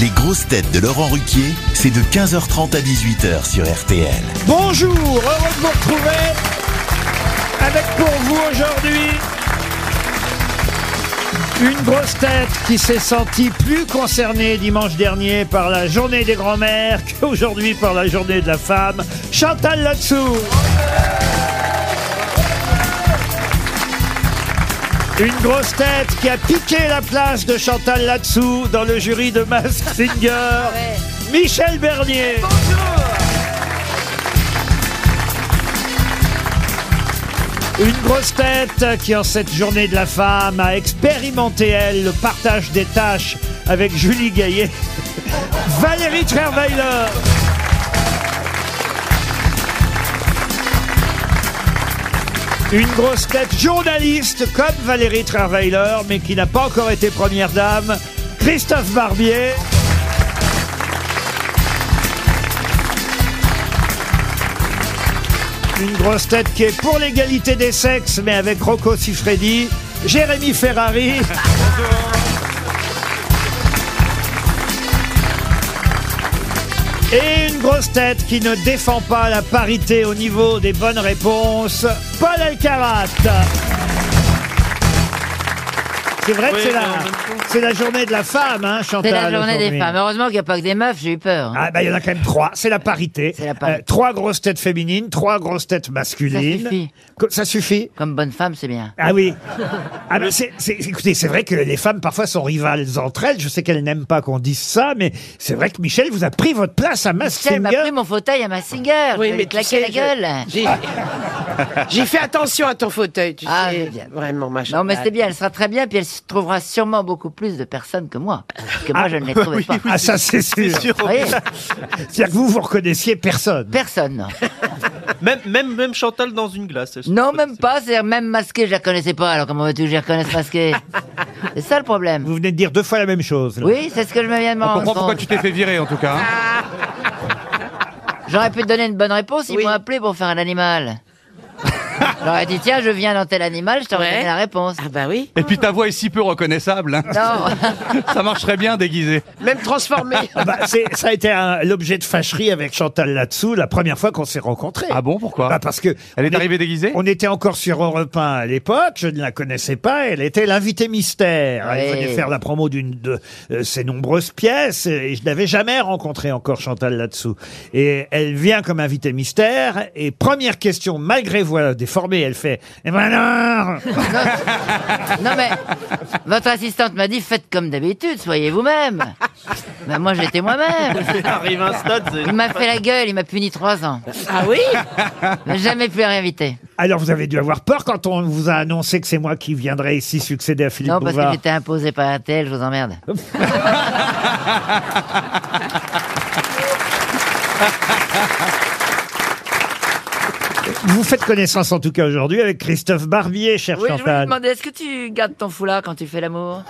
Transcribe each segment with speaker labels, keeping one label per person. Speaker 1: Les grosses têtes de Laurent Ruquier, c'est de 15h30 à 18h sur RTL.
Speaker 2: Bonjour, heureux de vous retrouver avec pour vous aujourd'hui une grosse tête qui s'est sentie plus concernée dimanche dernier par la journée des grands-mères qu'aujourd'hui par la journée de la femme, Chantal Latsou. Une grosse tête qui a piqué la place de Chantal Latsou dans le jury de Mask Singer, Michel Bernier. Une grosse tête qui, en cette journée de la femme, a expérimenté, elle, le partage des tâches avec Julie Gaillet, Valérie Trierweiler. Une grosse tête journaliste comme Valérie Trierweiler, mais qui n'a pas encore été première dame, Christophe Barbier. Une grosse tête qui est pour l'égalité des sexes, mais avec Rocco Siffredi, Jérémy Ferrari. Et une grosse tête qui ne défend pas la parité au niveau des bonnes réponses, Paul Alcarat. C'est vrai que
Speaker 3: Oui,
Speaker 2: c'est la,
Speaker 3: mais en même
Speaker 2: c'est la journée de la femme, hein, Chantal
Speaker 4: C'est la journée des
Speaker 2: aujourd'hui.
Speaker 4: femmes. Heureusement qu'il n'y a pas que des meufs, j'ai eu peur.
Speaker 2: Ah bah il y en a quand même trois, c'est la parité.
Speaker 4: parité.
Speaker 2: Euh, trois grosses têtes féminines, trois grosses têtes masculines.
Speaker 4: Ça suffit.
Speaker 2: Co- Ça suffit
Speaker 4: Comme bonne femme, c'est bien.
Speaker 2: Ah oui. Ah bah, c'est- c'est- écoutez, c'est vrai que les femmes parfois sont rivales entre elles. Je sais qu'elles n'aiment pas qu'on dise ça, mais c'est vrai que Michel vous a pris votre place à
Speaker 4: Michel m'a pris
Speaker 2: Massinger.
Speaker 4: mon fauteuil à ma singer.
Speaker 3: Oui,
Speaker 4: je
Speaker 3: mais
Speaker 4: vais
Speaker 3: tu
Speaker 4: claquer
Speaker 3: sais,
Speaker 4: la
Speaker 3: je-
Speaker 4: gueule.
Speaker 3: J'ai j'ai fait attention à ton fauteuil, tu
Speaker 4: Ah,
Speaker 3: sais.
Speaker 4: c'est bien.
Speaker 3: Vraiment, ma
Speaker 4: Non, mais
Speaker 3: Chantal.
Speaker 4: c'est bien, elle sera très bien, puis elle se trouvera sûrement beaucoup plus de personnes que moi. Parce que moi, je ne les trouvais pas.
Speaker 2: Ah ça c'est sûr.
Speaker 4: Vous voyez
Speaker 2: C'est-à-dire que vous vous reconnaissiez personne.
Speaker 4: Personne, non.
Speaker 5: Même, même, même Chantal dans une glace. elle-
Speaker 4: Non, même pas, c'est même masquée, je la connaissais pas, alors comment veux-tu que je la reconnaisse masquée C'est ça le problème.
Speaker 2: Vous venez de dire deux fois la même chose. là.
Speaker 4: Oui, c'est ce que je me viens de me
Speaker 6: On
Speaker 4: rendre
Speaker 6: comprend pourquoi
Speaker 4: compte.
Speaker 6: tu t'es fait virer en tout cas. hein.
Speaker 4: J'aurais pu te donner une bonne réponse, ils
Speaker 3: Oui.
Speaker 4: m'ont appelé pour faire un animal. J'aurais dit, tiens, je viens dans tel animal, je t'aurais
Speaker 3: Ouais.
Speaker 4: donné la réponse.
Speaker 3: Ah bah oui,
Speaker 6: Et puis ta voix est si peu reconnaissable. hein.
Speaker 4: Non
Speaker 6: Ça marcherait bien déguisé.
Speaker 3: même transformé.
Speaker 2: Ah bah, c'est- ça a été un- l'objet de fâcherie avec Chantal là-dessous la première fois qu'on s'est rencontrés.
Speaker 6: Ah bon, pourquoi
Speaker 2: Bah, Parce que
Speaker 6: Elle est
Speaker 2: on
Speaker 6: arrivée déguisée
Speaker 2: On était encore sur Europe 1 à l'époque, je ne la connaissais pas, elle était l'invitée mystère. Elle
Speaker 4: Ouais.
Speaker 2: venait faire la promo d'une de euh, ses nombreuses pièces euh, et je n'avais jamais rencontré encore Chantal là-dessous. Et elle vient comme invitée mystère et première question, malgré voix déformée, elle fait Eh ben alors
Speaker 4: Non mais votre assistante m'a dit faites comme d'habitude, soyez vous-même. Ben moi j'étais moi-même.
Speaker 5: Arrive un stade. c'est-
Speaker 4: Il m'a fait la gueule, il m'a puni trois ans.
Speaker 3: Ah oui
Speaker 4: Il m'a Jamais plus réinvité.
Speaker 2: Alors vous avez dû avoir peur quand on vous a annoncé que c'est moi qui viendrai ici succéder à Philippe
Speaker 4: Non parce que
Speaker 2: Bouvard.
Speaker 4: j'étais imposé par un tel, je vous emmerde.
Speaker 2: Vous faites connaissance en tout cas aujourd'hui avec Christophe Barbier, cher
Speaker 4: Oui, je voulais
Speaker 2: Chantal.
Speaker 4: demander, est-ce que tu gardes ton foulard quand tu fais l'amour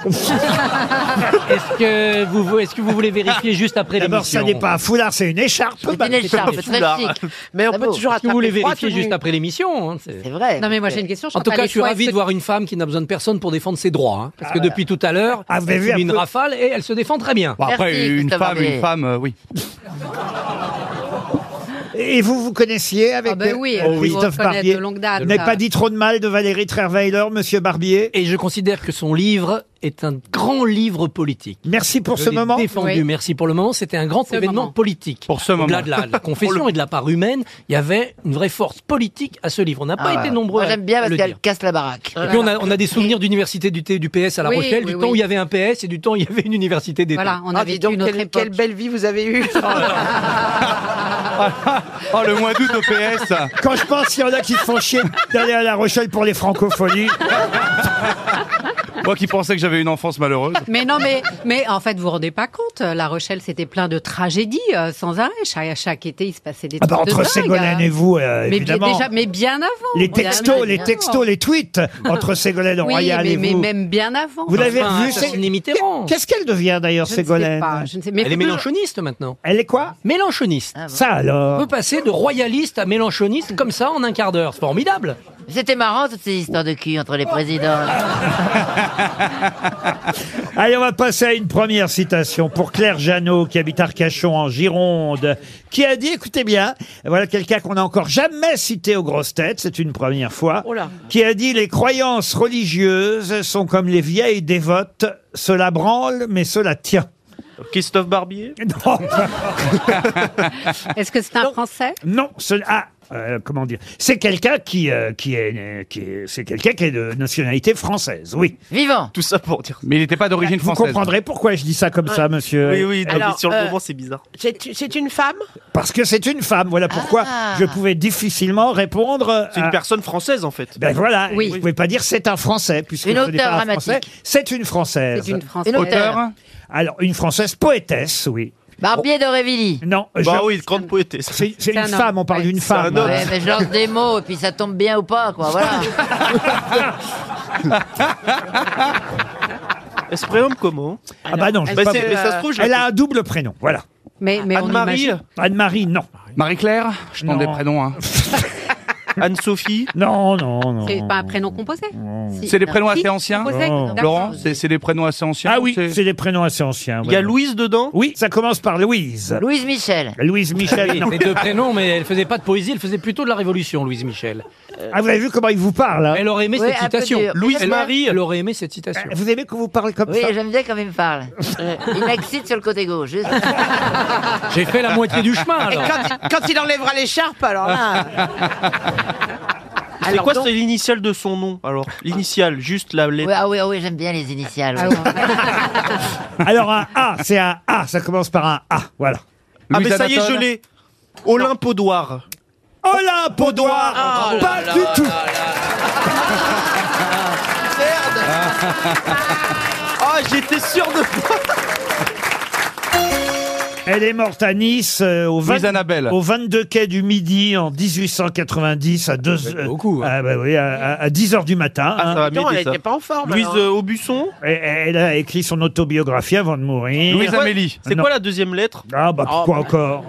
Speaker 7: Est-ce que vous, est-ce que vous voulez vérifier juste après l'émission
Speaker 2: D'abord, ça n'est pas un foulard, c'est une écharpe.
Speaker 4: C'est une écharpe, très chic.
Speaker 3: Mais on
Speaker 4: Ça
Speaker 3: peut
Speaker 4: vaut.
Speaker 3: toujours
Speaker 7: Est-ce que vous
Speaker 3: attraper
Speaker 7: voulez
Speaker 3: froid,
Speaker 7: vérifier
Speaker 3: tout nu.
Speaker 7: juste après l'émission hein, c'est-
Speaker 4: C'est vrai.
Speaker 8: Non mais moi j'ai une question.
Speaker 7: En tout
Speaker 8: Chantal,
Speaker 7: cas, je
Speaker 8: des
Speaker 7: suis
Speaker 8: fois,
Speaker 7: ravi
Speaker 8: est-ce
Speaker 7: de voir une femme qui n'a besoin de personne pour défendre ses droits. hein, parce que depuis tout à l'heure,
Speaker 2: Ah, vous avez
Speaker 7: elle
Speaker 2: vu un
Speaker 7: subit une
Speaker 2: peu-
Speaker 7: rafale et elle se défend très bien.
Speaker 6: Bon, après,
Speaker 4: Merci,
Speaker 6: une
Speaker 4: Christophe
Speaker 6: femme,
Speaker 4: Barbier.
Speaker 6: une femme, euh, oui.
Speaker 2: Et vous vous connaissiez avec
Speaker 8: Ah ben oui,
Speaker 2: euh,
Speaker 8: vous
Speaker 2: Christophe
Speaker 8: reconnaître
Speaker 2: Barbier
Speaker 8: de longue date,
Speaker 2: Vous n'avez
Speaker 8: ça.
Speaker 2: pas dit trop de mal de Valérie Trierweiler, monsieur Barbier.
Speaker 7: Et je considère que son livre est un grand livre politique.
Speaker 2: Merci pour
Speaker 7: Je
Speaker 2: ce
Speaker 7: l'ai
Speaker 2: moment.
Speaker 7: Défendu,
Speaker 8: Oui.
Speaker 7: merci pour le moment. C'était un grand
Speaker 8: Ce
Speaker 7: événement
Speaker 8: moment.
Speaker 7: politique.
Speaker 6: Pour ce
Speaker 7: Au-delà
Speaker 6: moment.
Speaker 7: de la, la confession et de la part humaine, il y avait une vraie force politique à ce livre. On n'a pas
Speaker 4: Ah,
Speaker 7: été
Speaker 4: ouais.
Speaker 7: nombreux.
Speaker 4: Moi
Speaker 7: à
Speaker 4: j'aime bien
Speaker 7: le
Speaker 4: parce
Speaker 7: dire.
Speaker 4: qu'elle casse la baraque.
Speaker 7: Et puis on a, on a des souvenirs d'université du, T- du PS à La
Speaker 8: Oh Oui,
Speaker 7: Rochelle,
Speaker 8: oui,
Speaker 7: du
Speaker 8: oui.
Speaker 7: temps où il y avait un PS et du temps où il y avait une université d'été.
Speaker 8: Voilà, on
Speaker 3: Ah,
Speaker 8: avait
Speaker 3: dis donc,
Speaker 8: une autre
Speaker 3: quelle,
Speaker 8: époque.
Speaker 3: quelle belle vie vous avez eue.
Speaker 6: Oh, le mois d'août au PS.
Speaker 2: Quand je pense qu'il y en a qui se font chier d'aller à La Rochelle pour les francophonies,
Speaker 6: Moi qui pensais que j'avais une enfance malheureuse.
Speaker 8: Mais non, mais, mais en fait, vous vous rendez pas compte. La Rochelle, c'était plein de tragédies euh, sans arrêt. Chaque, chaque été, il se passait des
Speaker 2: ah
Speaker 8: trucs
Speaker 2: bah,
Speaker 8: de
Speaker 2: entre
Speaker 8: dingue. hein.
Speaker 2: Ségolène et vous, euh,
Speaker 8: mais bien,
Speaker 2: évidemment.
Speaker 8: déjà, mais bien avant.
Speaker 2: les
Speaker 8: Bien
Speaker 2: textos, les
Speaker 8: avant.
Speaker 2: textos, les tweets entre Ségolène
Speaker 8: Oui,
Speaker 2: Royal
Speaker 8: mais,
Speaker 2: et
Speaker 8: mais
Speaker 2: vous.
Speaker 8: même bien avant.
Speaker 2: Vous l'avez
Speaker 7: Enfin,
Speaker 2: vu
Speaker 7: Assassin's Mitterrand.
Speaker 2: Qu'est-ce qu'elle devient d'ailleurs,
Speaker 8: Je ne sais
Speaker 2: Ségolène
Speaker 8: pas. Je ne sais. Mais
Speaker 7: Elle est
Speaker 8: faut toujours-
Speaker 7: mélanchoniste maintenant.
Speaker 2: Elle est quoi
Speaker 7: Mélanchoniste.
Speaker 4: Ah bon
Speaker 2: Ça
Speaker 7: On
Speaker 2: alors
Speaker 7: peut passer de royaliste à mélanchoniste comme ça en un quart d'heure. C'est formidable.
Speaker 4: C'était marrant toutes ces histoires de cul entre les présidents.
Speaker 2: Allez, on va passer à une première citation pour Claire Jeannot, qui habite Arcachon en Gironde, qui a dit, écoutez bien, voilà quelqu'un qu'on n'a encore jamais cité aux grosses têtes, c'est une première fois,
Speaker 3: Oh là.
Speaker 2: qui a dit, les croyances religieuses sont comme les vieilles dévotes, cela branle, mais cela tient.
Speaker 5: Christophe Barbier
Speaker 2: Non,
Speaker 8: Est-ce que c'est un Français
Speaker 2: non, ce, ah, euh, comment dire C'est quelqu'un qui, euh, qui est, qui est- c'est quelqu'un qui est de nationalité française, oui.
Speaker 4: Vivant.
Speaker 5: Tout ça pour dire.
Speaker 6: Mais il n'était pas d'origine
Speaker 2: Vous
Speaker 6: française.
Speaker 2: comprendrez pourquoi je dis ça comme ça, monsieur.
Speaker 5: Oui, oui, non, mais
Speaker 3: Alors,
Speaker 5: sur le
Speaker 3: euh,
Speaker 5: moment, c'est bizarre.
Speaker 3: C'est c'est une femme
Speaker 2: Parce que c'est une femme. Voilà pourquoi
Speaker 4: Ah.
Speaker 2: je pouvais difficilement répondre. euh,
Speaker 5: C'est une
Speaker 2: à-
Speaker 5: personne française, en fait.
Speaker 2: Ben voilà,
Speaker 8: Oui.
Speaker 2: vous ne pouvez pas dire c'est un Français, puisque
Speaker 4: Une
Speaker 2: ce n'est
Speaker 4: auteure
Speaker 2: pas un
Speaker 4: dramatique.
Speaker 2: Français. C'est une Française.
Speaker 8: C'est une Française.
Speaker 4: Une auteure.
Speaker 6: Auteur
Speaker 2: Alors, une Française poétesse, oui.
Speaker 4: Barbier d'Aurevilly.
Speaker 2: Non,
Speaker 5: Bah
Speaker 2: je-
Speaker 5: oui, grande poétesse.
Speaker 2: c'est
Speaker 8: C'est
Speaker 2: c'est une
Speaker 8: un homme.
Speaker 2: femme, on parle
Speaker 8: Ouais.
Speaker 2: d'une
Speaker 5: un
Speaker 2: femme.
Speaker 5: homme.
Speaker 4: Ouais, mais je lance des mots, et puis ça tombe bien ou pas, quoi, voilà.
Speaker 5: Elle se prénomme comment
Speaker 2: Ah bah non, je
Speaker 5: Bah,
Speaker 2: sais pas.
Speaker 5: c'est- Mais ça se trouve, je
Speaker 2: Elle
Speaker 5: la-
Speaker 2: a un double prénom, voilà.
Speaker 8: Mais, mais on
Speaker 5: Anne-Marie,
Speaker 8: imagine.
Speaker 2: Anne-Marie, non.
Speaker 6: Marie-Claire Je prends
Speaker 2: Non.
Speaker 6: des prénoms. Hein.
Speaker 5: Anne-Sophie.
Speaker 2: Non, non, non.
Speaker 8: C'est pas un prénom composé Si.
Speaker 6: C'est des prénoms
Speaker 8: Si,
Speaker 6: assez anciens Oh.
Speaker 8: composé,
Speaker 2: Non.
Speaker 8: d'accord.
Speaker 6: Laurent, c'est c'est des prénoms assez anciens
Speaker 2: Ah
Speaker 6: ou
Speaker 2: oui, c'est des prénoms assez anciens.
Speaker 5: Il y a
Speaker 2: ouais.
Speaker 5: Louise dedans
Speaker 2: Oui, ça commence par Louise.
Speaker 4: Louise Michel.
Speaker 2: Louise Michel, non.
Speaker 7: Les deux prénoms, mais elle faisait pas de poésie, elle faisait plutôt de la révolution, Louise Michel.
Speaker 2: Ah, vous avez vu comment il vous parle. hein Eh,
Speaker 7: Elle aurait aimé
Speaker 4: Oui,
Speaker 7: cette
Speaker 4: un peu
Speaker 7: citation.
Speaker 4: dur.
Speaker 7: Louise
Speaker 4: Elle-
Speaker 7: Marie, elle aurait aimé cette citation.
Speaker 2: Vous aimez qu'on vous parle comme
Speaker 4: Oui,
Speaker 2: ça
Speaker 4: j'aime bien quand il me parle. Il m'excite sur le côté gauche. juste.
Speaker 7: J'ai fait la moitié du chemin, alors.
Speaker 3: quand, quand il enlèvera l'écharpe, alors là.
Speaker 5: C'est
Speaker 3: Ah. Alors
Speaker 5: quoi
Speaker 3: donc-
Speaker 5: c'est l'initiale de son nom Alors, l'initiale, juste la lettre.
Speaker 4: Oui, ah oui, ah oui, j'aime bien les initiales.
Speaker 8: Ah
Speaker 4: oui.
Speaker 8: bon.
Speaker 2: Alors, un A, c'est un A, ça commence par un A, voilà.
Speaker 5: Ah, mais
Speaker 6: Louise
Speaker 5: ça y est,
Speaker 6: Adaton
Speaker 5: je l'ai Olympodoire.
Speaker 2: Olympe au doigt, pas du tout.
Speaker 5: Ah, j'étais sûr de.
Speaker 2: Elle est morte à Nice euh, au,
Speaker 6: Louise Annabelle.
Speaker 2: au 22 quai du Midi en 1890 à deux- euh,
Speaker 7: beaucoup, hein.
Speaker 2: ah, bah oui, à, à- à 10 heures du matin. hein.
Speaker 5: Ah, ça va
Speaker 3: Non,
Speaker 5: m'aider,
Speaker 3: elle
Speaker 5: ça.
Speaker 3: n'était pas en forme.
Speaker 5: Louise
Speaker 3: alors.
Speaker 5: euh, Aubusson
Speaker 2: Et- et elle a écrit son autobiographie avant de mourir.
Speaker 6: Louise
Speaker 5: quoi-
Speaker 6: Amélie.
Speaker 5: C'est
Speaker 2: Non.
Speaker 5: quoi la deuxième lettre
Speaker 2: Ah bah
Speaker 3: Oh,
Speaker 2: pourquoi encore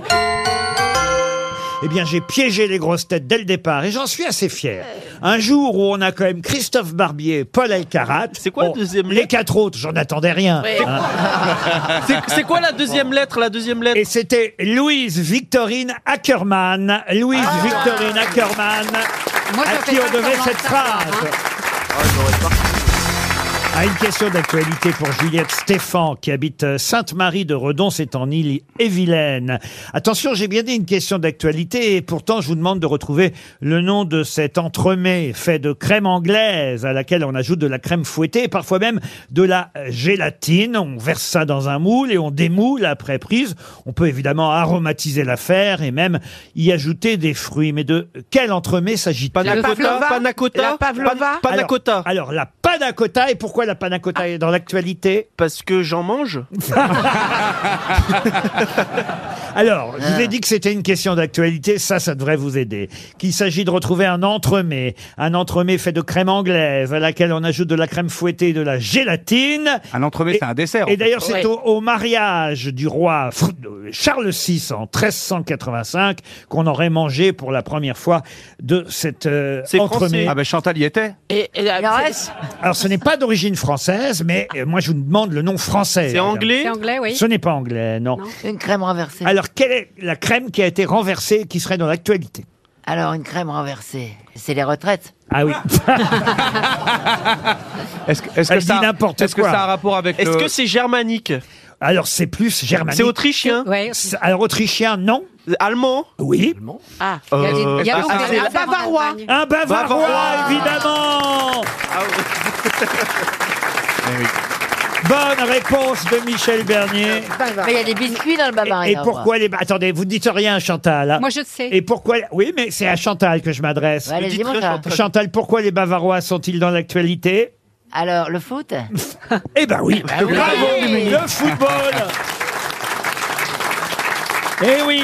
Speaker 2: eh bien, j'ai piégé les grosses têtes dès le départ et j'en suis assez fier. Un jour où on a quand même Christophe Barbier, Paul Elkarat.
Speaker 5: C'est quoi le deuxième
Speaker 2: Les quatre autres, j'en attendais rien.
Speaker 3: Ouais.
Speaker 2: hein.
Speaker 5: C'est c'est quoi la deuxième lettre La deuxième lettre
Speaker 2: Et c'était Louise Victorine Ackerman. Louise Victorine Ackerman,
Speaker 8: Moi, je
Speaker 2: à
Speaker 8: fais
Speaker 2: qui
Speaker 8: pas
Speaker 2: on devait
Speaker 8: semblant
Speaker 2: cette
Speaker 8: de savoir,
Speaker 2: phrase.
Speaker 8: hein.
Speaker 2: À une question d'actualité pour Juliette Stéphan, qui habite euh, Sainte-Marie de Redon, c'est en Île-et-Vilaine. Attention, j'ai bien dit une question d'actualité, et pourtant je vous demande de retrouver le nom de cet entremets fait de crème anglaise, à laquelle on ajoute de la crème fouettée, et parfois même de la euh, gélatine. On verse ça dans un moule et on démoule après prise. On peut évidemment aromatiser l'affaire et même y ajouter des fruits. Mais de quel entremets s'agit-il
Speaker 8: La pavlova
Speaker 5: Panacota
Speaker 3: La pavlova
Speaker 2: alors-
Speaker 5: Panacota
Speaker 2: Alors, la panna cotta, et pourquoi la panna cotta est dans l'actualité
Speaker 5: Ah. Parce que j'en mange
Speaker 2: Alors, je vous ai dit que c'était une question d'actualité, ça, ça devrait vous aider. Qu'il s'agit de retrouver un entremets, un entremets fait de crème anglaise, à laquelle on ajoute de la crème fouettée et de la gélatine.
Speaker 6: Un entremets, c'est un dessert. en
Speaker 2: Et
Speaker 6: fait.
Speaker 2: d'ailleurs, c'est
Speaker 3: Ouais.
Speaker 2: au, au mariage du roi Fr- euh, Charles VI en 1385 qu'on aurait mangé pour la première fois de cette euh,
Speaker 5: C'est
Speaker 2: entremets.
Speaker 5: français.
Speaker 6: Ah ben Chantal y était.
Speaker 3: Et, et euh, la-
Speaker 4: Il en reste
Speaker 2: Alors, ce n'est pas d'origine française, mais euh, moi, je vous demande le nom français.
Speaker 5: C'est anglais
Speaker 8: C'est anglais, oui.
Speaker 2: Ce n'est pas anglais, non.
Speaker 8: Non.
Speaker 4: une crème renversée.
Speaker 2: Alors, quelle est la crème qui a été renversée et qui serait dans l'actualité
Speaker 4: Alors, une crème renversée, c'est les retraites.
Speaker 2: Ah oui.
Speaker 6: Est-ce que, est-ce que
Speaker 2: Elle
Speaker 6: ça,
Speaker 2: dit n'importe
Speaker 6: est-ce que
Speaker 2: quoi.
Speaker 6: ça a un rapport avec
Speaker 5: Est-ce
Speaker 6: le-
Speaker 5: que c'est germanique
Speaker 2: Alors, c'est plus germanique.
Speaker 5: C'est autrichien
Speaker 8: Ouais.
Speaker 2: C'est- Alors, autrichien, non.
Speaker 5: Allemand
Speaker 2: Oui.
Speaker 3: Ah.
Speaker 8: Il y a des-
Speaker 5: Euh,
Speaker 8: il y a
Speaker 5: ah,
Speaker 8: des enfants
Speaker 5: c'est-
Speaker 8: d'affaires en
Speaker 3: Bavarois.
Speaker 8: Allemagne.
Speaker 2: Un bavarois,
Speaker 5: Bavarois.
Speaker 2: évidemment.
Speaker 5: ah, ouais.
Speaker 2: Bonne réponse de Michel Bernier.
Speaker 4: Mais il y a des biscuits dans le Bavaria.
Speaker 2: Et pourquoi les... Attendez, vous ne dites rien, Chantal. hein.
Speaker 8: Ah, Moi, je sais.
Speaker 2: Et pourquoi... Oui, mais c'est à Chantal que je m'adresse.
Speaker 4: allez
Speaker 5: dites-le, Chantal.
Speaker 2: Chantal, pourquoi les Bavarois sont-ils dans l'actualité
Speaker 4: Alors, le foot
Speaker 2: Eh ben oui,
Speaker 6: Ah,
Speaker 3: Ah,
Speaker 2: bravo, le football. Eh oui,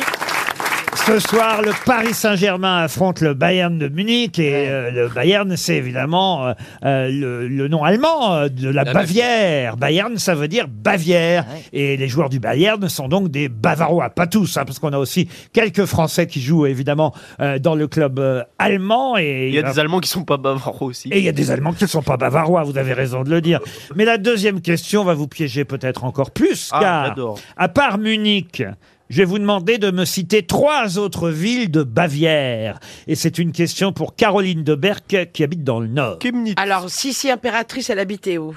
Speaker 2: Ce soir, le Paris Saint-Germain affronte le Bayern de Munich et euh, le Bayern, c'est évidemment euh, euh, le, le nom allemand euh, de la,
Speaker 7: La
Speaker 2: Bavière. Bayern, ça veut dire Bavière.
Speaker 4: Ouais.
Speaker 2: Et les joueurs du Bayern sont donc des Bavarois, pas tous, hein, parce qu'on a aussi quelques Français qui jouent évidemment euh, dans le club euh, allemand. Et
Speaker 5: Il y a
Speaker 2: va-
Speaker 5: des Allemands qui sont pas bavarois aussi.
Speaker 2: et il y a des Allemands qui ne sont pas bavarois, vous avez raison de le dire. Mais la deuxième question va vous piéger peut-être encore plus,
Speaker 5: Ah,
Speaker 2: car
Speaker 5: j'adore.
Speaker 2: à part Munich, je vais vous demander de me citer trois autres villes de Bavière. Et c'est une question pour Caroline de Berck qui habite dans le Nord.
Speaker 5: Chemnitz.
Speaker 3: Alors, Sissi impératrice, elle habitait où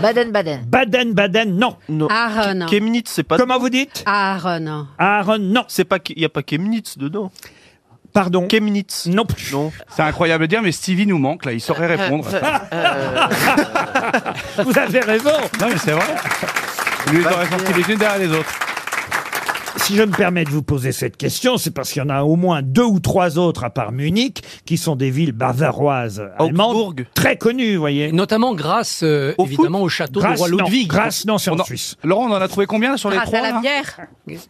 Speaker 4: Baden-Baden.
Speaker 2: Baden-Baden, non.
Speaker 5: Non.
Speaker 8: Aaron.
Speaker 5: Chemnitz, c'est pas.
Speaker 2: Comment vous dites
Speaker 8: Ah, Aaron.
Speaker 2: Aaron, non.
Speaker 5: C'est pas. Il y a pas Chemnitz dedans.
Speaker 2: Pardon.
Speaker 5: Chemnitz.
Speaker 2: Non plus.
Speaker 5: Non.
Speaker 6: C'est incroyable à dire, mais Stevie nous manque là, il saurait répondre.
Speaker 9: Euh,
Speaker 5: Euh,
Speaker 2: Vous avez raison.
Speaker 6: Non, mais c'est vrai. Lui, il aurait sorti les unes derrière les autres.
Speaker 2: Si je me permets de vous poser cette question, c'est parce qu'il y en a au moins deux ou trois autres à part Munich qui sont des villes bavaroises allemandes
Speaker 5: Augsbourg.
Speaker 2: très connues, vous voyez.
Speaker 7: Et notamment grâce euh,
Speaker 5: Au
Speaker 7: évidemment au château
Speaker 2: Grasse,
Speaker 7: du roi
Speaker 2: non.
Speaker 7: Ludwig.
Speaker 2: Grasse, non, c'est en
Speaker 6: On en-
Speaker 2: Suisse.
Speaker 6: Laurent, on en a trouvé combien là, sur les
Speaker 8: Grâce
Speaker 6: trois
Speaker 8: à la
Speaker 6: là
Speaker 8: bière.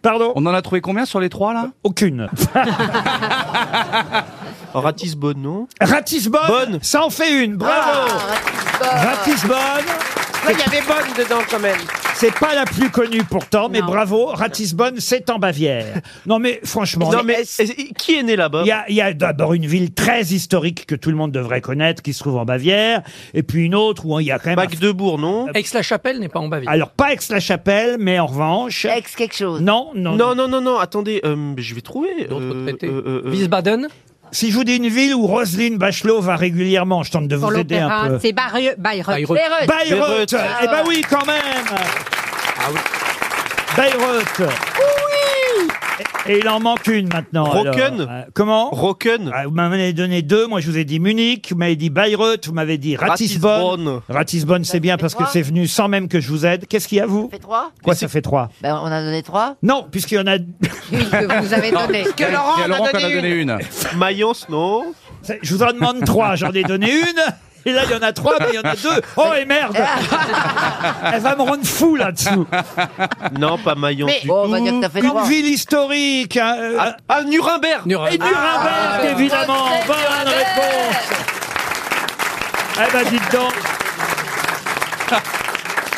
Speaker 2: Pardon
Speaker 6: On en a trouvé combien sur les trois là
Speaker 2: Aucune.
Speaker 5: Ratisbonne, non.
Speaker 2: Ratisbonne
Speaker 5: Bonne.
Speaker 2: Ça en fait une, bravo Ratisbonne,
Speaker 3: Il y avait bonne dedans quand même.
Speaker 2: c'est pas la plus connue pourtant, mais
Speaker 8: Non.
Speaker 2: bravo, Ratisbonne, c'est en Bavière. Non mais franchement,
Speaker 5: Non mais et- qui est né là-bas
Speaker 2: il y a, il y a d'abord une ville très historique que tout le monde devrait connaître qui se trouve en Bavière, et puis une autre où il y a quand même... un- Euh,
Speaker 5: Magdebourg, non.
Speaker 7: Aix-la-Chapelle n'est pas en Bavière.
Speaker 2: Alors pas Aix-la-Chapelle, mais en revanche...
Speaker 4: Ex quelque chose.
Speaker 2: Non, non,
Speaker 5: Non, non, non, non, attendez, euh, mais je vais trouver.
Speaker 7: D'autres
Speaker 5: euh,
Speaker 7: traités.
Speaker 5: euh, euh, euh,
Speaker 7: Wiesbaden,
Speaker 2: Si je vous dis une ville où Roselyne Bachelot va régulièrement, je tente de
Speaker 8: Pour
Speaker 2: vous aider un peu.
Speaker 8: l'opéra, c'est Bayreuth. Bayreuth.
Speaker 7: Bayreuth.
Speaker 4: Bayreuth.
Speaker 2: Bayreuth.
Speaker 5: Bayreuth.
Speaker 2: Eh ben oui, quand même. Bayreuth. Et, et il en manque une maintenant. alors.
Speaker 5: Brocken.
Speaker 2: Euh, Comment
Speaker 5: Rocken.
Speaker 2: Ah, Vous m'avez donné deux. Moi, je vous ai dit Munich. Vous m'avez dit Bayreuth. Vous m'avez dit Ratisbonne.
Speaker 5: Ratisbonne.
Speaker 2: Ratisbonne, c'est bien
Speaker 4: fait
Speaker 2: parce que
Speaker 4: trois.
Speaker 2: c'est venu sans même que je vous aide. Qu'est-ce qu'il y a, vous
Speaker 4: Ça fait trois
Speaker 2: Quoi, ça fait trois
Speaker 4: Ben, on a donné trois.
Speaker 2: Non, puisqu'il y en a...
Speaker 8: Une que vous avez donnée.
Speaker 3: Que Laurent
Speaker 6: Il y a
Speaker 3: en
Speaker 6: Laurent
Speaker 3: a
Speaker 6: qu'on
Speaker 3: donné une.
Speaker 6: une.
Speaker 5: Mayence, non.
Speaker 2: Je vous en demande trois. J'en ai donné une. Et là, il y en a trois, mais il y en a deux. Oh, et merde Elle va me rendre fou là-dessous.
Speaker 5: Non, pas Mayence.
Speaker 4: Mais-
Speaker 5: du
Speaker 4: Bon, on
Speaker 5: tout.
Speaker 4: va dire que t'as fait
Speaker 2: Une
Speaker 4: trois.
Speaker 2: ville historique. hein, euh,
Speaker 5: Ah, ah, Nuremberg.
Speaker 2: Et
Speaker 7: Nuremberg.
Speaker 2: Nuremberg, évidemment. Bonne réponse. Eh ben, dites donc.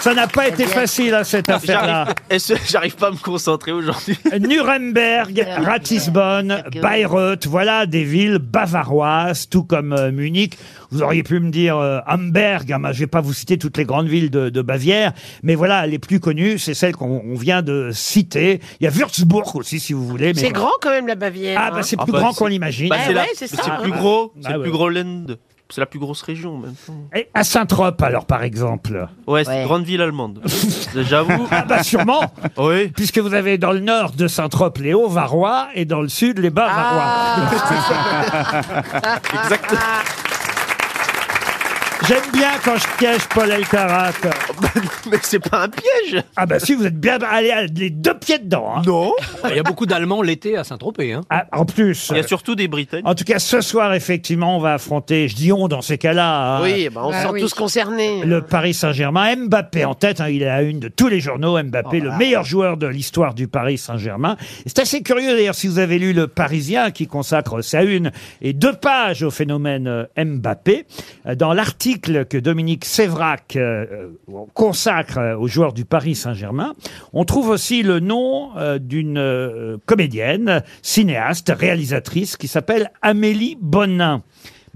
Speaker 2: Ça n'a pas été
Speaker 4: bien.
Speaker 2: facile, à cette affaire-là.
Speaker 5: J'arrive- est-ce que J'arrive pas à me concentrer aujourd'hui.
Speaker 2: Nuremberg,
Speaker 4: Bien.
Speaker 2: Ratisbonne,
Speaker 4: Bien.
Speaker 2: Bayreuth, voilà des villes bavaroises, tout comme euh, Munich. Vous auriez pu me dire euh, Hamburg, hein, bah, je vais pas vous citer toutes les grandes villes de, de Bavière, mais voilà, les plus connues, c'est celles qu'on on vient de citer. Il y a Würzburg aussi, si vous voulez. Eh, mais-
Speaker 3: C'est grand quand même la Bavière.
Speaker 2: Ah, bah,
Speaker 3: hein.
Speaker 2: c'est
Speaker 5: Ah
Speaker 2: plus
Speaker 5: bah,
Speaker 2: grand
Speaker 5: c'est-
Speaker 2: qu'on l'imagine.
Speaker 5: Bah,
Speaker 3: Eh
Speaker 5: c'est la-
Speaker 3: ouais, c'est ça.
Speaker 5: plus gros.
Speaker 2: Ah
Speaker 5: C'est le
Speaker 2: ouais.
Speaker 5: plus gros land. C'est la plus grosse région, même.
Speaker 2: Et à Saint-Trope, alors, par exemple.
Speaker 5: Ouais, c'est
Speaker 4: Ouais.
Speaker 5: une grande ville allemande. J'avoue.
Speaker 2: Ah bah sûrement,
Speaker 5: Oui.
Speaker 2: puisque vous avez dans le nord de Saint-Trope les Hauts-Varois et dans le sud les Bas-Varois.
Speaker 5: Exact.
Speaker 2: J'aime bien quand je piège Paul Elkarat.
Speaker 5: Mais c'est pas un piège.
Speaker 2: Ah bah si, vous êtes bien allez à les deux pieds dedans. hein.
Speaker 5: Non.
Speaker 7: Il y a beaucoup d'Allemands l'été à Saint-Tropez. hein.
Speaker 2: Ah, en plus.
Speaker 5: Il y a surtout des Britanniques.
Speaker 2: En tout cas, ce soir, effectivement, on va affronter, je dis on dans ces cas-là, hein,
Speaker 3: Oui, bah, on se
Speaker 8: Ah
Speaker 3: sent
Speaker 8: oui.
Speaker 3: tous concernés.
Speaker 2: le Paris Saint-Germain. Mbappé en tête, hein, il est à la une de tous les journaux. Mbappé, le meilleur joueur de l'histoire du Paris Saint-Germain. Et C'est assez curieux d'ailleurs si vous avez lu Le Parisien qui consacre sa une et deux pages au phénomène euh, Mbappé. Euh, Dans l'article que Dominique Sévrac euh, euh, consacre euh, aux joueurs du Paris Saint-Germain, on trouve aussi le nom euh, d'une euh, comédienne, cinéaste, réalisatrice qui s'appelle Amélie Bonin.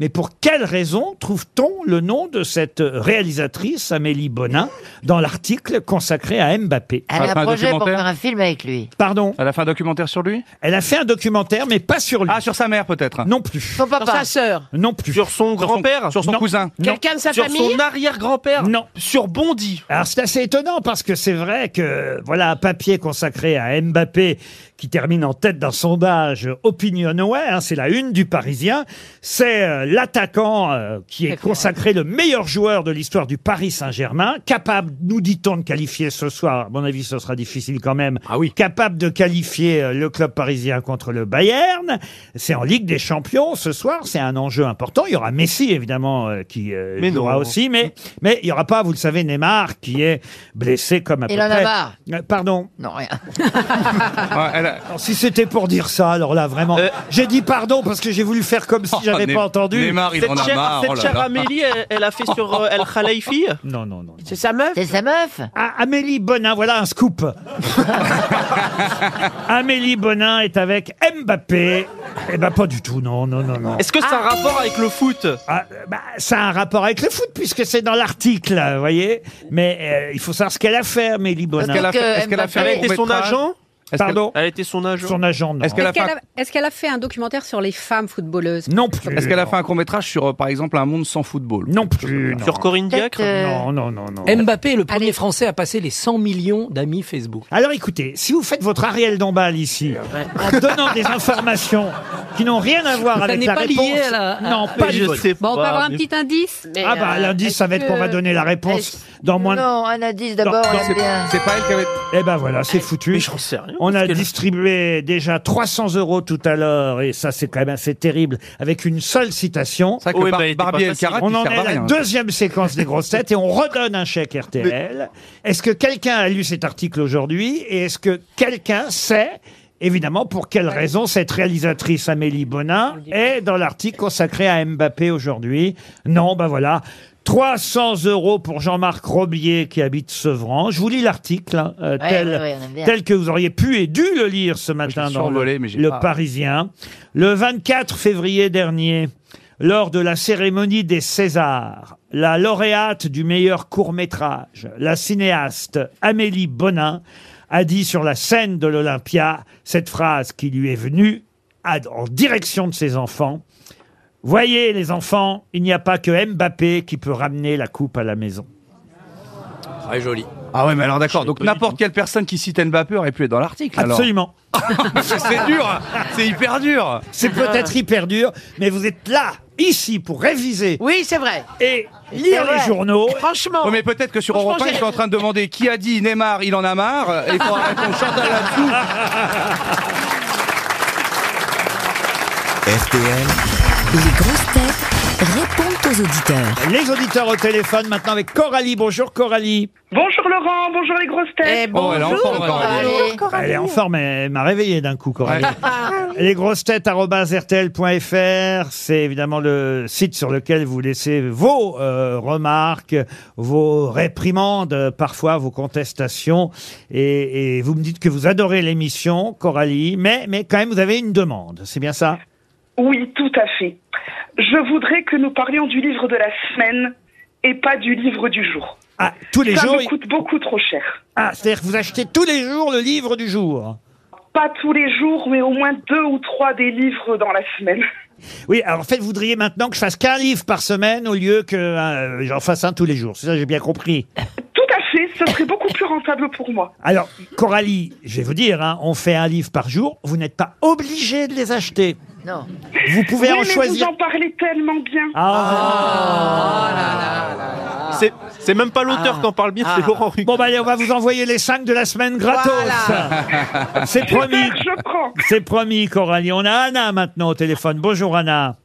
Speaker 2: Mais pour quelle raison trouve-t-on le nom de cette réalisatrice, Amélie Bonin, dans l'article consacré à Mbappé
Speaker 4: Elle
Speaker 6: Ah,
Speaker 4: a
Speaker 6: pas
Speaker 4: un
Speaker 6: un
Speaker 4: projet pour
Speaker 6: documentaire
Speaker 4: faire un film avec lui.
Speaker 2: Pardon
Speaker 6: Elle a fait un documentaire sur lui
Speaker 2: Elle a fait un documentaire, mais pas sur lui.
Speaker 6: Ah, sur sa mère peut-être.
Speaker 2: Non plus.
Speaker 4: Son
Speaker 3: Dans
Speaker 4: papa.
Speaker 3: sa sœur.
Speaker 2: Non plus.
Speaker 5: Sur son
Speaker 6: Sur son-
Speaker 5: grand-père.
Speaker 6: Sur son
Speaker 2: Non.
Speaker 6: cousin.
Speaker 2: Non.
Speaker 3: Quelqu'un de sa
Speaker 5: Sur
Speaker 3: famille
Speaker 5: son arrière-grand-père.
Speaker 2: Non.
Speaker 5: Sur Bondy.
Speaker 2: Alors c'est assez étonnant parce que c'est vrai que voilà un papier consacré à Mbappé qui termine en tête d'un sondage Opinionway, hein, c'est la une du Parisien. C'est euh, l'attaquant euh, qui est consacré le meilleur joueur de l'histoire du Paris Saint-Germain, capable, nous dit-on, de qualifier ce soir. À mon avis, ce sera difficile quand même.
Speaker 7: Ah oui.
Speaker 2: Capable de qualifier euh, le club parisien contre le Bayern. C'est en Ligue des Champions ce soir. C'est un enjeu important. Il y aura Messi évidemment euh, qui euh,
Speaker 5: Mais non.
Speaker 2: jouera aussi aussi, mais mais il y aura pas, vous le savez, Neymar qui est blessé comme à peu
Speaker 4: Il en a
Speaker 2: près.
Speaker 4: marre.
Speaker 2: Euh, Pardon.
Speaker 4: Non, rien.
Speaker 6: Ouais, Ah, elle, Voilà.
Speaker 2: Alors, si c'était pour dire ça, alors là, vraiment.
Speaker 6: Euh.
Speaker 2: J'ai dit pardon parce que j'ai voulu faire comme si
Speaker 6: Oh,
Speaker 2: j'avais
Speaker 6: Né-
Speaker 2: pas entendu.
Speaker 6: Neymar, il en
Speaker 5: Cette
Speaker 6: a
Speaker 5: chère,
Speaker 6: marre.
Speaker 5: cette
Speaker 6: oh là
Speaker 5: chère
Speaker 6: là.
Speaker 5: Amélie, elle, elle a fait sur euh, El Khalifi.
Speaker 2: Non, non, non.
Speaker 3: C'est sa meuf
Speaker 4: C'est sa meuf
Speaker 2: Ah, Amélie Bonin, voilà un scoop. Amélie Bonin est avec Mbappé. Eh ben pas du tout, non, non, non, non.
Speaker 5: Est-ce que ça
Speaker 4: Ah.
Speaker 5: a un rapport avec le foot
Speaker 2: Ah, bah, ça a un rapport avec le foot puisque c'est dans l'article, là, vous voyez. Mais euh, il faut savoir ce qu'elle a fait, Amélie Bonin.
Speaker 4: qu'elle a-
Speaker 6: fait-
Speaker 4: Est-ce que
Speaker 6: un
Speaker 4: Elle
Speaker 5: Elle
Speaker 4: a
Speaker 5: a été son
Speaker 6: court-métrage Est-ce
Speaker 5: agent
Speaker 6: qu'elle-
Speaker 2: Pardon
Speaker 5: Elle a été son agent.
Speaker 2: Son agent, non.
Speaker 6: Est-ce qu'elle
Speaker 8: Est-ce
Speaker 6: a fait
Speaker 8: qu'elle
Speaker 6: un-
Speaker 8: a, est-ce qu'elle a fait un documentaire sur les femmes footballeuses
Speaker 2: Non plus.
Speaker 6: Est-ce qu'elle a fait un court métrage sur, euh, par exemple, un monde sans football
Speaker 2: Non plus. non.
Speaker 5: Sur Corinne Diacre
Speaker 4: Peut-être, euh,
Speaker 2: Non, non,
Speaker 6: Oh
Speaker 2: non, non.
Speaker 7: Mbappé est le premier Français à passer les 100 millions d'amis Facebook.
Speaker 2: Alors écoutez, si vous faites votre Ariel Dombal ici, en donnant des informations qui n'ont rien à voir avec
Speaker 7: n'est
Speaker 2: la
Speaker 7: pas lié
Speaker 2: réponse,
Speaker 7: à la-
Speaker 2: non, pas du
Speaker 5: Je
Speaker 2: tout.
Speaker 5: sais
Speaker 8: Bon, on peut
Speaker 5: pas,
Speaker 8: avoir un
Speaker 5: mais-
Speaker 8: petit indice
Speaker 3: Mais,
Speaker 2: Ah bah
Speaker 3: euh,
Speaker 2: l'indice, ça va être
Speaker 3: est-ce
Speaker 2: qu'on va
Speaker 3: que-
Speaker 2: donner la réponse dans moins. de-
Speaker 4: Non, un indice d'abord,
Speaker 2: Non,
Speaker 4: on
Speaker 2: non,
Speaker 4: aime
Speaker 6: C'est
Speaker 4: bien.
Speaker 6: c'est pas elle qui avait.
Speaker 2: Eh ben voilà, c'est foutu.
Speaker 5: Mais j'en sais rien.
Speaker 2: On a distribué déjà 300 euros tout à l'heure et ça c'est quand même assez terrible avec une seule citation.
Speaker 6: C'est vrai que
Speaker 5: Ouais,
Speaker 6: Bar-
Speaker 5: bah, il était pas
Speaker 6: Barbie et le
Speaker 5: facile.
Speaker 6: Karat,
Speaker 2: On
Speaker 6: ils
Speaker 2: en est
Speaker 6: servent à
Speaker 2: à la
Speaker 6: rien.
Speaker 2: deuxième séquence des grosses têtes et on redonne un chèque RTL. Est-ce que quelqu'un a lu cet article aujourd'hui et est-ce que quelqu'un sait évidemment pour quelle raison cette réalisatrice Amélie Bonin est dans l'article consacré à Mbappé aujourd'hui Non, ben voilà. 300 euros pour Jean-Marc Roblier qui habite Sevran. Je vous lis l'article hein, euh,
Speaker 4: Ouais,
Speaker 2: tel,
Speaker 4: ouais, ouais, on aime bien.
Speaker 2: tel que vous auriez pu et dû le lire ce matin dans
Speaker 6: survolé,
Speaker 2: le,
Speaker 6: mais j'ai
Speaker 2: le
Speaker 6: pas-
Speaker 2: Parisien. Le 24 février dernier, lors de la cérémonie des Césars, la lauréate du meilleur court-métrage, la cinéaste Amélie Bonin, a dit sur la scène de l'Olympia cette phrase qui lui est venue à- en direction de ses enfants. Voyez les enfants, il n'y a pas que Mbappé qui peut ramener la coupe à la maison.
Speaker 7: Très joli.
Speaker 6: Ah ouais, mais alors d'accord. Donc n'importe quelle personne qui cite Mbappé aurait pu être dans l'article. alors.
Speaker 2: Absolument.
Speaker 6: Parce que c'est dur. hein. C'est hyper dur.
Speaker 2: C'est peut-être hyper dur, mais vous êtes là, ici, pour réviser
Speaker 3: Oui, c'est vrai.
Speaker 2: et lire les
Speaker 3: vrai.
Speaker 2: journaux.
Speaker 3: Franchement.
Speaker 6: Ouais, mais peut-être que sur
Speaker 3: Franchement,
Speaker 6: Europe 1,
Speaker 3: j'ai-
Speaker 6: ils sont en train de demander qui a dit Neymar, il en a marre. Et il faudra répondre Chantal là-dessous.
Speaker 1: RTL,
Speaker 10: Les grosses têtes répondent aux auditeurs.
Speaker 2: Les auditeurs au téléphone maintenant avec Coralie. Bonjour Coralie.
Speaker 11: Bonjour Laurent, bonjour les grosses têtes.
Speaker 3: Eh,
Speaker 2: Oh,
Speaker 6: Oh,
Speaker 3: bonjour,
Speaker 6: elle est en forme, Coralie.
Speaker 4: Allez.
Speaker 2: Elle est en forme, elle m'a réveillé d'un coup Coralie.
Speaker 6: Ouais.
Speaker 2: Les grosses c'est évidemment le site sur lequel vous laissez vos euh, remarques, vos réprimandes, euh, parfois vos contestations. Et, et vous me dites que vous adorez l'émission, Coralie, mais, mais quand même vous avez une demande, c'est bien ça
Speaker 11: Ah, Oui, tout à fait. Je voudrais que nous parlions du livre de la semaine et pas du livre du jour.
Speaker 2: Ah, tous les
Speaker 11: Ça
Speaker 2: jours
Speaker 11: me coûte beaucoup trop cher.
Speaker 2: Ah, c'est-à-dire que vous achetez tous les jours le livre du jour
Speaker 11: Pas tous les jours, mais au moins deux ou trois des livres dans la semaine.
Speaker 2: Oui, alors en fait, vous voudriez maintenant que je fasse qu'un livre par semaine au lieu que euh, j'en fasse un tous les jours. C'est ça, j'ai bien compris.
Speaker 11: Tout à fait, ce serait beaucoup plus rentable pour moi.
Speaker 2: Alors, Coralie, je vais vous dire, hein, on fait un livre par jour. Vous n'êtes pas obligé de les acheter.
Speaker 4: Non.
Speaker 2: Vous pouvez
Speaker 11: Oui,
Speaker 2: en
Speaker 11: mais vous
Speaker 2: choisir.
Speaker 11: en parlez tellement bien.
Speaker 2: Ah.
Speaker 5: C'est- C'est même pas l'auteur qui en parle bien, c'est Laurent Ruquier.
Speaker 2: Bon, bah allez, on va vous envoyer les cinq de la semaine gratos. C'est promis.
Speaker 11: Super, je prends.
Speaker 2: C'est promis, Coralie. On a Anna maintenant au téléphone. Bonjour, Anna.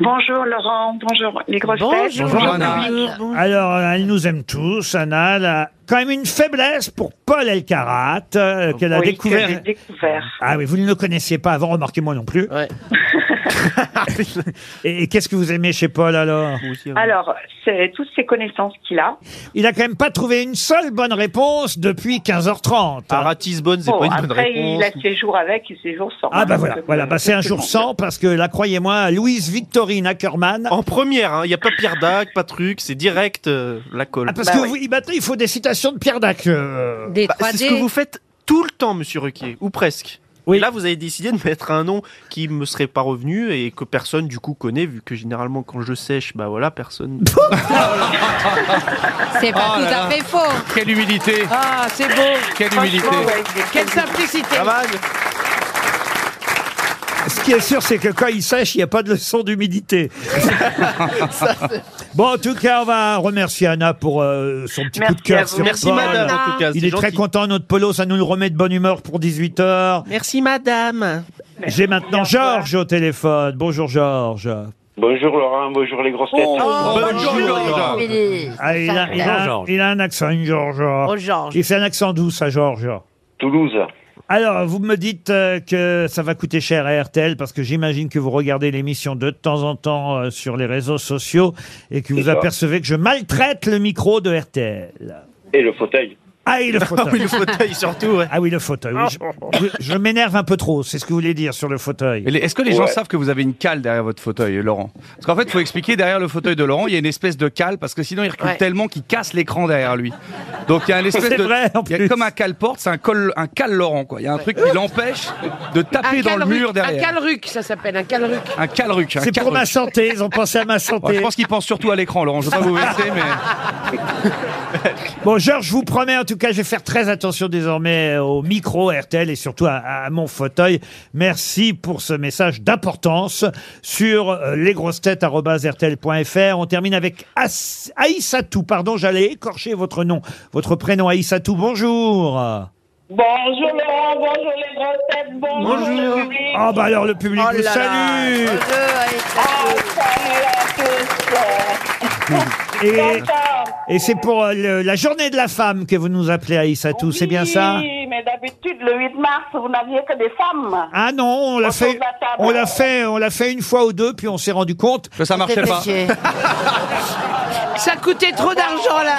Speaker 11: Bonjour Laurent, bonjour les grosses têtes.
Speaker 3: Bonjour.
Speaker 6: Bonjour, Anna.
Speaker 2: Alors, euh, elle nous aime tous, Anna. Elle a quand même une faiblesse pour Paul Elkarat, euh, qu'elle a
Speaker 11: Oh. Oui, que
Speaker 2: découvert.
Speaker 11: j'ai découvert.
Speaker 2: Ah oui, vous ne le connaissiez pas avant, remarquez-moi non plus.
Speaker 5: Ouais.
Speaker 2: et et qu'est-ce que vous aimez chez Paul alors
Speaker 5: hein.
Speaker 11: Alors, c'est toutes ces connaissances qu'il a.
Speaker 2: Il a quand même pas trouvé une seule bonne réponse depuis 15h30. hein.
Speaker 5: Ratisbonne, c'est
Speaker 11: Bon,
Speaker 5: pas une Ah, bonne
Speaker 11: après, il
Speaker 5: réponse.
Speaker 11: a ses jours avec et ses jours sans.
Speaker 2: Ah bah
Speaker 11: Hein,
Speaker 2: voilà,
Speaker 11: donc,
Speaker 2: voilà,
Speaker 11: euh,
Speaker 2: bah c'est un jour
Speaker 11: forcément.
Speaker 2: sans parce que là croyez-moi, Louise Victorine Ackerman.
Speaker 5: En première, hein. il n'y a pas Pierre Dac, pas truc, c'est direct euh, la colle.
Speaker 2: Ah parce
Speaker 11: Bah
Speaker 2: que
Speaker 11: oui.
Speaker 2: vous- maintenant il faut des citations de Pierre Dac. euh.
Speaker 8: Des
Speaker 5: Bah, c'est
Speaker 8: 3D
Speaker 5: ce que vous faites tout le temps, monsieur Ruquier, ou presque.
Speaker 2: Oui.
Speaker 5: Et là, vous avez décidé de mettre un nom qui me serait pas revenu et que personne du coup connaît, vu que généralement quand je sèche, bah voilà, personne.
Speaker 8: C'est
Speaker 2: Ah
Speaker 6: Oh
Speaker 8: pas tout
Speaker 6: là
Speaker 8: à
Speaker 6: là.
Speaker 8: fait faux.
Speaker 6: Quelle humilité.
Speaker 3: Ah, c'est beau.
Speaker 6: Quelle humilité.
Speaker 3: Franchement, ouais, c'est- Quelle simplicité.
Speaker 5: Travail.
Speaker 2: Ce qui est sûr c'est que quand il sèche, il n'y a pas de leçon d'humidité. bon en tout cas, on va remercier Anna pour euh, son petit
Speaker 11: Merci
Speaker 2: coup de cœur
Speaker 11: à vous.
Speaker 2: sur
Speaker 5: Merci
Speaker 2: Paul.
Speaker 5: madame en tout cas.
Speaker 2: Il
Speaker 5: c'est
Speaker 2: est très
Speaker 5: gentil.
Speaker 2: content, notre polo, ça nous le remet de bonne humeur pour 18h.
Speaker 3: Merci, madame.
Speaker 2: J'ai maintenant
Speaker 11: Merci, au revoir.
Speaker 2: Georges au téléphone. Bonjour Georges.
Speaker 12: Bonjour Laurent, bonjour les grosses têtes.
Speaker 6: Bonjour, Georges.
Speaker 4: Billy.
Speaker 2: Ah, il, a, il a-
Speaker 7: Georges.
Speaker 2: il a un accent, une Georges.
Speaker 3: Oh, Georges.
Speaker 2: Il fait un accent doux, ça, Georges.
Speaker 12: Toulouse.
Speaker 2: Alors, vous me dites euh, que ça va coûter cher à RTL parce que j'imagine que vous regardez l'émission de temps en temps euh, sur les réseaux sociaux et que vous
Speaker 12: ça.
Speaker 2: apercevez que je maltraite le micro de RTL.
Speaker 12: Et le fauteuil.
Speaker 2: Ah oui, le fauteuil.
Speaker 12: oui, le fauteuil,
Speaker 2: surtout. Ah oui, le fauteuil. oui. Je, je- je m'énerve un peu trop, c'est ce que vous voulez dire sur le fauteuil.
Speaker 6: Et les- Est-ce que les gens savent que vous avez une cale derrière votre fauteuil, Laurent Parce qu'en fait, il faut expliquer, derrière le fauteuil de Laurent, il y a une espèce de cale, parce que sinon, il recule
Speaker 2: Ouais.
Speaker 6: tellement qu'il casse l'écran derrière lui. Donc, il y a une espèce
Speaker 2: C'est
Speaker 6: de...
Speaker 2: vrai, en
Speaker 6: il y a
Speaker 2: plus.
Speaker 6: comme un cale-porte, c'est un, col, un cale Laurent, quoi. Il y a un truc qui l'empêche de taper dans le
Speaker 3: calruc,
Speaker 6: mur derrière.
Speaker 3: Un calruc, ça s'appelle, un calruc.
Speaker 6: Un calruc. un
Speaker 2: C'est pour
Speaker 6: calruc.
Speaker 2: ma santé, ils ont pensé à ma
Speaker 6: Ouais,
Speaker 2: santé.
Speaker 6: je pense qu'ils pensent surtout à l'écran, Laurent. Je ne veux pas vous vexer, mais...
Speaker 2: Bon, Georges, je vous promets, en tout cas, je vais faire très attention désormais euh, au micro RTL et surtout à, à mon fauteuil. Merci pour ce message d'importance sur euh, lesgrossetêtes.rtl.fr. On termine avec As- Aïssatou. Pardon, j'allais écorcher votre nom, votre prénom Aïssatou. Bonjour.
Speaker 13: Bonjour Laurent, bonjour les grosses têtes, bonjour, le public.
Speaker 2: Ah bah alors, le public
Speaker 8: Oh
Speaker 2: vous salue.
Speaker 13: Ah,
Speaker 2: Et, et c'est pour euh, le- la journée de la femme que vous nous appelez Aïssatou, c'est bien ça
Speaker 13: Oui, mais d'habitude, le 8 mars, vous n'aviez que des femmes.
Speaker 2: Ah non, on l'a fait, on l'a fait, on l'a fait une fois ou deux, puis on s'est rendu compte que ça
Speaker 6: marchait pas.
Speaker 3: Ça coûtait trop d'argent, là.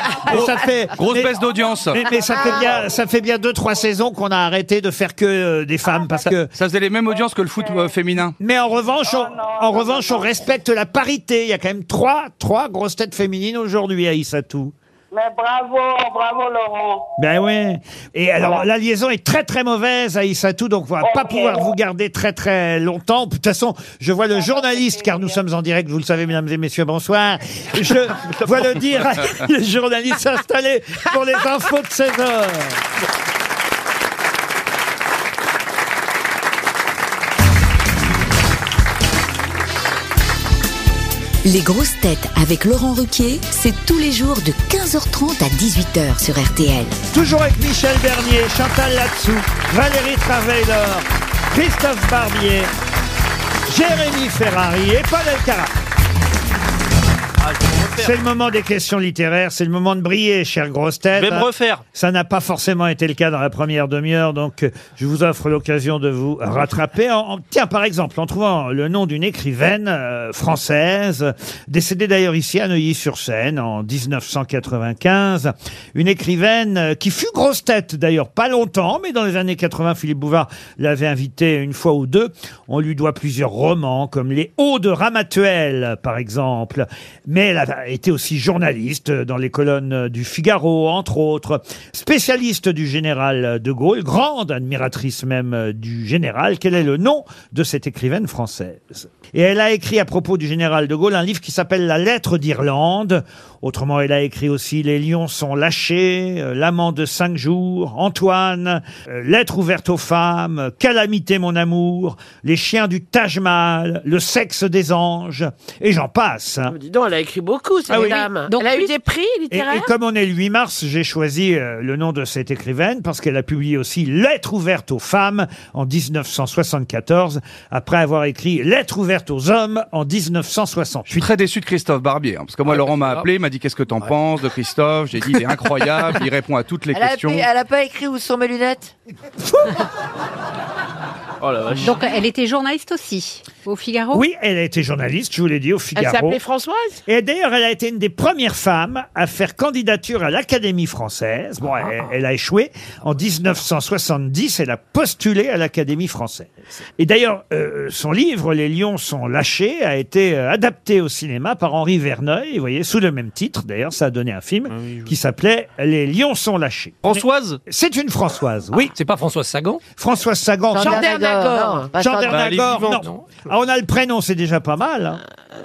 Speaker 2: ça fait
Speaker 6: Grosse baisse d'audience.
Speaker 2: Mais, mais ça fait bien, ça fait bien deux trois saisons qu'on a arrêté de faire que euh, des femmes parce que.
Speaker 6: Ça faisait les mêmes audiences que le foot euh, féminin.
Speaker 2: Mais en revanche, on, en revanche, on respecte la parité. Il y a quand même trois trois grosses têtes féminines aujourd'hui à Issatou.
Speaker 13: Mais bravo, bravo Laurent.
Speaker 2: Ben ouais. Et alors, la liaison est très très mauvaise à Issatou, donc on va pas pouvoir vous garder très très longtemps. De toute façon, je vois le journaliste, car nous sommes en direct, vous le savez, mesdames et messieurs, bonsoir. Je vois le dire, le journaliste s'installer pour les infos de 16 heures.
Speaker 10: Les grosses têtes avec Laurent Ruquier, c'est tous les jours de 15h30 à 18h sur RTL.
Speaker 2: Toujours avec Michel Bernier, Chantal Latsou, Valérie Traveiller, Christophe Barbier, Jérémy Ferrari et Paul Elkarat. C'est le moment des questions littéraires, c'est le moment de briller, chère grosse tête.
Speaker 5: Je vais me refaire.
Speaker 2: Ça n'a pas forcément été le cas dans la première demi-heure, donc euh, je vous offre l'occasion de vous rattraper. En- en- tiens, par exemple, en trouvant le nom d'une écrivaine euh, française, euh, décédée d'ailleurs ici à Neuilly-sur-Seine en 1995, une écrivaine euh, qui fut grosse tête d'ailleurs pas longtemps, mais dans les années 80, Philippe Bouvard l'avait invitée une fois ou deux. On lui doit plusieurs romans, comme Les Hauts de Ramatuelle, par exemple. Mais elle a été aussi journaliste dans les colonnes du Figaro, entre autres. Spécialiste du général de Gaulle, grande admiratrice même du général. Quel est le nom de cette écrivaine française Et elle a écrit à propos du général de Gaulle un livre qui s'appelle La lettre d'Irlande. Autrement, elle a écrit aussi Les lions sont lâchés, euh, L'amant de cinq jours, Antoine, euh, Lettre ouverte aux femmes, euh, Calamité mon amour, Les chiens du Taj Mahal, Le sexe des anges, et j'en passe. hein.
Speaker 3: Dis donc, elle a écrit beaucoup, cette
Speaker 2: Ah oui.
Speaker 3: dame.
Speaker 2: Donc,
Speaker 3: elle a eu
Speaker 2: plus-
Speaker 3: des prix
Speaker 2: Et,
Speaker 3: littéraires
Speaker 2: et comme on est le 8 mars, j'ai choisi euh, le nom de cette écrivaine parce qu'elle a publié aussi Lettre ouverte aux femmes en 1974, après avoir écrit Lettre ouverte aux hommes en 1960.
Speaker 6: Je suis très déçu de Christophe Barbier, hein, parce que moi, Laurent m'a appelé, il m'a dit qu'est-ce que t'en penses de Christophe. J'ai dit, il est incroyable, il répond à toutes les
Speaker 4: elle, a,
Speaker 6: questions.
Speaker 4: appelé- elle a pas écrit où sont mes lunettes
Speaker 6: Oh la vache.
Speaker 8: Donc elle était journaliste aussi, au Figaro
Speaker 2: Oui, elle a été journaliste, je vous l'ai dit, au Figaro.
Speaker 3: s'appelait Françoise
Speaker 2: Et d'ailleurs, elle a été une des premières femmes à faire candidature à l'Académie française. Bon,
Speaker 3: Ah.
Speaker 2: elle, elle a échoué. En 1970, elle a postulé à l'Académie française. Et d'ailleurs, euh, son livre, Les lions sont lâchés, a été euh, adapté au cinéma par Henri Verneuil, vous voyez, sous le même titre. D'ailleurs, ça a donné un film
Speaker 7: Ah
Speaker 2: qui s'appelait Les lions sont lâchés.
Speaker 5: Françoise
Speaker 2: C'est une Françoise, oui.
Speaker 7: Ah, C'est pas Françoise Sagan
Speaker 2: Françoise Sagan.
Speaker 7: Jean
Speaker 2: Jean
Speaker 7: Dernagor. Non, pas
Speaker 2: Jean
Speaker 7: Jean-
Speaker 2: Dernagor,
Speaker 7: Bah, elle est
Speaker 2: non. Ah, on a le prénom, c'est déjà pas mal. hein.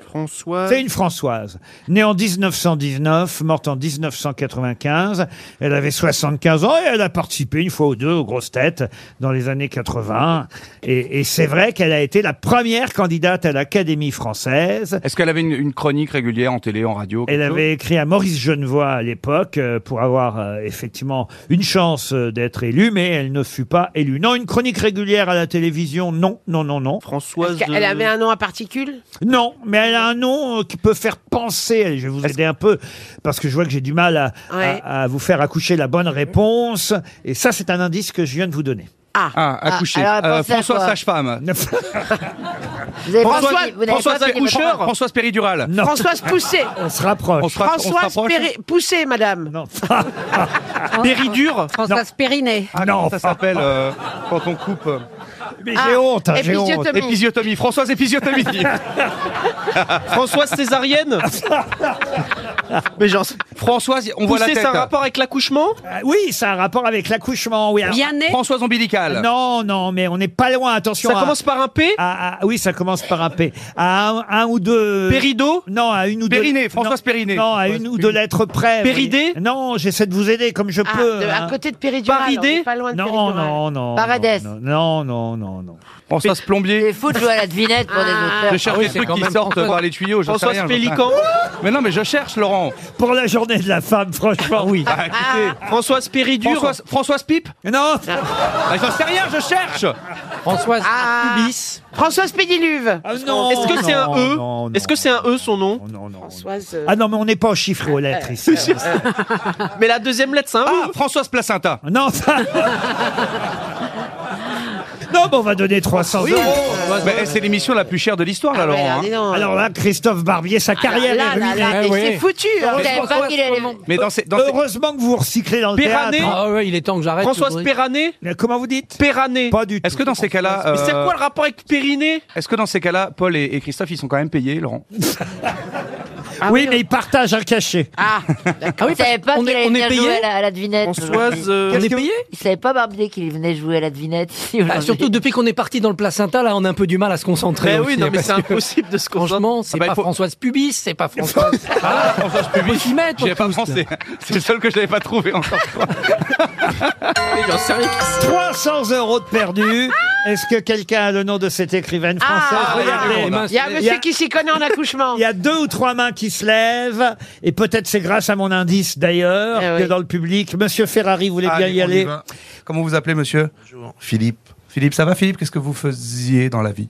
Speaker 5: Françoise.
Speaker 2: C'est une Françoise. Née en 1919, morte en 1995. Elle avait 75 ans et elle a participé une fois ou deux aux grosses têtes dans les années 80. Et, et c'est vrai qu'elle a été la première candidate à l'Académie française.
Speaker 6: Est-ce qu'elle avait une, une chronique régulière en télé, en radio quelque
Speaker 2: Elle
Speaker 6: chose
Speaker 2: avait écrit à Maurice Genevois à l'époque euh, pour avoir euh, effectivement une chance euh, d'être élue, mais elle ne fut pas élue. Non, une chronique régulière à la télévision, non, non, non, non.
Speaker 5: Françoise.
Speaker 3: Elle avait un nom à particules
Speaker 2: Non, mais elle a un nom euh, qui peut faire penser. Allez, je vais vous aider un peu parce que je vois que j'ai du mal à, à-
Speaker 3: Ouais.
Speaker 2: à vous faire accoucher la bonne réponse. Et ça, c'est un indice que je viens de vous donner.
Speaker 6: Ah, accouché.
Speaker 4: alors,
Speaker 6: Euh,
Speaker 4: pensez à
Speaker 6: François
Speaker 4: quoi
Speaker 6: Sage-Femme.
Speaker 4: Vous avez
Speaker 6: Françoise-
Speaker 4: pensé- vous n'avez
Speaker 6: Françoise
Speaker 4: pas pensé-
Speaker 6: Accoucheur Françoise Péridurale.
Speaker 3: Françoise Poussée.
Speaker 2: On se rapproche.
Speaker 6: On se ra- on se
Speaker 3: Françoise
Speaker 6: rapproche.
Speaker 3: Péri- Poussée, madame.
Speaker 2: Non.
Speaker 6: Péridure
Speaker 8: Françoise Périnée.
Speaker 6: Ah, comment ça s'appelle euh, quand on coupe euh,
Speaker 2: Mais
Speaker 3: Ah, j'ai honte, hein, j'ai honte. épisiotomie.
Speaker 6: Épisiotomie. Françoise Épisiotomie.
Speaker 5: Françoise Césarienne
Speaker 6: Mais genre, Françoise, on voit la
Speaker 5: Poussée,
Speaker 6: tête.
Speaker 5: c'est un rapport avec l'accouchement
Speaker 2: Ah oui, ça a un rapport avec l'accouchement. Oui. Alors-
Speaker 8: Vianney
Speaker 6: Françoise ombilicale.
Speaker 2: Non, non, mais on n'est pas loin, attention.
Speaker 5: Ça
Speaker 2: à-
Speaker 5: commence par un P
Speaker 2: à- à- Oui, ça commence par un P. À un, un ou deux...
Speaker 5: Pérido
Speaker 2: Non, à une ou deux...
Speaker 6: Périnée, Françoise
Speaker 2: Non,
Speaker 6: Périnée.
Speaker 2: Non, à une ou deux lettres près. vous
Speaker 5: Péridée
Speaker 2: voyez. Non, j'essaie de vous aider comme je
Speaker 3: Ah,
Speaker 2: peux.
Speaker 3: de-
Speaker 2: hein.
Speaker 3: à côté de Péridurale.
Speaker 5: Par
Speaker 3: on est
Speaker 5: idée
Speaker 3: Pas loin de
Speaker 2: Non,
Speaker 3: Péridurale.
Speaker 2: non, non.
Speaker 4: Paradès.
Speaker 2: Non, non, non, non. non.
Speaker 6: Françoise Plombier.
Speaker 4: C'est fou de jouer à la devinette pour des auteurs.
Speaker 6: Je cherche
Speaker 7: Ah oui,
Speaker 6: des
Speaker 7: c'est
Speaker 6: trucs
Speaker 7: quand
Speaker 6: qui
Speaker 7: même
Speaker 6: sortent
Speaker 7: Françoise-
Speaker 6: par les tuyaux. j'en sais
Speaker 5: Françoise
Speaker 6: rien, j'en sais rien.
Speaker 5: Pélican
Speaker 6: Mais non, mais je cherche, Laurent.
Speaker 2: Pour la journée de la femme, franchement, oui.
Speaker 6: Bah, écoutez.
Speaker 5: Ah. Françoise Péridure
Speaker 6: Françoise, Françoise Pipe
Speaker 2: Non,
Speaker 6: Ah, J'en sais rien, je cherche
Speaker 7: Françoise
Speaker 3: Ah.
Speaker 7: Toubis.
Speaker 3: Françoise Pédiluve.
Speaker 2: Ah, non.
Speaker 5: Est-ce que c'est un E
Speaker 2: Non, non,
Speaker 5: Est-ce que c'est un E son nom
Speaker 2: non, non, non.
Speaker 3: Françoise. euh,
Speaker 2: Ah non, mais on n'est pas au chiffre aux lettres ici.
Speaker 5: Mais la deuxième lettre, c'est un
Speaker 6: Ah,
Speaker 5: E
Speaker 6: Françoise Placenta
Speaker 2: Non, ça... non, mais on va donner 300 euros.
Speaker 6: Bah, eh, C'est l'émission la plus chère de l'histoire, là,
Speaker 3: ah ouais,
Speaker 6: Laurent.
Speaker 3: alors,
Speaker 6: hein. Ah
Speaker 3: dis donc. Ah,
Speaker 2: Alors là, Christophe Barbier, sa
Speaker 8: Ah,
Speaker 2: carrière
Speaker 3: là,
Speaker 2: est
Speaker 3: là,
Speaker 2: ruinée.
Speaker 3: là, mais
Speaker 7: Eh oui.
Speaker 3: c'est foutu. hein.
Speaker 4: Je savais pas qu'il allait...
Speaker 6: Mais dans ces... Dans ces-
Speaker 2: Heureusement que vous recyclez dans le
Speaker 5: Péranée.
Speaker 2: théâtre.
Speaker 7: Ah ouais, il est temps que j'arrête.
Speaker 5: Françoise
Speaker 7: ce bruit.
Speaker 5: Péranée
Speaker 2: Mais Comment vous dites
Speaker 5: Péranée
Speaker 2: Pas du tout.
Speaker 6: Est-ce que dans ces cas-là...
Speaker 5: Mais c'est
Speaker 6: euh,
Speaker 5: quoi le rapport avec Périnée
Speaker 6: Est-ce que dans ces cas-là, Paul et, et Christophe, ils sont quand même payés, Laurent
Speaker 2: oui, mais ils partagent un cachet.
Speaker 3: Ah,
Speaker 7: Ah oui,
Speaker 4: Il savait pas
Speaker 7: on
Speaker 4: qu'il
Speaker 7: est,
Speaker 4: allait
Speaker 7: on est
Speaker 4: venir jouer à
Speaker 7: payé.
Speaker 4: la, à la devinette.
Speaker 5: Françoise. euh,
Speaker 7: On est payé
Speaker 4: Il savait pas, Barbier, qu'il venait jouer à la devinette. ici
Speaker 7: Bah,
Speaker 4: aujourd'hui.
Speaker 7: Surtout depuis qu'on est parti dans le placenta, là, on a un peu du mal à se concentrer.
Speaker 5: Ben
Speaker 7: aussi, hein,
Speaker 5: oui, non, mais
Speaker 7: parce
Speaker 5: c'est
Speaker 7: que,
Speaker 5: impossible de se concentrer. ben,
Speaker 7: Franchement, c'est
Speaker 6: Ah bah, il
Speaker 7: pas
Speaker 6: faut-
Speaker 7: Françoise Pubis, c'est pas Françoise.
Speaker 6: Ah, Françoise
Speaker 7: Faut s'y mettre,
Speaker 6: J'avais pas
Speaker 7: Proust.
Speaker 6: pensé. C'est le seul que je n'avais pas trouvé encore.
Speaker 2: 300 euros de perdus. Est-ce que quelqu'un a le nom de cette écrivaine française
Speaker 3: Ah,
Speaker 2: Regardez.
Speaker 7: ah,
Speaker 3: il y a un
Speaker 2: Il y
Speaker 3: monsieur
Speaker 2: a-
Speaker 3: qui s'y connaît en accouchement.
Speaker 2: Il y a deux ou trois mains qui se lèvent, et peut-être c'est grâce à mon indice d'ailleurs,
Speaker 3: Eh
Speaker 2: que
Speaker 3: oui. Ah,
Speaker 2: dans le public. Monsieur Ferrari voulait bien y aller.
Speaker 6: Comment vous appelez, monsieur Philippe. Philippe, ça va, Philippe Qu'est-ce que vous faisiez dans la vie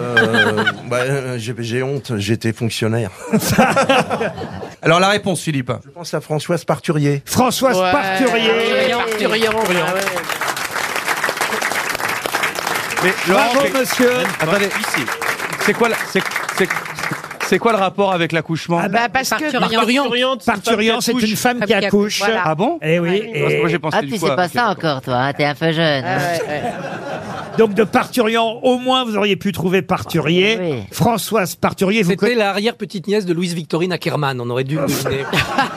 Speaker 6: Euh,
Speaker 12: Euh, j'ai, j'ai honte, j'étais fonctionnaire.
Speaker 6: Alors, la réponse, Philippe.
Speaker 12: Je pense à Françoise Parturier.
Speaker 2: Françoise
Speaker 3: Ouais.
Speaker 2: Parturier.
Speaker 3: Parturier. Parturier. Bah, Ah ouais.
Speaker 6: Mais,
Speaker 2: Bravo, monsieur.
Speaker 6: Attendez, c'est quoi, la- c'est- c'est- c'est quoi le rapport avec l'accouchement
Speaker 2: Ah bah,
Speaker 3: Bah, parce que.
Speaker 8: Parturier.
Speaker 5: Parturian, c'est une
Speaker 2: Parturier,
Speaker 5: femme qui accouche.
Speaker 2: c'est une femme qui
Speaker 8: Femme qui
Speaker 2: accouche.
Speaker 8: accouche,
Speaker 3: voilà.
Speaker 6: Ah bon
Speaker 2: Eh oui.
Speaker 6: Parce que
Speaker 2: et-
Speaker 6: moi, j'ai pensé
Speaker 4: Ah,
Speaker 6: du
Speaker 4: tu
Speaker 6: coup à-
Speaker 4: sais pas
Speaker 6: ok,
Speaker 4: ça
Speaker 6: d'accord.
Speaker 4: encore, toi. hein, T'es un peu jeune.
Speaker 3: Ah
Speaker 4: hein.
Speaker 3: ouais, ouais.
Speaker 2: Donc de Parturian, au moins vous auriez pu trouver Parturier.
Speaker 4: Oui.
Speaker 2: Françoise Parturier, vous
Speaker 7: C'était
Speaker 2: connaissez.
Speaker 7: l'arrière petite nièce de Louise Victorine Ackerman. On aurait dû le deviner.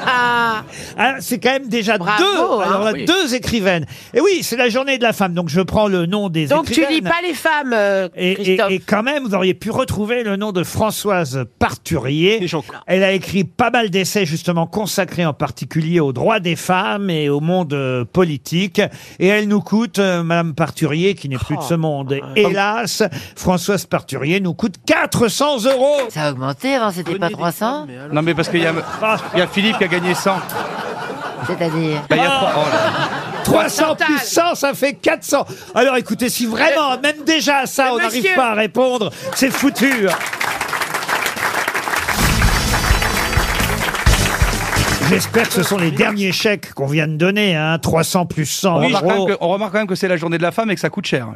Speaker 3: Ah,
Speaker 2: Ah, c'est quand même déjà
Speaker 3: Bravo,
Speaker 2: deux.
Speaker 3: hein,
Speaker 2: Alors là,
Speaker 7: oui.
Speaker 2: deux écrivaines. Et oui, c'est la journée de la femme. Donc je prends le nom des
Speaker 3: donc tu
Speaker 2: écrivaines.
Speaker 3: lis pas les femmes, euh,
Speaker 2: Et, et-
Speaker 3: Christophe.
Speaker 2: et quand même, vous auriez pu retrouver le nom de Françoise Parturier.
Speaker 5: Les gens-
Speaker 2: Elle a écrit pas mal d'essais justement consacrés en particulier aux droits des femmes et au monde euh, politique. Et elle nous coûte, euh, Madame Parturier, qui n'est plus de ce
Speaker 3: Oh.
Speaker 2: monde,
Speaker 3: Ah.
Speaker 2: hélas, Françoise Parturier nous coûte 400 euros.
Speaker 4: Ça a augmenté avant, c'était pas 300
Speaker 6: Non, mais parce qu'il y a,
Speaker 2: Ah.
Speaker 6: il y a Philippe qui a gagné 100.
Speaker 4: C'est-à-dire.
Speaker 6: Bah, il y a trois- oh là là.
Speaker 2: 300 plus 100, ça fait 400. Alors écoutez, si vraiment, même déjà à ça,
Speaker 3: Mais
Speaker 2: on n'arrive
Speaker 3: monsieur-
Speaker 2: pas à répondre, c'est foutu. J'espère que ce sont les derniers chèques qu'on vient de donner, hein, 300 plus
Speaker 6: On,
Speaker 2: 100
Speaker 6: remarque quand
Speaker 2: euros.
Speaker 6: même que- on remarque quand même que c'est la journée de la femme et que ça coûte cher.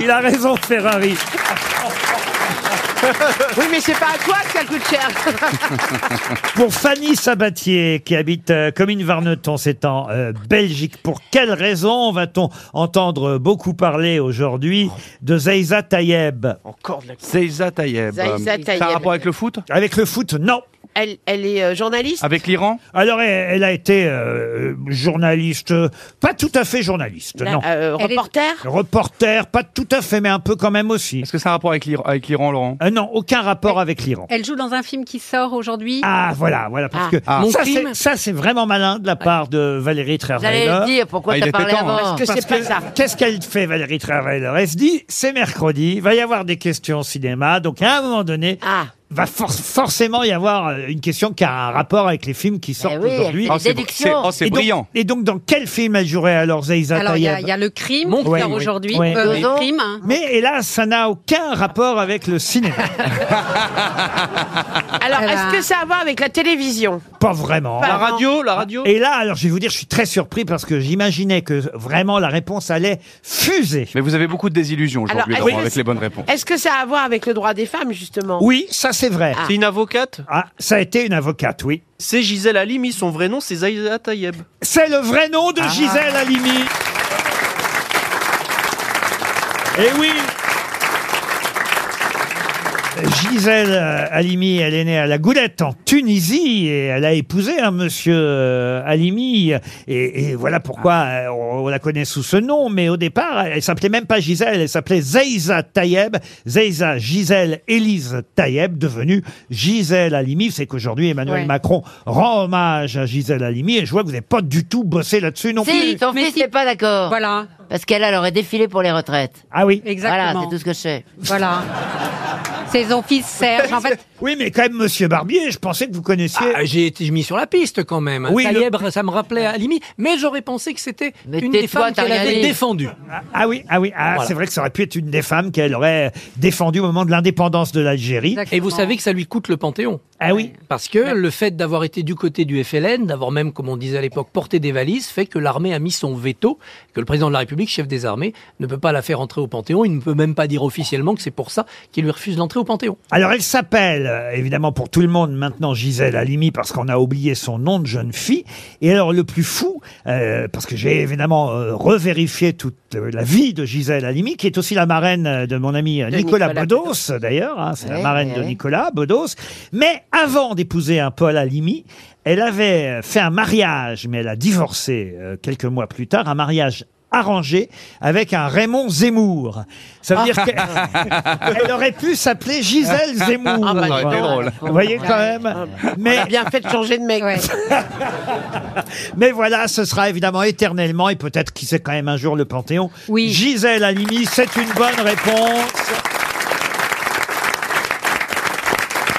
Speaker 2: Il a raison, Ferrari.
Speaker 3: Oui, mais c'est pas à toi que ça coûte cher.
Speaker 2: Pour Fanny Sabatier, qui habite euh, Comines-Varneton, c'est en euh, Belgique, pour quelle raison va-t-on entendre beaucoup parler aujourd'hui de Zaïza Tayeb
Speaker 5: Encore de la.
Speaker 6: Zeiza Tayeb. Euh,
Speaker 3: Zaïza
Speaker 6: Ça a un
Speaker 3: Tayeb.
Speaker 6: rapport avec le foot
Speaker 2: Avec le foot, non.
Speaker 3: Elle, elle est euh, journaliste.
Speaker 2: Ah,
Speaker 6: Avec l'Iran
Speaker 2: Alors, elle, elle a été euh, journaliste, euh, pas tout à fait journaliste,
Speaker 3: La-
Speaker 2: non.
Speaker 3: euh,
Speaker 8: Elle est-
Speaker 3: reporter.
Speaker 2: Reporter, pas tout à fait, mais un peu quand même aussi.
Speaker 6: Est-ce que c'est un rapport avec l'Iran- avec l'Iran, Laurent
Speaker 2: Euh, non, aucun rapport avec l'Iran.
Speaker 8: Elle joue dans un film qui sort aujourd'hui.
Speaker 2: Ah, voilà, voilà, parce
Speaker 3: Ah.
Speaker 2: que
Speaker 6: Ah.
Speaker 7: Mon
Speaker 2: ça,
Speaker 7: crime.
Speaker 2: c'est- ça, c'est vraiment malin de la part de Valérie
Speaker 4: J'allais le
Speaker 2: Trierweiler.
Speaker 4: dire, pourquoi
Speaker 6: Ah, il
Speaker 4: t'as
Speaker 6: était
Speaker 4: parlé
Speaker 6: temps, hein.
Speaker 4: avant
Speaker 3: Parce que c'est pas ça.
Speaker 2: Qu'est-ce qu'elle fait, Valérie Trierweiler Elle se dit, c'est mercredi, il va y avoir des questions au cinéma, donc à un moment donné,
Speaker 3: Ah.
Speaker 2: va for- forcément y avoir euh, une question qui a un rapport avec les films qui sortent
Speaker 4: oui, elle
Speaker 2: aujourd'hui.
Speaker 4: fait des Ah, c'est br- déductions. c'est- oh, c'est
Speaker 2: Et donc-
Speaker 4: brillant.
Speaker 2: Et donc, dans quel film elle jouerait alors Zaïza
Speaker 8: Alors, il y, a-
Speaker 2: Tayeb
Speaker 8: il y a le crime qui
Speaker 2: Ouais,
Speaker 8: sort
Speaker 2: oui.
Speaker 8: aujourd'hui.
Speaker 2: Ouais.
Speaker 8: euh,
Speaker 2: Mais-
Speaker 8: le crime. hein.
Speaker 2: Mais hélas, ça n'a aucun rapport avec le cinéma.
Speaker 3: Alors, est-ce que ça a à voir avec la télévision
Speaker 2: Pas vraiment.
Speaker 3: La radio,
Speaker 5: la radio
Speaker 2: Et là, alors je vais vous dire, je suis très surpris parce que j'imaginais que vraiment la réponse allait fuser.
Speaker 6: Mais vous avez beaucoup de désillusions aujourd'hui,
Speaker 3: Alors,
Speaker 6: Laurent,
Speaker 3: est-ce-
Speaker 6: avec les bonnes réponses.
Speaker 3: Est-ce que ça a à voir avec le droit des femmes, justement Ah.
Speaker 2: Oui, ça c'est vrai.
Speaker 3: C'est
Speaker 5: une avocate
Speaker 2: Ah, ça a été une avocate, oui.
Speaker 5: C'est Gisèle Halimi, son vrai nom c'est Zaïda Tayeb. Ah.
Speaker 2: C'est le vrai nom de Gisèle Halimi. Eh oui Gisèle euh, Halimi, elle est née à La Goulette en Tunisie et elle a épousé un monsieur euh, Halimi. Et, et voilà pourquoi euh, on, on la connaît sous ce nom. Mais au départ, elle s'appelait même pas Gisèle, elle s'appelait Zeiza Tayeb. Zeiza Gisèle Élise Tayeb, devenue Gisèle Halimi. C'est qu'aujourd'hui, Emmanuel
Speaker 14: Ouais.
Speaker 2: Macron rend hommage à Gisèle Halimi et je vois que vous n'avez pas du tout bossé là-dessus non
Speaker 4: Si,
Speaker 2: plus.
Speaker 4: ton fils n'est pas d'accord.
Speaker 8: Voilà.
Speaker 4: Parce qu'elle, elle aurait défilé pour les retraites.
Speaker 2: Ah oui.
Speaker 4: Voilà,
Speaker 8: Exactement.
Speaker 4: c'est tout ce que je sais.
Speaker 8: Voilà. C'est son fils Serge. En fait,
Speaker 2: Oui, mais quand même, monsieur Barbier, je pensais que vous connaissiez.
Speaker 7: Ah, j'ai été mis sur la piste quand même.
Speaker 2: Oui,
Speaker 7: Oui, ça me rappelait Halimi, mais j'aurais pensé que c'était une des
Speaker 4: tais-toi,
Speaker 7: femmes
Speaker 4: t'as
Speaker 7: qu'elle
Speaker 4: rien
Speaker 7: avait
Speaker 4: dit.
Speaker 7: défendue.
Speaker 2: Ah, ah oui, ah oui, ah,
Speaker 7: Voilà.
Speaker 2: c'est vrai que ça aurait pu être une des femmes qu'elle aurait défendue au moment de l'indépendance de l'Algérie.
Speaker 7: Et vous savez que ça lui coûte le Panthéon.
Speaker 2: Ah oui.
Speaker 7: Parce que le fait d'avoir été du côté du FLN, d'avoir même, comme on disait à l'époque, porté des valises, fait que l'armée a mis son veto, que le président de la République, chef des armées, ne peut pas la faire entrer au Panthéon. Il ne peut même pas dire officiellement que c'est pour ça qu'il lui refuse l'entrée au Panthéon.
Speaker 2: Alors elle s'appelle, euh, évidemment pour tout le monde maintenant, Gisèle Halimi, parce qu'on a oublié son nom de jeune fille. Et alors le plus fou, euh, parce que j'ai évidemment euh, revérifié toute euh, la vie de Gisèle Halimi, qui est aussi la marraine euh, de mon ami euh,
Speaker 14: De
Speaker 2: Nicolas,
Speaker 14: Nicolas
Speaker 2: Bedos, d'ailleurs, hein, c'est la
Speaker 14: Ouais,
Speaker 2: marraine
Speaker 14: ouais,
Speaker 2: de
Speaker 14: ouais.
Speaker 2: Nicolas Bedos. Mais avant d'épouser un Paul Halimi, elle avait euh, fait un mariage, mais elle a divorcé euh, quelques mois plus tard, un mariage arrangé avec un Raymond Zemmour. Ça veut dire qu'elle elle aurait pu s'appeler Gisèle Zemmour.
Speaker 3: Ah, bah, Ça aurait été non. drôle.
Speaker 2: Vous voyez quand même. Mais
Speaker 3: On a bien fait de changer de mec.
Speaker 2: mais voilà, ce sera évidemment éternellement et peut-être qui sait quand même un jour le Panthéon.
Speaker 8: Oui.
Speaker 2: Gisèle Halimi, c'est une bonne réponse.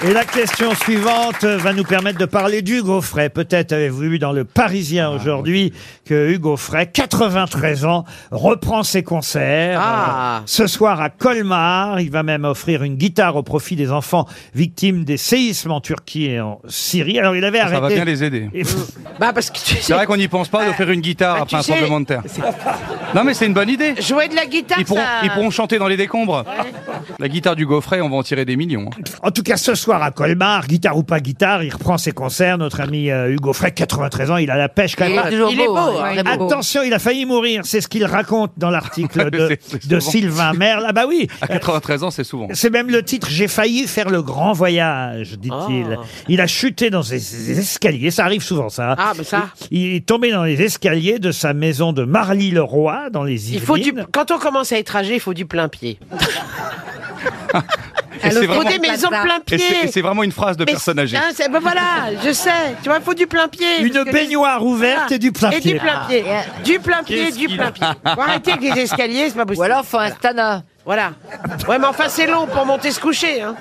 Speaker 2: Et la question suivante va nous permettre de parler d'Hugo Frey. Peut-être avez-vous lu dans Le
Speaker 6: Ah,
Speaker 2: Parisien aujourd'hui que Hugo Frey, 93 ans, reprend ses concerts.
Speaker 3: Ah.
Speaker 2: Euh, Ce soir à Colmar, il va même offrir une guitare au profit des enfants victimes des séismes en Turquie et en Syrie. Alors il avait
Speaker 6: Ah, Ça
Speaker 2: arrêté.
Speaker 6: va bien les aider.
Speaker 2: Et-
Speaker 3: Bah, parce que tu
Speaker 6: C'est vrai qu'on n'y pense pas d'offrir une guitare
Speaker 3: bah, tu
Speaker 6: après un
Speaker 3: sais-
Speaker 6: tremblement de terre. Non mais c'est une bonne idée.
Speaker 3: Jouer de la guitare,
Speaker 6: Ils pourront,
Speaker 3: ça-
Speaker 6: ils pourront chanter dans les décombres. La guitare du Gaufret, on va en tirer des millions. hein.
Speaker 2: En tout cas, ce soir à Colmar, guitare ou pas guitare, il reprend ses concerts. Notre ami euh, Hugo Frey, 93 ans, il a la pêche quand
Speaker 4: Il
Speaker 2: même.
Speaker 4: est toujours Il est beau, beau, hein, il est beau.
Speaker 2: Attention, il a failli mourir. C'est ce qu'il raconte dans l'article de,
Speaker 6: C'est- c'est
Speaker 2: de
Speaker 6: souvent.
Speaker 2: Sylvain Merle. Ah bah oui.
Speaker 6: À 93 ans, c'est souvent.
Speaker 2: C'est même le titre. J'ai failli faire le grand voyage, dit-il.
Speaker 6: Ah.
Speaker 2: Il a chuté dans ses- ses escaliers. Ça arrive souvent, ça. hein.
Speaker 3: Ah, bah ça.
Speaker 2: Il est tombé dans les escaliers de sa maison de Marly-le-Roi, dans les
Speaker 3: Il faut du...
Speaker 2: Yvelines.
Speaker 3: Quand on commence à être âgé, il faut du plein pied.
Speaker 6: Et
Speaker 3: Alors,
Speaker 6: c'est
Speaker 3: faut
Speaker 6: vraiment-
Speaker 3: des maisons plein
Speaker 6: Et c'est-
Speaker 3: pied.
Speaker 6: et c'est vraiment une phrase de
Speaker 3: Mais-
Speaker 6: personne âgée.
Speaker 3: Hein, c'est- bah voilà, je sais. Tu vois, il faut du plein pied.
Speaker 2: Une
Speaker 3: Parce que-
Speaker 2: baignoire ouverte et du plein
Speaker 3: Et
Speaker 2: pied. Ah.
Speaker 3: du plein pied. Du plein pied,
Speaker 6: Qu'est-ce
Speaker 3: du
Speaker 6: qu'il-
Speaker 3: plein pied. Faut arrêter avec les escaliers, c'est pas possible. Ou alors, faut un stana. Voilà. Ouais, mais enfin, c'est long pour monter se coucher. Hein.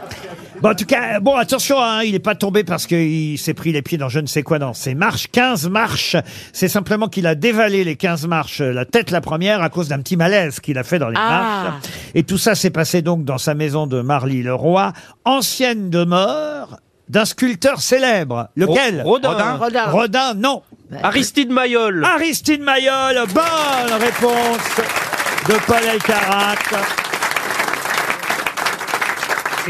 Speaker 2: Bon, en tout cas, bon, attention, hein, il n'est pas tombé parce qu'il s'est pris les pieds dans je ne sais quoi dans ses marches. 15 marches. C'est simplement qu'il a dévalé les 15 marches, euh, la tête la première, à cause d'un petit malaise qu'il a fait dans les
Speaker 14: Ah.
Speaker 2: marches. Et tout ça s'est passé donc dans sa maison de Marly-le-Roi, ancienne demeure d'un sculpteur célèbre. Lequel
Speaker 5: Ro- Rodin. Rodin.
Speaker 2: Rodin, non.
Speaker 5: Aristide Maillol.
Speaker 2: Aristide Maillol, bonne réponse de Paul Elkarat.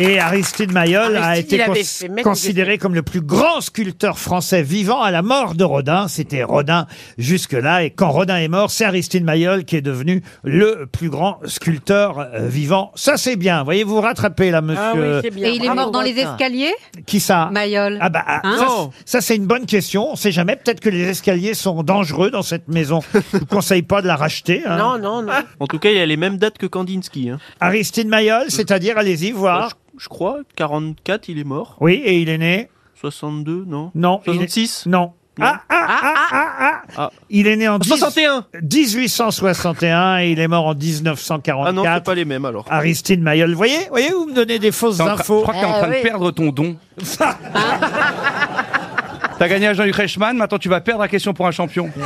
Speaker 2: Et Aristide Maillol a
Speaker 3: Aristide,
Speaker 2: été
Speaker 3: il avait
Speaker 2: cons-
Speaker 3: fait mettre
Speaker 2: considéré comme le plus grand sculpteur français vivant à la mort de Rodin. C'était Rodin jusque-là. Et quand Rodin est mort, c'est Aristide Maillol qui est devenu le plus grand sculpteur euh, vivant. Ça, c'est bien. Voyez, vous rattrapez
Speaker 3: Ah
Speaker 2: là, monsieur.
Speaker 8: Et il est mort dans les escaliers
Speaker 2: Qui ça
Speaker 8: Mayol.
Speaker 2: Ah bah, ah,
Speaker 8: Hein
Speaker 2: ça,
Speaker 8: Non.
Speaker 2: c'est- ça, c'est une bonne question. On sait jamais. Peut-être que les escaliers sont dangereux dans cette maison. Je vous conseille pas de la racheter. hein.
Speaker 3: Non, non, non.
Speaker 5: En tout cas, il a les mêmes dates que Kandinsky. hein.
Speaker 2: Aristide Maillol, c'est-à-dire, allez-y voir.
Speaker 5: Je crois, 44, il est mort.
Speaker 2: Oui, et il est né
Speaker 5: 62, non
Speaker 2: Non. il est-
Speaker 5: 66
Speaker 2: Non. Ah, ah, ah, ah, ah, Il est né en 61. 1861 et il est mort en 1944. Ah non, c'est pas les mêmes alors. Aristide Mayol. Vous voyez, voyez, vous me donnez des fausses
Speaker 6: T'es en train-
Speaker 2: infos.
Speaker 6: Je crois que t'es
Speaker 8: Eh
Speaker 6: en train de perdre ton don. T'as gagné à Jean-Luc Reichmann, maintenant tu vas perdre la question pour un champion.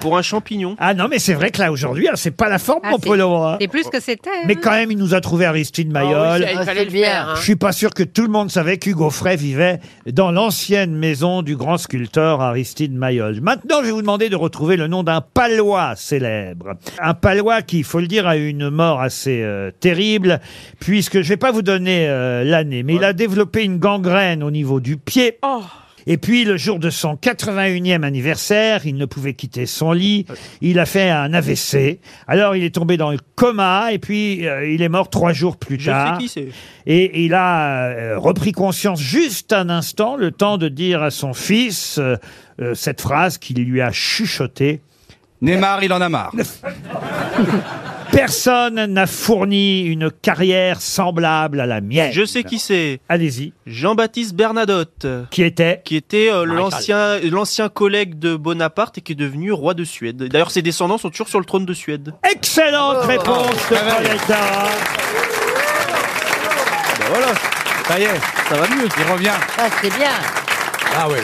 Speaker 2: Pour un champignon. Ah non, mais c'est vrai que là, aujourd'hui, hein, c'est pas la forme,
Speaker 8: Ah,
Speaker 2: mon
Speaker 8: c'est-
Speaker 2: Polo. hein.
Speaker 8: c'est plus ce que c'était, hein.
Speaker 2: Mais quand même, il nous a trouvé Aristide Mayol.
Speaker 8: Ah oui, il fallait le faire, hein.
Speaker 2: Je suis pas sûr que tout le monde savait qu'Hugo Frey vivait dans l'ancienne maison du grand sculpteur Aristide Mayol. Maintenant, je vais vous demander de retrouver le nom d'un palois célèbre. Un palois qui, il faut le dire, a eu une mort assez euh, terrible, puisque je vais pas vous donner euh, l'année, mais il a développé une gangrène au niveau du pied.
Speaker 5: Oh.
Speaker 2: Et puis, le jour de son 81e anniversaire, il ne pouvait quitter son lit. Il a fait un AVC. Alors, il est tombé dans le coma et puis euh, il est mort trois jours plus
Speaker 5: Je
Speaker 2: tard.
Speaker 5: sais qui c'est.
Speaker 2: Et il a euh, repris conscience juste un instant, le temps de dire à son fils euh, euh, cette phrase qu'il lui a chuchotée.
Speaker 6: Neymar, il en a marre.
Speaker 2: Personne n'a fourni une carrière semblable à la mienne.
Speaker 5: Je sais qui c'est.
Speaker 2: Allez-y.
Speaker 5: Jean-Baptiste Bernadotte.
Speaker 2: Qui était
Speaker 5: Qui était euh,
Speaker 2: Maréchal.
Speaker 5: l'ancien l'ancien collègue de Bonaparte et qui est devenu roi de Suède. D'ailleurs, ses descendants sont toujours sur le trône de Suède. Oh.
Speaker 2: Excellente réponse de Paul Elkarat.
Speaker 5: Ben voilà. Ça y est, ça va mieux. Il revient.
Speaker 4: Ah, c'est bien.
Speaker 5: Ah ouais,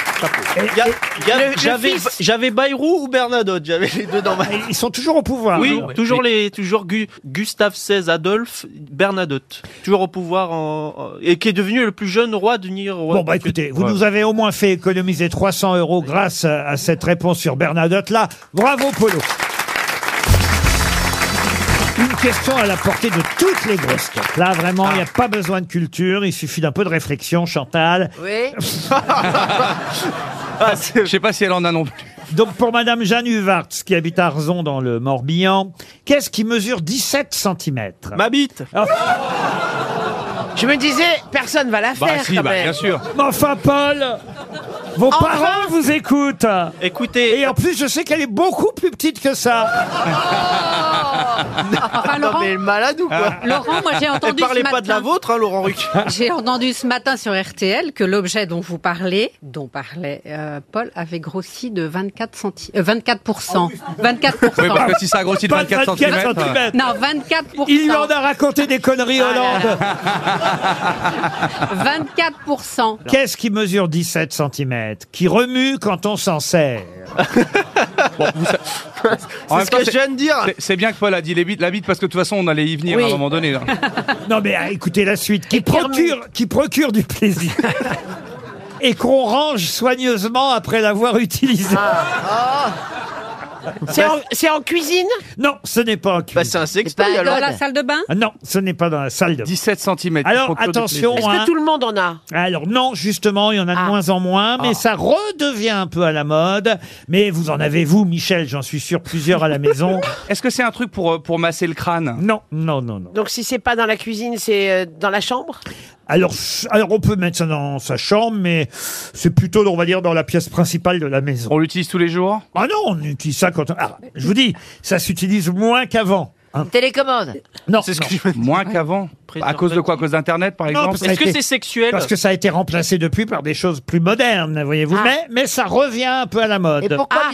Speaker 5: J'avais j'avais Bayrou ou Bernadotte, j'avais les deux dans ma.
Speaker 2: Ils sont toujours au pouvoir.
Speaker 5: Oui,
Speaker 2: hein.
Speaker 5: toujours les toujours Gu- Gustave XVI, Adolphe, Bernadotte, toujours au pouvoir en, en- et qui est devenu le plus jeune roi du roi.
Speaker 2: Bon, bah écoutez, vous nous avez au moins fait économiser 300 euros grâce à à cette réponse sur Bernadotte. Là, bravo Polo. Une question à la portée de toutes les grosses têtes. Là, vraiment, il n'y a pas besoin de culture, il suffit d'un peu de réflexion, Chantal.
Speaker 4: Oui.
Speaker 5: Ah,
Speaker 6: Je sais pas si elle en a non plus.
Speaker 2: Donc, pour Madame Jeanne Huvartz, qui habite à Arzon, dans le Morbihan, qu'est-ce qui mesure Ah. 17 cm
Speaker 5: Ma bite
Speaker 3: Je me disais, personne
Speaker 6: Bah,
Speaker 3: va la faire. quand même.
Speaker 2: Mais enfin, Paul Vos
Speaker 3: Enfin
Speaker 2: parents vous écoutent
Speaker 5: Écoutez.
Speaker 2: Et en plus, je sais qu'elle est beaucoup plus petite que ça.
Speaker 3: Oh.
Speaker 8: Enfin, Ah, Laurent-
Speaker 5: Non,
Speaker 8: Ah.
Speaker 5: mais elle est malade ou quoi
Speaker 8: Laurent, moi, j'ai entendu
Speaker 5: Et parlez
Speaker 8: ce
Speaker 5: pas de la
Speaker 8: matin-
Speaker 5: vôtre, hein, Laurent Ruc.
Speaker 6: Ah.
Speaker 8: J'ai entendu ce matin sur RTL que l'objet dont vous parlez, dont parlait euh, Paul, avait grossi de 24 centi- euh, 24%. 24%.
Speaker 6: Oui, parce que si ça a grossi de
Speaker 2: Pas de
Speaker 6: 24,
Speaker 2: 24
Speaker 6: centimètres, euh.
Speaker 2: centimètres.
Speaker 8: Non, 24%.
Speaker 2: Il lui en a raconté des conneries,
Speaker 3: Ah
Speaker 2: Hollande
Speaker 8: 24%.
Speaker 2: Qu'est-ce qui mesure 17 cm Qui remue quand on s'en sert
Speaker 6: En même
Speaker 2: ce que
Speaker 6: temps,
Speaker 2: je viens de dire.
Speaker 6: c'est- C'est bien que Paul a dit les bites, la bite parce que de toute façon on allait y venir
Speaker 2: Oui.
Speaker 6: à un moment donné. hein. là.
Speaker 2: Non mais ah, écoutez la suite. Qui procure, qui procure du plaisir et qu'on range soigneusement après l'avoir utilisé.
Speaker 3: C'est en- C'est en, cuisine
Speaker 2: Non, ce n'est pas en cuisine.
Speaker 5: c'est un
Speaker 3: sextoy, C'est pas dans alors. la salle
Speaker 8: de bain
Speaker 2: Non, ce n'est pas dans la salle de bain.
Speaker 6: 17 cm.
Speaker 2: Alors attention.
Speaker 3: Est-ce
Speaker 2: hein.
Speaker 3: que tout le monde en a
Speaker 2: Alors non, justement, il y en a de moins en moins, mais ça redevient un peu à la mode. Mais vous en avez, vous, Michel, j'en suis sûr, plusieurs à la maison.
Speaker 6: Est-ce que c'est un truc pour, euh, pour masser le crâne
Speaker 2: Non, non, non, non.
Speaker 3: Donc si c'est pas dans la cuisine, c'est euh, dans la chambre
Speaker 2: Alors, s- alors on peut mettre ça dans sa chambre, mais c'est plutôt, on va dire, dans la pièce principale de la maison.
Speaker 6: On l'utilise tous les jours
Speaker 2: Ah non, on utilise ça quand on... Ah, je vous dis, ça s'utilise moins qu'avant. hein.
Speaker 4: Télécommande.
Speaker 2: Non,
Speaker 6: non. Moins qu'avant. À cause de quoi À cause d'Internet, par exemple
Speaker 2: parce que ça a été- Parce que ça a été remplacé depuis par des choses plus modernes, voyez-vous. Mais, mais ça revient un peu à la mode.
Speaker 3: Ah,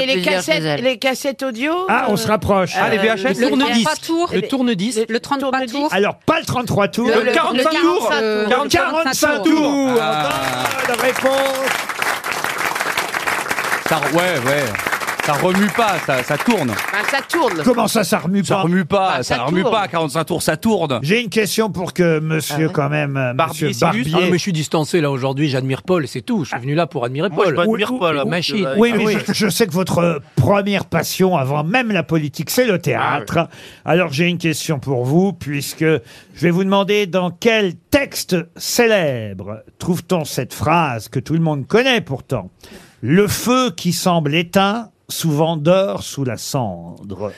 Speaker 3: les, les cassettes, les cassettes audio
Speaker 2: Ah, on se rapproche.
Speaker 3: Ah, les VHS,
Speaker 8: le
Speaker 3: le tourne-disque.
Speaker 8: 33 tours.
Speaker 3: Le
Speaker 8: tourne-disque. Le, 33 tours.
Speaker 2: Alors, pas le 33 tours.
Speaker 8: Le- le 45 tours.
Speaker 2: Le
Speaker 8: Le 45
Speaker 2: 45 tours. Bonne réponse.
Speaker 6: Ça, ouais, ouais. Ça remue pas, ça, ça tourne.
Speaker 3: Bah, ça tourne.
Speaker 2: Comment ça, ça remue
Speaker 6: Ça
Speaker 2: pas
Speaker 6: remue pas,
Speaker 2: Bah,
Speaker 6: ça,
Speaker 2: ça
Speaker 6: remue
Speaker 2: tourne.
Speaker 6: pas, 45 tours, ça tourne.
Speaker 2: J'ai une question pour que monsieur,
Speaker 7: Ah ouais.
Speaker 2: quand même, euh, monsieur
Speaker 7: Barbier.
Speaker 2: Barbier.
Speaker 7: Ah, mais je suis distancé là aujourd'hui, j'admire Paul, c'est tout. Je suis venu là pour admirer
Speaker 2: Moi,
Speaker 7: Paul.
Speaker 2: je m'admire
Speaker 5: Paul,
Speaker 7: C'est
Speaker 5: hein,
Speaker 7: une Machine.
Speaker 2: Ah Oui, mais je, je sais que votre euh, première passion, avant même la politique, c'est le théâtre.
Speaker 5: Ah
Speaker 2: Alors j'ai une question pour vous, puisque je vais vous demander dans quel texte célèbre trouve-t-on cette phrase que tout le monde connaît pourtant Le feu qui semble éteint souvent dort sous la cendre.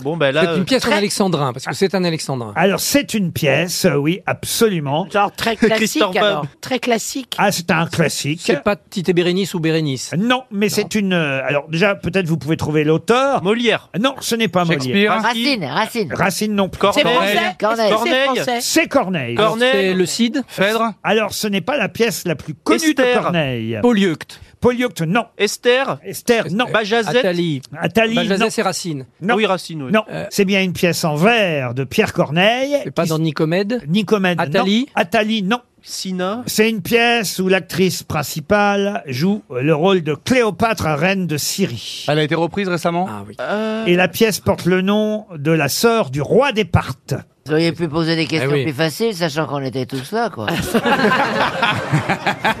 Speaker 5: Bon, ben là.
Speaker 7: C'est une pièce
Speaker 5: euh,
Speaker 7: en alexandrin, parce que c'est un alexandrin.
Speaker 2: Alors, c'est une pièce, euh, oui, absolument.
Speaker 3: Genre très classique alors. Très classique.
Speaker 2: Ah, c'est un classique.
Speaker 7: C'est pas Tite et Bérénice ou Bérénice
Speaker 2: Non, mais c'est une. euh, alors, déjà, peut-être vous pouvez trouver l'auteur. Euh,
Speaker 5: Molière.
Speaker 2: Non, ce n'est pas Molière.
Speaker 4: Racine, Racine.
Speaker 2: Racine non plus.
Speaker 4: C'est Corneille. français Corneille. Est-ce que c'est français
Speaker 2: C'est Corneille.
Speaker 4: Alors, Corneille. c'est
Speaker 7: le Cid
Speaker 2: Phèdre. Alors, ce n'est pas la pièce la plus connue de
Speaker 5: Esther.
Speaker 2: Corneille.
Speaker 7: Polyeucte.
Speaker 2: Polyeucte, non.
Speaker 5: Esther.
Speaker 2: Esther, non.
Speaker 5: Bajazet.
Speaker 7: Athalie.
Speaker 2: Athalie, non.
Speaker 7: Bajazet, c'est Racine.
Speaker 2: Non.
Speaker 5: Oui, Racine, oui. Euh,
Speaker 2: Non, Euh, c'est bien une pièce en verre de Pierre Corneille.
Speaker 7: Euh, C'est pas dans Nicomède
Speaker 2: Nicomède, non.
Speaker 7: Athalie
Speaker 2: Athalie, non.
Speaker 5: Sina.
Speaker 2: C'est une pièce où l'actrice principale joue le rôle de Cléopâtre, reine de Syrie.
Speaker 6: Elle a été reprise récemment
Speaker 7: Ah oui.
Speaker 2: Et la pièce porte le nom de la sœur du roi des Parthes.
Speaker 4: Vous auriez pu poser des questions
Speaker 7: Eh oui.
Speaker 4: plus faciles, sachant qu'on était tous là, quoi.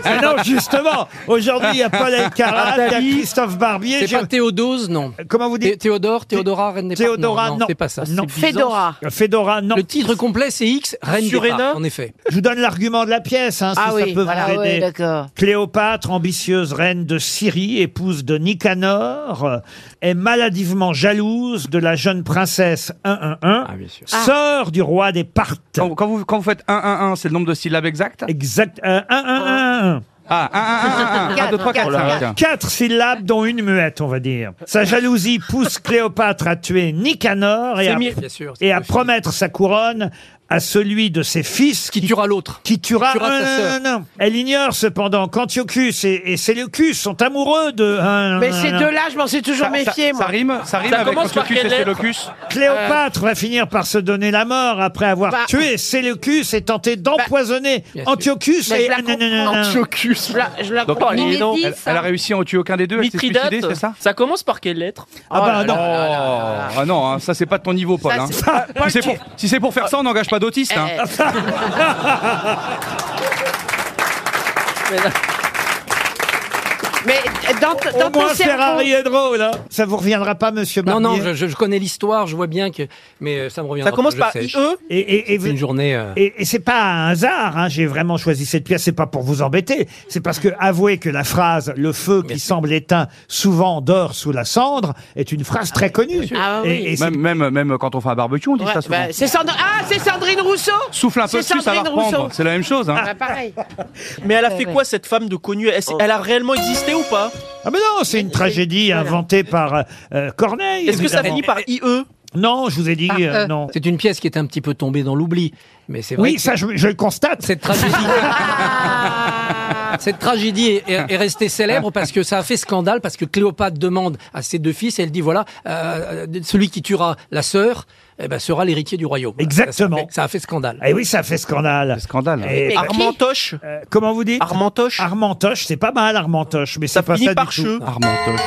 Speaker 2: Ah non, justement, aujourd'hui, il y a Paul Elkarat, il y a
Speaker 7: Nathalie.
Speaker 2: Christophe Barbier.
Speaker 7: C'est
Speaker 2: je-
Speaker 7: pas Théodose, non.
Speaker 2: Comment vous
Speaker 7: Thé-
Speaker 2: dites
Speaker 7: Théodore, Théodora, reine des
Speaker 2: Théodora,
Speaker 7: Parthes,
Speaker 2: non.
Speaker 7: c'est pas ça.
Speaker 2: Non.
Speaker 7: C'est Byzance.
Speaker 3: Fédora.
Speaker 2: Fedora, non.
Speaker 7: Le titre complet, c'est X, reine des
Speaker 5: Suréna
Speaker 7: Parthes, en effet.
Speaker 2: Je vous donne l'argument de la pièce, hein, si
Speaker 3: Ah oui,
Speaker 2: ça peut
Speaker 4: voilà,
Speaker 2: vous
Speaker 4: ouais,
Speaker 2: aider.
Speaker 4: d'accord.
Speaker 2: Cléopâtre, ambitieuse reine de Syrie, épouse de Nicanor, euh, est maladivement jalouse de la jeune princesse 111,
Speaker 7: bien sûr.
Speaker 2: sœur du roi des Parthes.
Speaker 6: Ah, Quand, quand vous, quand vous faites 1-1-1, c'est le nombre de syllabes exactes
Speaker 2: Exact. euh, 111.
Speaker 6: Ah, 1-1-1, 1, 2, 3, 4,
Speaker 4: Quatre,
Speaker 6: 5.
Speaker 2: Quatre syllabes, dont une muette, on va dire. Sa jalousie pousse Cléopâtre à tuer Nicanor et à,
Speaker 7: mi- Bien sûr, c'est
Speaker 2: et à
Speaker 7: le fils.
Speaker 2: promettre sa couronne à celui de ses fils
Speaker 7: Qui tuera l'autre.
Speaker 2: qui tuera,
Speaker 7: Qui tuera
Speaker 2: Non,
Speaker 7: sa
Speaker 2: non,
Speaker 7: sœur.
Speaker 2: non, non, non. Elle ignore cependant qu'Antiochus et, et Séleucus sont amoureux de hein,
Speaker 3: Mais
Speaker 2: non,
Speaker 3: ces
Speaker 2: non, non.
Speaker 3: deux-là, je m'en suis toujours méfié,
Speaker 6: Ça
Speaker 3: moi.
Speaker 6: rime, ça rime
Speaker 5: Ça
Speaker 6: avec
Speaker 5: commence par
Speaker 6: Antiochus et
Speaker 5: quelle lettre
Speaker 6: Séleucus
Speaker 2: Cléopâtre va finir par se donner la mort après avoir
Speaker 3: Bah.
Speaker 2: tué Séleucus et tenter d'empoisonner
Speaker 7: Bien sûr.
Speaker 2: Antiochus
Speaker 3: Mais
Speaker 2: et
Speaker 3: je la
Speaker 2: non,
Speaker 3: comprends.
Speaker 2: non, non, non.
Speaker 5: Antiochus.
Speaker 3: Je la, je la
Speaker 6: Donc,
Speaker 3: comprends.
Speaker 5: elle est- non,
Speaker 8: Inédit,
Speaker 6: Elle,
Speaker 8: ça.
Speaker 6: elle a réussi à en tuer aucun des deux, elle s'est
Speaker 5: Mithridate.
Speaker 6: suicidée, c'est ça
Speaker 5: Ça commence par quelle lettre
Speaker 2: Ah
Speaker 3: Oh
Speaker 2: bah non.
Speaker 6: Oh, ah non, hein, ça c'est pas de ton niveau, Paul.
Speaker 3: Ça,
Speaker 6: hein.
Speaker 3: c'est-
Speaker 6: Si c'est pour, si c'est pour faire ça, on n'engage pas d'autiste. hein.
Speaker 3: Eh, Mais euh, dans, t- dans
Speaker 2: Au moins
Speaker 3: ton cerveau...
Speaker 2: Ferrari est drôle, hein. Ça vous reviendra pas, monsieur
Speaker 7: Non,
Speaker 2: Barbier
Speaker 7: non, je, je- je connais l'histoire, je vois bien que. Mais euh, ça me revient.
Speaker 5: Ça commence par E IE.
Speaker 2: Et, et, et vous-
Speaker 7: C'est une journée. euh,
Speaker 2: Et, et c'est pas un hasard, hein, j'ai vraiment choisi cette pièce, c'est pas pour vous embêter, c'est parce que avouez que la phrase « le feu qui semble éteint souvent dort sous la cendre » est une phrase très connue.
Speaker 3: Ah oui.
Speaker 2: Et- et c'est-
Speaker 6: Même, même, même quand on fait un barbecue, on dit
Speaker 3: Ouais,
Speaker 6: ça souvent.
Speaker 3: bah, c'est Sandra- Ah, c'est Sandrine Rousseau
Speaker 6: Souffle un peu
Speaker 3: C'est
Speaker 6: dessus, ça va
Speaker 3: Sandrine
Speaker 6: reprendre.
Speaker 3: Rousseau.
Speaker 6: C'est la même chose. Hein.
Speaker 3: Bah, pareil.
Speaker 5: Mais elle a fait quoi cette femme de connue elle, elle a réellement existé ou pas
Speaker 2: Ah mais non, c'est une tragédie inventée par euh, euh, Corneille.
Speaker 5: Est-ce que ça
Speaker 2: évidemment.
Speaker 5: finit par E? IE
Speaker 2: Non, je vous ai dit
Speaker 5: Ah,
Speaker 8: Par
Speaker 2: euh,
Speaker 8: E.
Speaker 2: non.
Speaker 7: C'est une pièce qui est un petit peu tombée dans l'oubli. Mais c'est vrai.
Speaker 2: Oui,
Speaker 7: que
Speaker 2: ça je, je le constate.
Speaker 7: cette tragédie.
Speaker 3: Ah.
Speaker 7: Cette tragédie est, est- est restée célèbre parce que ça a fait scandale, parce que Cléopâtre demande à ses deux fils, elle dit voilà, euh, celui qui tuera la sœur eh ben, sera l'héritier du royaume.
Speaker 2: Exactement.
Speaker 7: Ça a fait, ça a fait scandale.
Speaker 2: Et oui, ça fait scandale.
Speaker 6: C'est scandale. hein.
Speaker 2: Et-
Speaker 5: Armantoche
Speaker 2: euh, comment vous dites
Speaker 5: Armantoche
Speaker 2: Armantoche, c'est pas mal Armantoche, mais
Speaker 5: Ça
Speaker 2: c'est pas
Speaker 5: finit
Speaker 2: ça
Speaker 5: par
Speaker 2: du tout.
Speaker 5: cheveux.
Speaker 6: Armantoche.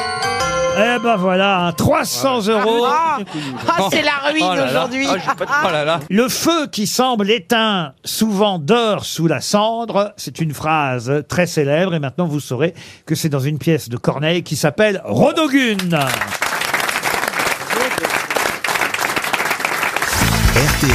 Speaker 2: Eh ben voilà, hein, 300 euros.
Speaker 3: Ah, ah, c'est la ruine
Speaker 6: Oh là là.
Speaker 3: aujourd'hui.
Speaker 6: Ah, j'ai pas de- Oh là là.
Speaker 2: Le feu qui semble éteint souvent dort sous la cendre, c'est une phrase très célèbre et maintenant vous saurez que c'est dans une pièce de Corneille qui s'appelle Rodogune.
Speaker 1: RTL,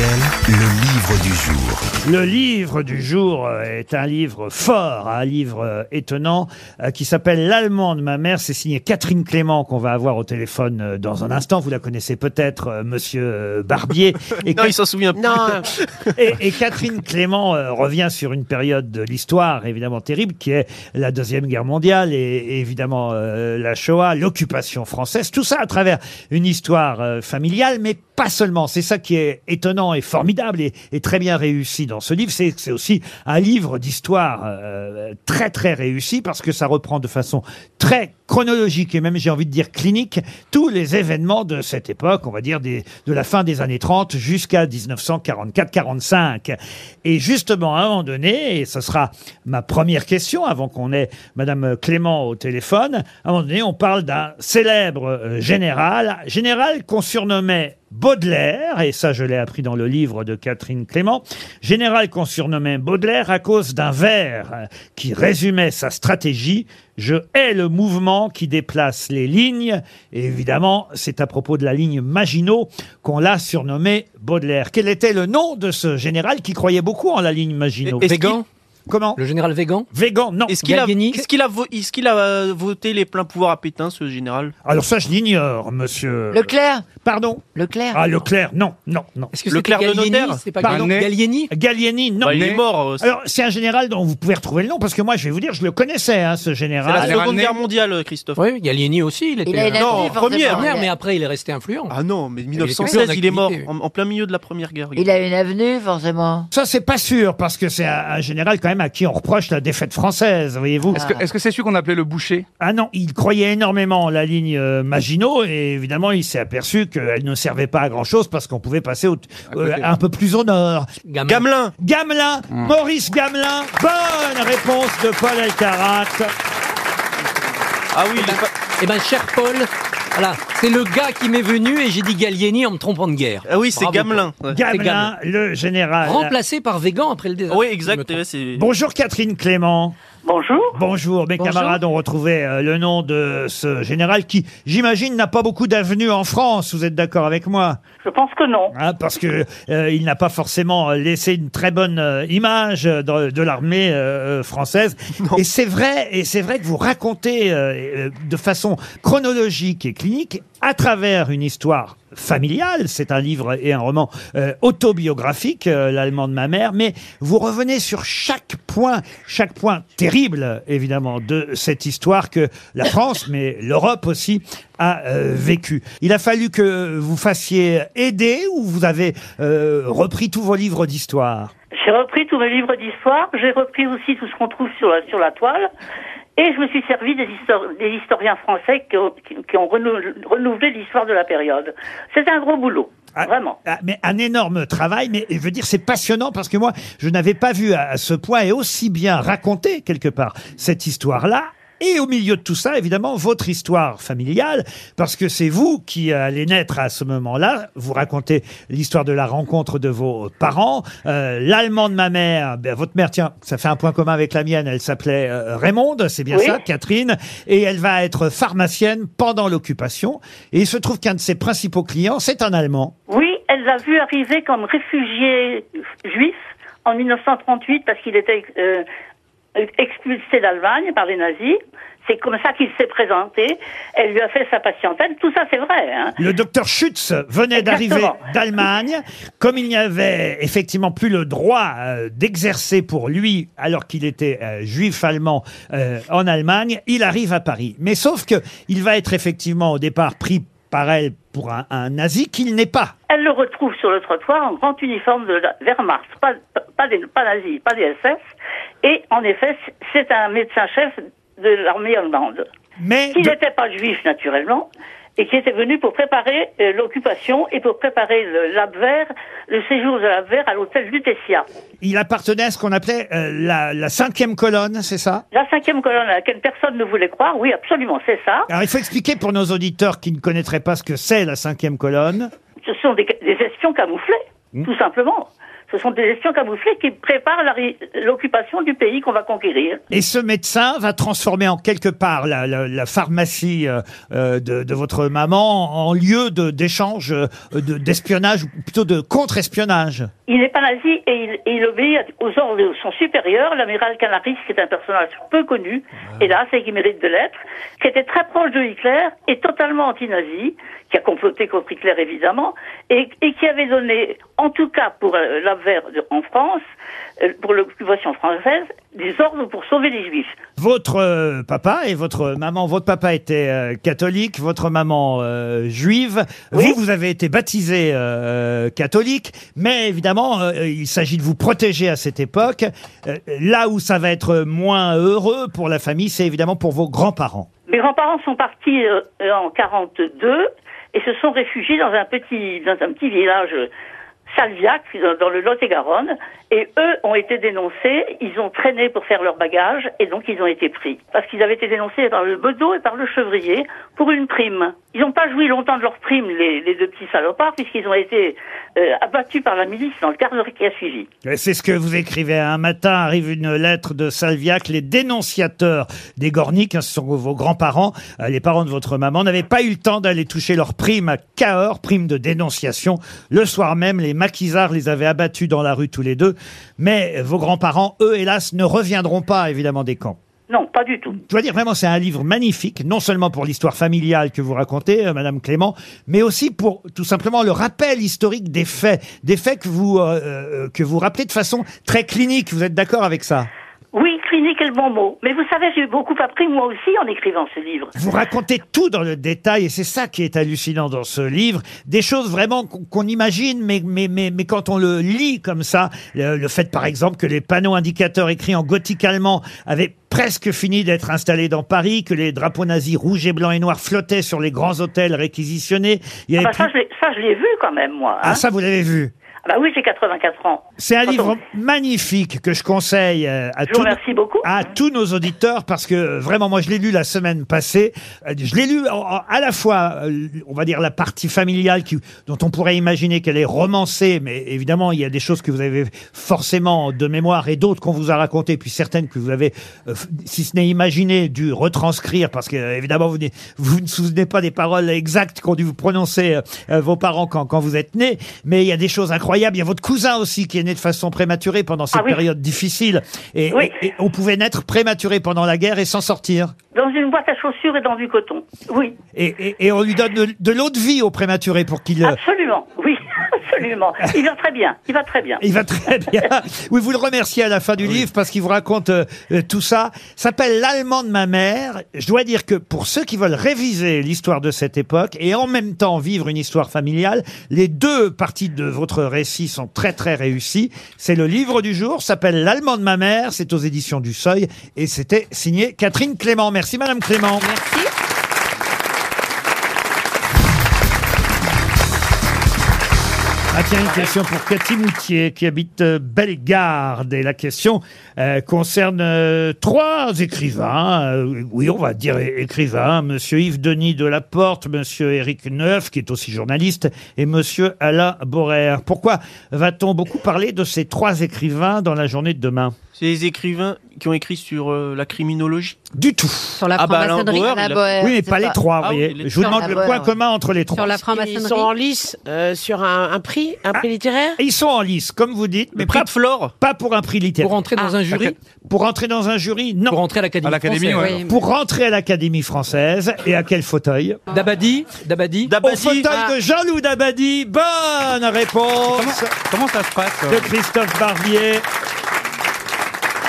Speaker 1: le livre du jour.
Speaker 2: Le livre du jour euh, est un livre fort, un livre euh, étonnant euh, qui s'appelle L'Allemand de ma mère. C'est signé Catherine Clément qu'on va avoir au téléphone euh, dans un instant. Vous la connaissez peut-être, euh, monsieur euh, Barbier. Et
Speaker 5: Non, il s'en souvient plus.
Speaker 3: Non,
Speaker 2: Et, et Catherine Clément euh, revient sur une période de l'histoire évidemment terrible qui est la Deuxième Guerre mondiale et, et évidemment euh, la Shoah, l'occupation française, tout ça à travers une histoire euh, familiale, mais pas seulement. C'est ça qui est étonnant et formidable et, et très bien réussi dans ce livre. C'est que c'est aussi un livre d'histoire euh, très très réussi parce que ça reprend de façon très chronologique et même j'ai envie de dire clinique tous les événements de cette époque, on va dire des, de la fin des années 30 jusqu'à 1944-45. Et justement, à un moment donné, et ce sera ma première question avant qu'on ait Madame Clément au téléphone, à un moment donné, on parle d'un célèbre euh, général, général qu'on surnommait Baudelaire, et ça je l'ai appris dans le livre de Catherine Clément, général qu'on surnommait Baudelaire à cause d'un vers euh, qui résumait sa stratégie Je hais le mouvement qui déplace les lignes. Et évidemment, c'est à propos de la ligne Maginot qu'on l'a surnommé Baudelaire. Quel était le nom de ce général qui croyait beaucoup en la ligne Maginot
Speaker 5: Et- et- Est-ce
Speaker 7: Végan
Speaker 2: Comment
Speaker 7: Le général Végan
Speaker 2: Végan, non.
Speaker 5: Est-ce qu'il a,
Speaker 7: Gallieni
Speaker 5: est-ce qu'il a, vo-
Speaker 2: Ah,
Speaker 5: est-ce qu'il a, euh, voté les pleins pouvoirs à Pétain, ce général
Speaker 2: Alors ça, je l'ignore, monsieur.
Speaker 4: Leclerc
Speaker 2: Pardon
Speaker 4: Leclerc
Speaker 2: Ah, Leclerc, non, non, non.
Speaker 7: Est-ce que c'était Leclerc de Gallieni notaire C'est pas
Speaker 2: Pardon
Speaker 7: Gallieni
Speaker 2: Gallieni, non.
Speaker 5: Bah, il est mort, euh, c'est-
Speaker 2: Alors, c'est un général dont vous pouvez retrouver le nom, parce que moi, je vais vous dire, je le connaissais, hein, ce
Speaker 5: C'est la
Speaker 2: général.
Speaker 5: Seconde Guerre mondiale, euh, Christophe.
Speaker 7: Oui, Gallieni aussi, il était.
Speaker 5: Il a une Non, année, forcément. première.
Speaker 7: mais après, il est resté influent.
Speaker 5: Ah non, mais
Speaker 7: était plus
Speaker 5: 1916,
Speaker 7: en
Speaker 5: il est mort
Speaker 7: activité,
Speaker 5: en, en plein milieu de la Première Guerre.
Speaker 4: Il a une avenue, forcément.
Speaker 2: Ça, c'est pas sûr, parce que c'est un, un général quand même à qui on reproche la défaite française, voyez-vous.
Speaker 6: Est-ce que- est-ce que c'est celui qu'on appelait le boucher
Speaker 2: Ah non, il croyait énormément en la ligne euh, Maginot, et évidemment, il s'est aperçu qu'elle ne servait pas à grand-chose, parce qu'on pouvait passer au- euh, un peu plus au nord.
Speaker 5: Gamelin
Speaker 2: Gamelin
Speaker 6: Mmh.
Speaker 2: Maurice Gamelin Bonne réponse de Paul Alcarat
Speaker 5: Ah oui,
Speaker 7: Eh ben, cher Paul, voilà, c'est le gars qui m'est venu et j'ai dit Gallieni en me trompant de guerre.
Speaker 5: Ah oui, c'est Gamelin. Ouais.
Speaker 2: Gamelin, le général.
Speaker 7: Remplacé par Végan après le désastre.
Speaker 5: Oui, exact. ouais, c'est-
Speaker 2: Bonjour Catherine Clément.
Speaker 11: Bonjour.
Speaker 2: Bonjour, mes
Speaker 7: Bonjour.
Speaker 2: camarades ont retrouvé euh, le nom de ce général qui, j'imagine, n'a pas beaucoup d'avenues en France. Vous êtes d'accord avec moi
Speaker 11: Je pense que non.
Speaker 2: Hein, parce que euh, il n'a pas forcément euh, laissé une très bonne euh, image euh, dans- de l'armée euh, euh, française. Et c'est vrai, et c'est vrai que vous racontez euh, euh, de façon chronologique et clinique à travers une histoire familiale. C'est un livre et un roman euh, autobiographique, euh, l'allemand de ma mère. Mais vous revenez sur chaque point, chaque point terrible, évidemment, de cette histoire que la France, mais l'Europe aussi, a euh, vécu. Il a fallu que vous fassiez aider ou vous avez euh, repris tous vos livres d'histoire
Speaker 14: J'ai repris tous mes livres d'histoire, j'ai repris aussi tout ce qu'on trouve sur la, sur la toile, et je me suis servi des, histori- des historiens français qui ont, qui- qui ont renou- renouvelé l'histoire de la période. C'est un gros boulot, vraiment.
Speaker 2: Ah, mais un énorme travail, mais je veux dire, c'est passionnant parce que moi, je n'avais pas vu à à ce point et aussi bien raconter quelque part cette histoire-là. Et au milieu de tout ça, évidemment, votre histoire familiale, parce que c'est vous qui allez naître à ce moment-là. Vous racontez l'histoire de la rencontre de vos parents. Euh, L'allemand de ma mère, ben, votre mère, tiens, ça fait un point commun avec la mienne, elle s'appelait euh, Raymonde, c'est bien
Speaker 14: Oui.
Speaker 2: ça, Catherine, et elle va être pharmacienne pendant l'occupation. Et il se trouve qu'un de ses principaux clients, c'est un Allemand.
Speaker 14: Oui, elle l'a vu arriver comme réfugié juif en 1938 parce qu'il était euh, expulsé d'Allemagne par les nazis. C'est comme ça qu'il s'est présenté. Elle lui a fait sa patientèle. Tout ça, c'est vrai. Hein.
Speaker 2: Le docteur Schütz venait d'arriver
Speaker 14: Exactement.
Speaker 2: d'Allemagne. Comme il n'y avait effectivement plus le droit euh, d'exercer pour lui, alors qu'il était euh, juif allemand euh, en Allemagne, il arrive à Paris. Mais sauf que il va être effectivement au départ pris par elle pour un, un nazi qu'il n'est pas.
Speaker 14: Elle le retrouve sur le trottoir en grand uniforme de la Wehrmacht, pas, pas, des, pas nazis, pas des SS. Et en effet, c'est un médecin-chef de l'armée allemande,
Speaker 2: Mais
Speaker 14: qui n'était pas juif naturellement, et qui était venu pour préparer euh, l'occupation et pour préparer le- l'Abwehr, le séjour de l'Abwehr à l'hôtel Lutetia.
Speaker 2: Il appartenait à ce qu'on appelait euh, la, la cinquième colonne, c'est ça
Speaker 14: La cinquième colonne à laquelle personne ne voulait croire, oui, absolument, c'est ça.
Speaker 2: Alors il faut expliquer pour nos auditeurs qui ne connaîtraient pas ce que c'est la cinquième colonne.
Speaker 14: ce sont des, des espions camouflés, tout simplement. Ce sont des espions camouflés qui préparent l'arri- l'occupation du pays qu'on va conquérir.
Speaker 2: Et ce médecin va transformer en quelque part la, la- la pharmacie euh, euh, de, de votre maman en lieu de- d'échange, euh, de- d'espionnage, ou plutôt de contre-espionnage.
Speaker 14: Il n'est pas nazi et il, et il obéit aux ordres de son supérieur, l'amiral Canaris, qui est un personnage peu connu, hélas, et qui mérite de l'être, qui était très proche de Hitler et totalement anti-nazi, qui a comploté contre Hitler évidemment, et, et qui avait donné, en tout cas pour euh, l'avers de- en France, euh, pour l'occupation française, des ordres pour sauver les juifs.
Speaker 2: Votre euh, papa et votre maman, votre papa était euh, catholique, votre maman euh, juive. Vous, vous avez été baptisé euh, catholique, mais évidemment, euh, il s'agit de vous protéger à cette époque. Euh, là où ça va être moins heureux pour la famille, c'est évidemment pour vos grands-parents.
Speaker 14: Mes grands-parents sont partis euh, euh, en 42 et se sont réfugiés dans un petit, dans un petit village euh, Salviac, dans, dans le Lot-et-Garonne. Et eux ont été dénoncés, ils ont traîné pour faire leurs bagages et donc ils ont été pris. Parce qu'ils avaient été dénoncés par le Bedeau et par le Chevrier pour une prime. Ils n'ont pas joui longtemps de leur prime, les, les deux petits salopards, puisqu'ils ont été euh, abattus par la milice dans le quart d'heure qui a suivi.
Speaker 2: Et C'est ce que vous écrivez. hein. Un matin arrive une lettre de Salviac. Les dénonciateurs des Gorniques, hein, ce sont vos grands-parents, euh, les parents de votre maman, n'avaient pas eu le temps d'aller toucher leur prime à Cahors, prime de dénonciation. Le soir même, les maquisards les avaient abattus dans la rue tous les deux. Mais vos grands-parents, eux, hélas, ne reviendront pas, évidemment, des camps.
Speaker 14: Non, pas du tout.
Speaker 2: Je dois dire vraiment, c'est un livre magnifique, non seulement pour l'histoire familiale que vous racontez, euh, Madame Clément, mais aussi pour tout simplement le rappel historique des faits, des faits que vous euh, euh, que vous rappelez de façon très clinique. Vous êtes d'accord avec ça
Speaker 14: Oui, clinique est le bon mot. Mais vous savez, j'ai beaucoup appris moi aussi en écrivant ce livre.
Speaker 2: Vous racontez tout dans le détail et c'est ça qui est hallucinant dans ce livre. Des choses vraiment qu'on qu'on imagine, mais, mais, mais, mais quand on le lit comme ça, le, le fait par exemple que les panneaux indicateurs écrits en gothique allemand avaient presque fini d'être installés dans Paris, que les drapeaux nazis rouges et blancs et noirs flottaient sur les grands hôtels réquisitionnés. Il y
Speaker 14: Ah
Speaker 2: avait
Speaker 14: bah ça,
Speaker 2: plus-
Speaker 14: je l'ai- ça, je l'ai vu quand même, moi. hein.
Speaker 2: Ah, ça, vous l'avez vu.
Speaker 14: Ah bah oui, j'ai 84 ans.
Speaker 2: C'est un livre magnifique que je conseille euh, à, tous, à tous nos auditeurs parce que euh, vraiment, moi, je l'ai lu la semaine passée. Euh, Je l'ai lu en- en- à la fois, euh, on va dire, la partie familiale qui, dont on pourrait imaginer qu'elle est romancée, mais évidemment, il y a des choses que vous avez forcément de mémoire et d'autres qu'on vous a racontées, puis certaines que vous avez, euh, f- si ce n'est imaginé, dû retranscrire parce que, euh, évidemment, vous, n'êtes- vous ne souvenez pas des paroles exactes qu'ont dû vous prononcer euh, euh, vos parents quand, quand vous êtes nés, mais il y a des choses incroyables. Il y a votre cousin aussi qui est né de façon prématurée pendant cette
Speaker 14: Ah oui.
Speaker 2: période difficile. Et, et- et on pouvait naître prématuré pendant la guerre et s'en sortir.
Speaker 14: Dans une boîte à chaussures et dans du coton. Oui,
Speaker 2: Et, et- et on lui donne de, de l'eau de vie au prématuré pour qu'il... euh,
Speaker 14: absolument. Oui, absolument. Il va très bien. Il va très bien.
Speaker 2: Il va très bien. Oui, vous le remerciez à la fin du livre parce qu'il vous raconte euh, euh, tout ça. S'appelle L'Allemand de ma mère. Je dois dire que pour ceux qui veulent réviser l'histoire de cette époque et en même temps vivre une histoire familiale, les deux parties de votre récit sont très très réussies. C'est le livre du jour, s'appelle L'Allemand de ma mère. C'est aux éditions du Seuil et c'était signé Catherine Clément. Merci Madame Clément. Merci. Ah tiens, une question pour Cathy Moutier qui habite euh, Bellegarde. Et la question euh, concerne euh, trois écrivains. euh, oui, on va dire é- écrivains. Monsieur Yves Denis de Laporte, Monsieur Éric Neuf, qui est aussi journaliste, et Monsieur Alain Borer. Pourquoi va-t-on beaucoup parler de ces trois écrivains dans la journée de demain
Speaker 5: C'est les écrivains qui ont écrit sur euh, la criminologie
Speaker 2: Du tout.
Speaker 5: Sur
Speaker 8: la franc-maçonnerie, Ah, bah, Alain Boer,
Speaker 2: Oui, mais
Speaker 8: c'est
Speaker 2: pas les
Speaker 8: pas-
Speaker 2: trois, vous
Speaker 8: Ah oui,
Speaker 2: voyez.
Speaker 8: les
Speaker 2: Je vous
Speaker 8: trois.
Speaker 2: demande
Speaker 8: Ah,
Speaker 2: le
Speaker 8: ouais,
Speaker 2: point
Speaker 8: ouais.
Speaker 2: commun entre les trois.
Speaker 8: Sur la
Speaker 3: Ils sont en lice euh, sur un, un prix, un prix littéraire
Speaker 2: Ils sont en lice, comme vous dites. Mais
Speaker 5: prix
Speaker 2: pas,
Speaker 5: de Flore
Speaker 2: Pas pour un prix littéraire. Ah,
Speaker 7: Pour entrer dans un jury
Speaker 2: Pour entrer dans un jury, non. Pour
Speaker 7: entrer à l'Académie À l'Académie, française. ouais. Oui, mais-
Speaker 2: Pour rentrer à l'Académie française. Et à quel fauteuil
Speaker 7: Dabadi Dabadi
Speaker 2: Au fauteuil
Speaker 7: Ah.
Speaker 2: de Jean-Loup Dabadi. Bonne réponse
Speaker 6: Comment ça se
Speaker 5: euh
Speaker 6: passe
Speaker 2: de Christophe Barbier.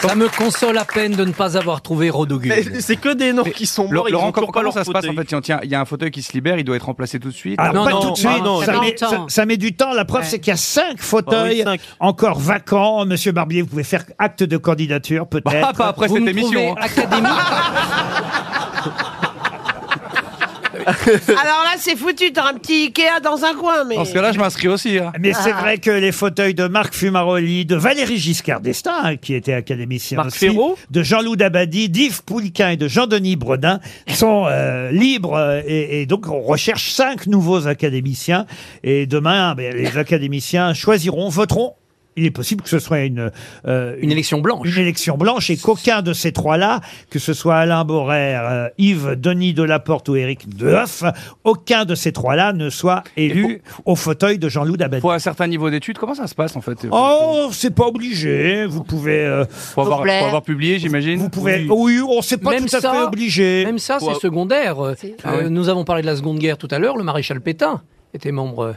Speaker 7: Ça me console à peine de ne pas avoir trouvé Rodogune.
Speaker 5: Mais c'est que des noms qui sont morts. ils
Speaker 6: Laurent,
Speaker 5: ont
Speaker 6: comment,
Speaker 5: toujours pas
Speaker 6: comment
Speaker 5: leur
Speaker 6: ça se passe en
Speaker 5: fauteuil.
Speaker 6: fait Tiens, Tiens, il y a un fauteuil qui se libère, il doit être remplacé tout de suite.
Speaker 2: Alors, Ah, pas tout de suite,
Speaker 6: ah,
Speaker 5: ah
Speaker 2: ça, met,
Speaker 6: longtemps.
Speaker 2: ça- ça met du temps. La preuve, c'est qu'il y a cinq fauteuils
Speaker 6: Ah oui, cinq.
Speaker 2: encore vacants. Monsieur Barbier, vous pouvez faire acte de candidature, peut-être.
Speaker 6: Bah, pas après Vous cette me émission, trouvez hein.
Speaker 3: Alors là, c'est foutu, t'as un petit Ikea dans un coin, mais...
Speaker 6: Dans ce cas-là, je m'inscris aussi. hein.
Speaker 2: Mais c'est
Speaker 3: Ah.
Speaker 2: vrai que les fauteuils de Marc Fumaroli, de Valérie Giscard d'Estaing, hein, qui était académicien aussi, de Jean-Loup Dabadi, d'Yves Pouliquin et de Jean-Denis Bredin sont euh, libres euh, et, et donc on recherche cinq nouveaux académiciens et demain ben, les académiciens choisiront, voteront. Il est possible que ce soit une, euh, une
Speaker 7: élection blanche.
Speaker 2: Une élection blanche et qu'aucun de ces trois-là, que ce soit Alain Borer, euh, Yves Denis Delaporte ou Éric Dehoff, aucun de ces trois-là ne soit élu au fauteuil de Jean-Loup Dabadi.
Speaker 6: Pour un certain niveau d'études, comment ça se passe en fait euh
Speaker 2: Oh, c'est pas obligé. Vous pouvez. euh,
Speaker 6: Faut avoir, faut avoir publié, j'imagine.
Speaker 2: Vous pouvez. Oui, on s'est pas
Speaker 7: Même
Speaker 2: tout à
Speaker 7: ça-
Speaker 2: fait obligé.
Speaker 7: Même ça,
Speaker 2: Ouais.
Speaker 7: c'est secondaire. Euh,
Speaker 6: Ah ouais.
Speaker 7: Nous avons parlé de la Seconde Guerre tout à l'heure. Le maréchal Pétain était membre euh,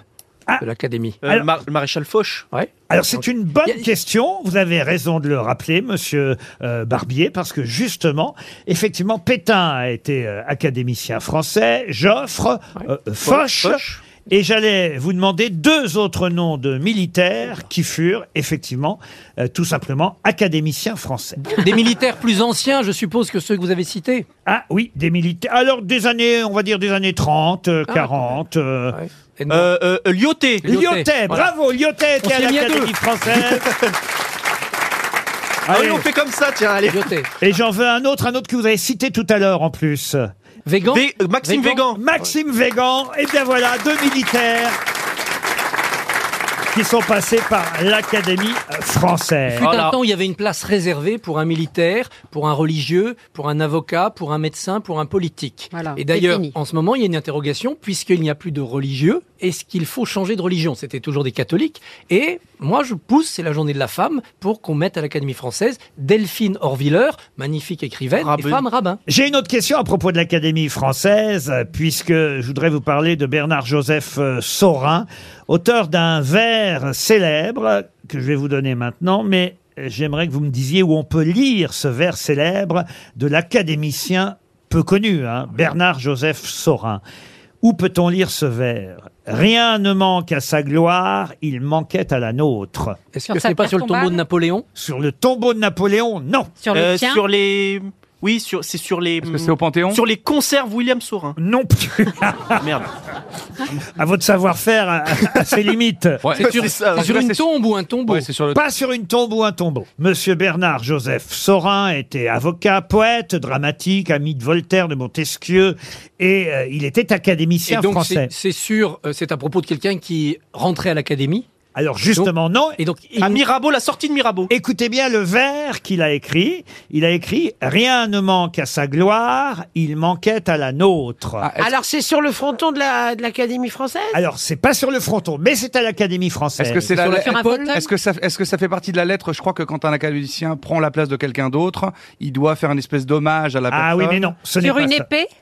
Speaker 2: Ah.
Speaker 7: de l'Académie.
Speaker 5: Euh, Mar- le maréchal Foch.
Speaker 7: Ouais.
Speaker 2: Alors c'est une bonne question, vous avez raison de le rappeler, monsieur euh, Barbier, parce que justement, effectivement, Pétain a été euh, académicien français, Joffre, euh, Foch,
Speaker 5: Foch.
Speaker 2: et j'allais vous demander deux autres noms de militaires qui furent effectivement euh, tout simplement académiciens français.
Speaker 7: Des militaires plus anciens, je suppose, que ceux que vous avez cités.
Speaker 2: Ah oui, des militaires. Alors des années, on va dire des années 30, euh,
Speaker 7: Ah,
Speaker 2: 40. euh,
Speaker 5: Euh, euh, euh, Lyoté.
Speaker 2: Lyotet,
Speaker 5: Voilà.
Speaker 2: bravo, Lyotet
Speaker 5: On
Speaker 2: était à
Speaker 5: s'est mis à
Speaker 2: l'Académie
Speaker 5: deux.
Speaker 2: française. Ah
Speaker 5: Allez,
Speaker 2: oui.
Speaker 5: on fait comme ça, tiens, allez.
Speaker 2: Et j'en veux un autre, un autre que vous avez cité tout à l'heure en plus.
Speaker 7: Végan
Speaker 5: Vé- euh, Maxime Végan.
Speaker 2: Maxime Végan. Et bien voilà, deux militaires qui sont passés par l'Académie française.
Speaker 7: Fut
Speaker 5: Oh
Speaker 7: un temps où il y avait une place réservée pour un militaire, pour un religieux, pour un avocat, pour un médecin, pour un politique. Et d'ailleurs,
Speaker 8: fini.
Speaker 7: en ce moment, il y a une interrogation, puisqu'il n'y a plus de religieux, est-ce qu'il faut changer de religion C'était toujours des catholiques. Et moi, je pousse, c'est la journée de la femme, pour qu'on mette à l'Académie française Delphine Horviller, magnifique écrivaine, et femme rabbin.
Speaker 2: J'ai une autre question à propos de l'Académie française, euh, puisque je voudrais vous parler de Bernard-Joseph euh, Saurin, auteur d'un vers célèbre euh, que je vais vous donner maintenant, mais euh, j'aimerais que vous me disiez où on peut lire ce vers célèbre de l'académicien peu connu, hein, Bernard-Joseph Saurin. Où peut-on lire ce vers Rien ne manque à sa gloire, il manquait à la nôtre.
Speaker 7: Est-ce que ce n'est pas sur le tombeau de Napoléon
Speaker 2: Sur le tombeau de Napoléon, non.
Speaker 5: Euh, sur les. Oui, sur, c'est sur les.
Speaker 2: que c'est au Panthéon
Speaker 5: Sur les conserves William Saurin.
Speaker 2: Non plus.
Speaker 5: Merde.
Speaker 2: À votre savoir-faire, à, à ses limites.
Speaker 7: C'est sur, c'est sur une tombe ou un tombeau
Speaker 2: Pas sur une tombe ou un tombeau. Monsieur Bernard Joseph Saurin était avocat, poète, dramatique, ami de Voltaire, de Montesquieu, et euh, il était académicien
Speaker 7: Et donc,
Speaker 2: français.
Speaker 7: c'est- c'est sûr, euh, c'est à propos de quelqu'un qui rentrait à l'Académie
Speaker 2: Alors justement, non.
Speaker 7: Et donc,
Speaker 2: À
Speaker 5: Mirabeau, la sortie de Mirabeau.
Speaker 2: Écoutez bien le vers qu'il a écrit. Il a écrit Rien ne manque à sa gloire, il manquait à la nôtre.
Speaker 3: Alors c'est sur le fronton de la- de l'Académie française
Speaker 2: Alors, c'est pas sur le fronton, mais c'est à l'Académie française.
Speaker 6: Est-ce que c'est
Speaker 7: Bah,
Speaker 6: la lettre- Est-ce que ça est-ce que ça fait partie de la lettre Je crois que quand un académicien prend la place de quelqu'un d'autre, il doit faire une espèce d'hommage à la personne.
Speaker 2: Ah oui, mais non. ce n'est pas ça.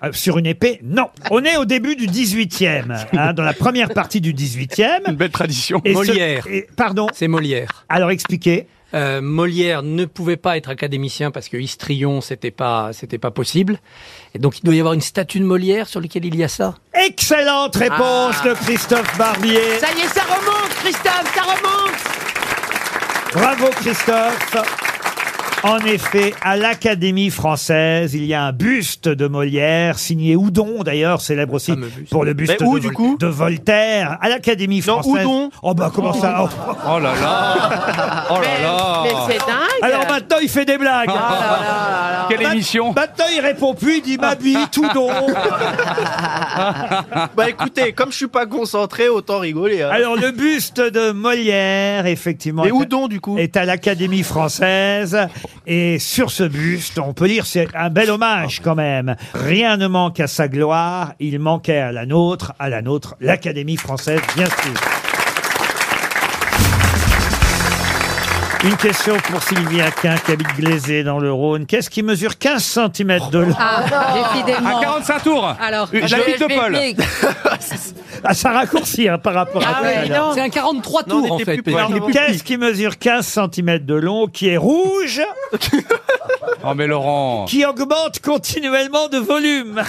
Speaker 2: Euh, Sur une épée, non. On est au début du 18e, hein, dans la première partie du 18e.
Speaker 6: Une belle tradition.
Speaker 2: Et ce-
Speaker 7: Molière.
Speaker 2: et- pardon
Speaker 7: C'est Molière. Euh,
Speaker 2: Alors expliquez.
Speaker 7: Molière ne pouvait pas être académicien parce que histrion, c'était pas, c'était pas possible. Et donc, il doit y avoir une statue de Molière sur laquelle il y a ça. Ah.
Speaker 2: excellente réponse de Christophe Barbier.
Speaker 3: Ça y est, ça remonte, Christophe, ça remonte
Speaker 2: Bravo Christophe. En effet, à l'Académie française, il y a un buste de Molière, signé Houdon d'ailleurs, célèbre aussi pour le buste
Speaker 5: Mais où,
Speaker 2: de,
Speaker 5: du
Speaker 2: Vol- de Voltaire. À l'Académie française.
Speaker 5: Houdon.
Speaker 2: Oh bah comment ça oh.
Speaker 6: Oh là là Oh là là Ah
Speaker 2: Alors maintenant, il fait des blagues.
Speaker 6: Quelle
Speaker 2: Ma-
Speaker 6: émission
Speaker 2: Maintenant, Ah, il répond plus, il dit Mabi, tout don.
Speaker 5: bah écoutez, comme je suis pas concentré, autant rigoler. hein.
Speaker 2: Alors, le buste de Molière, effectivement.
Speaker 5: Et
Speaker 2: est à- Est à l'Académie française. Et sur ce buste, on peut lire, c'est un bel hommage quand même. Rien ne manque à sa gloire. Il manquait à la nôtre, à la nôtre, l'Académie française, bien sûr. Une question pour Sylvie Aquin qui habite Glaisé dans le Rhône. Qu'est-ce qui mesure 15 cm de long
Speaker 8: Ah, décidément.
Speaker 6: À 45 tours
Speaker 8: Alors,
Speaker 6: Une-
Speaker 8: je-
Speaker 6: La bite
Speaker 8: je
Speaker 6: de
Speaker 8: vais
Speaker 6: Paul
Speaker 8: expliquer.
Speaker 2: Ah, ça raccourcit hein, par rapport à
Speaker 7: Ah
Speaker 2: tout
Speaker 7: ouais,
Speaker 2: à l'heure.
Speaker 7: non. C'est un 43 tours, en fait. parce qu'il est plus petit.
Speaker 2: Qu'est-ce qui mesure 15 cm de long, qui est rouge,
Speaker 6: Oh mais Laurent
Speaker 2: qui augmente continuellement de volume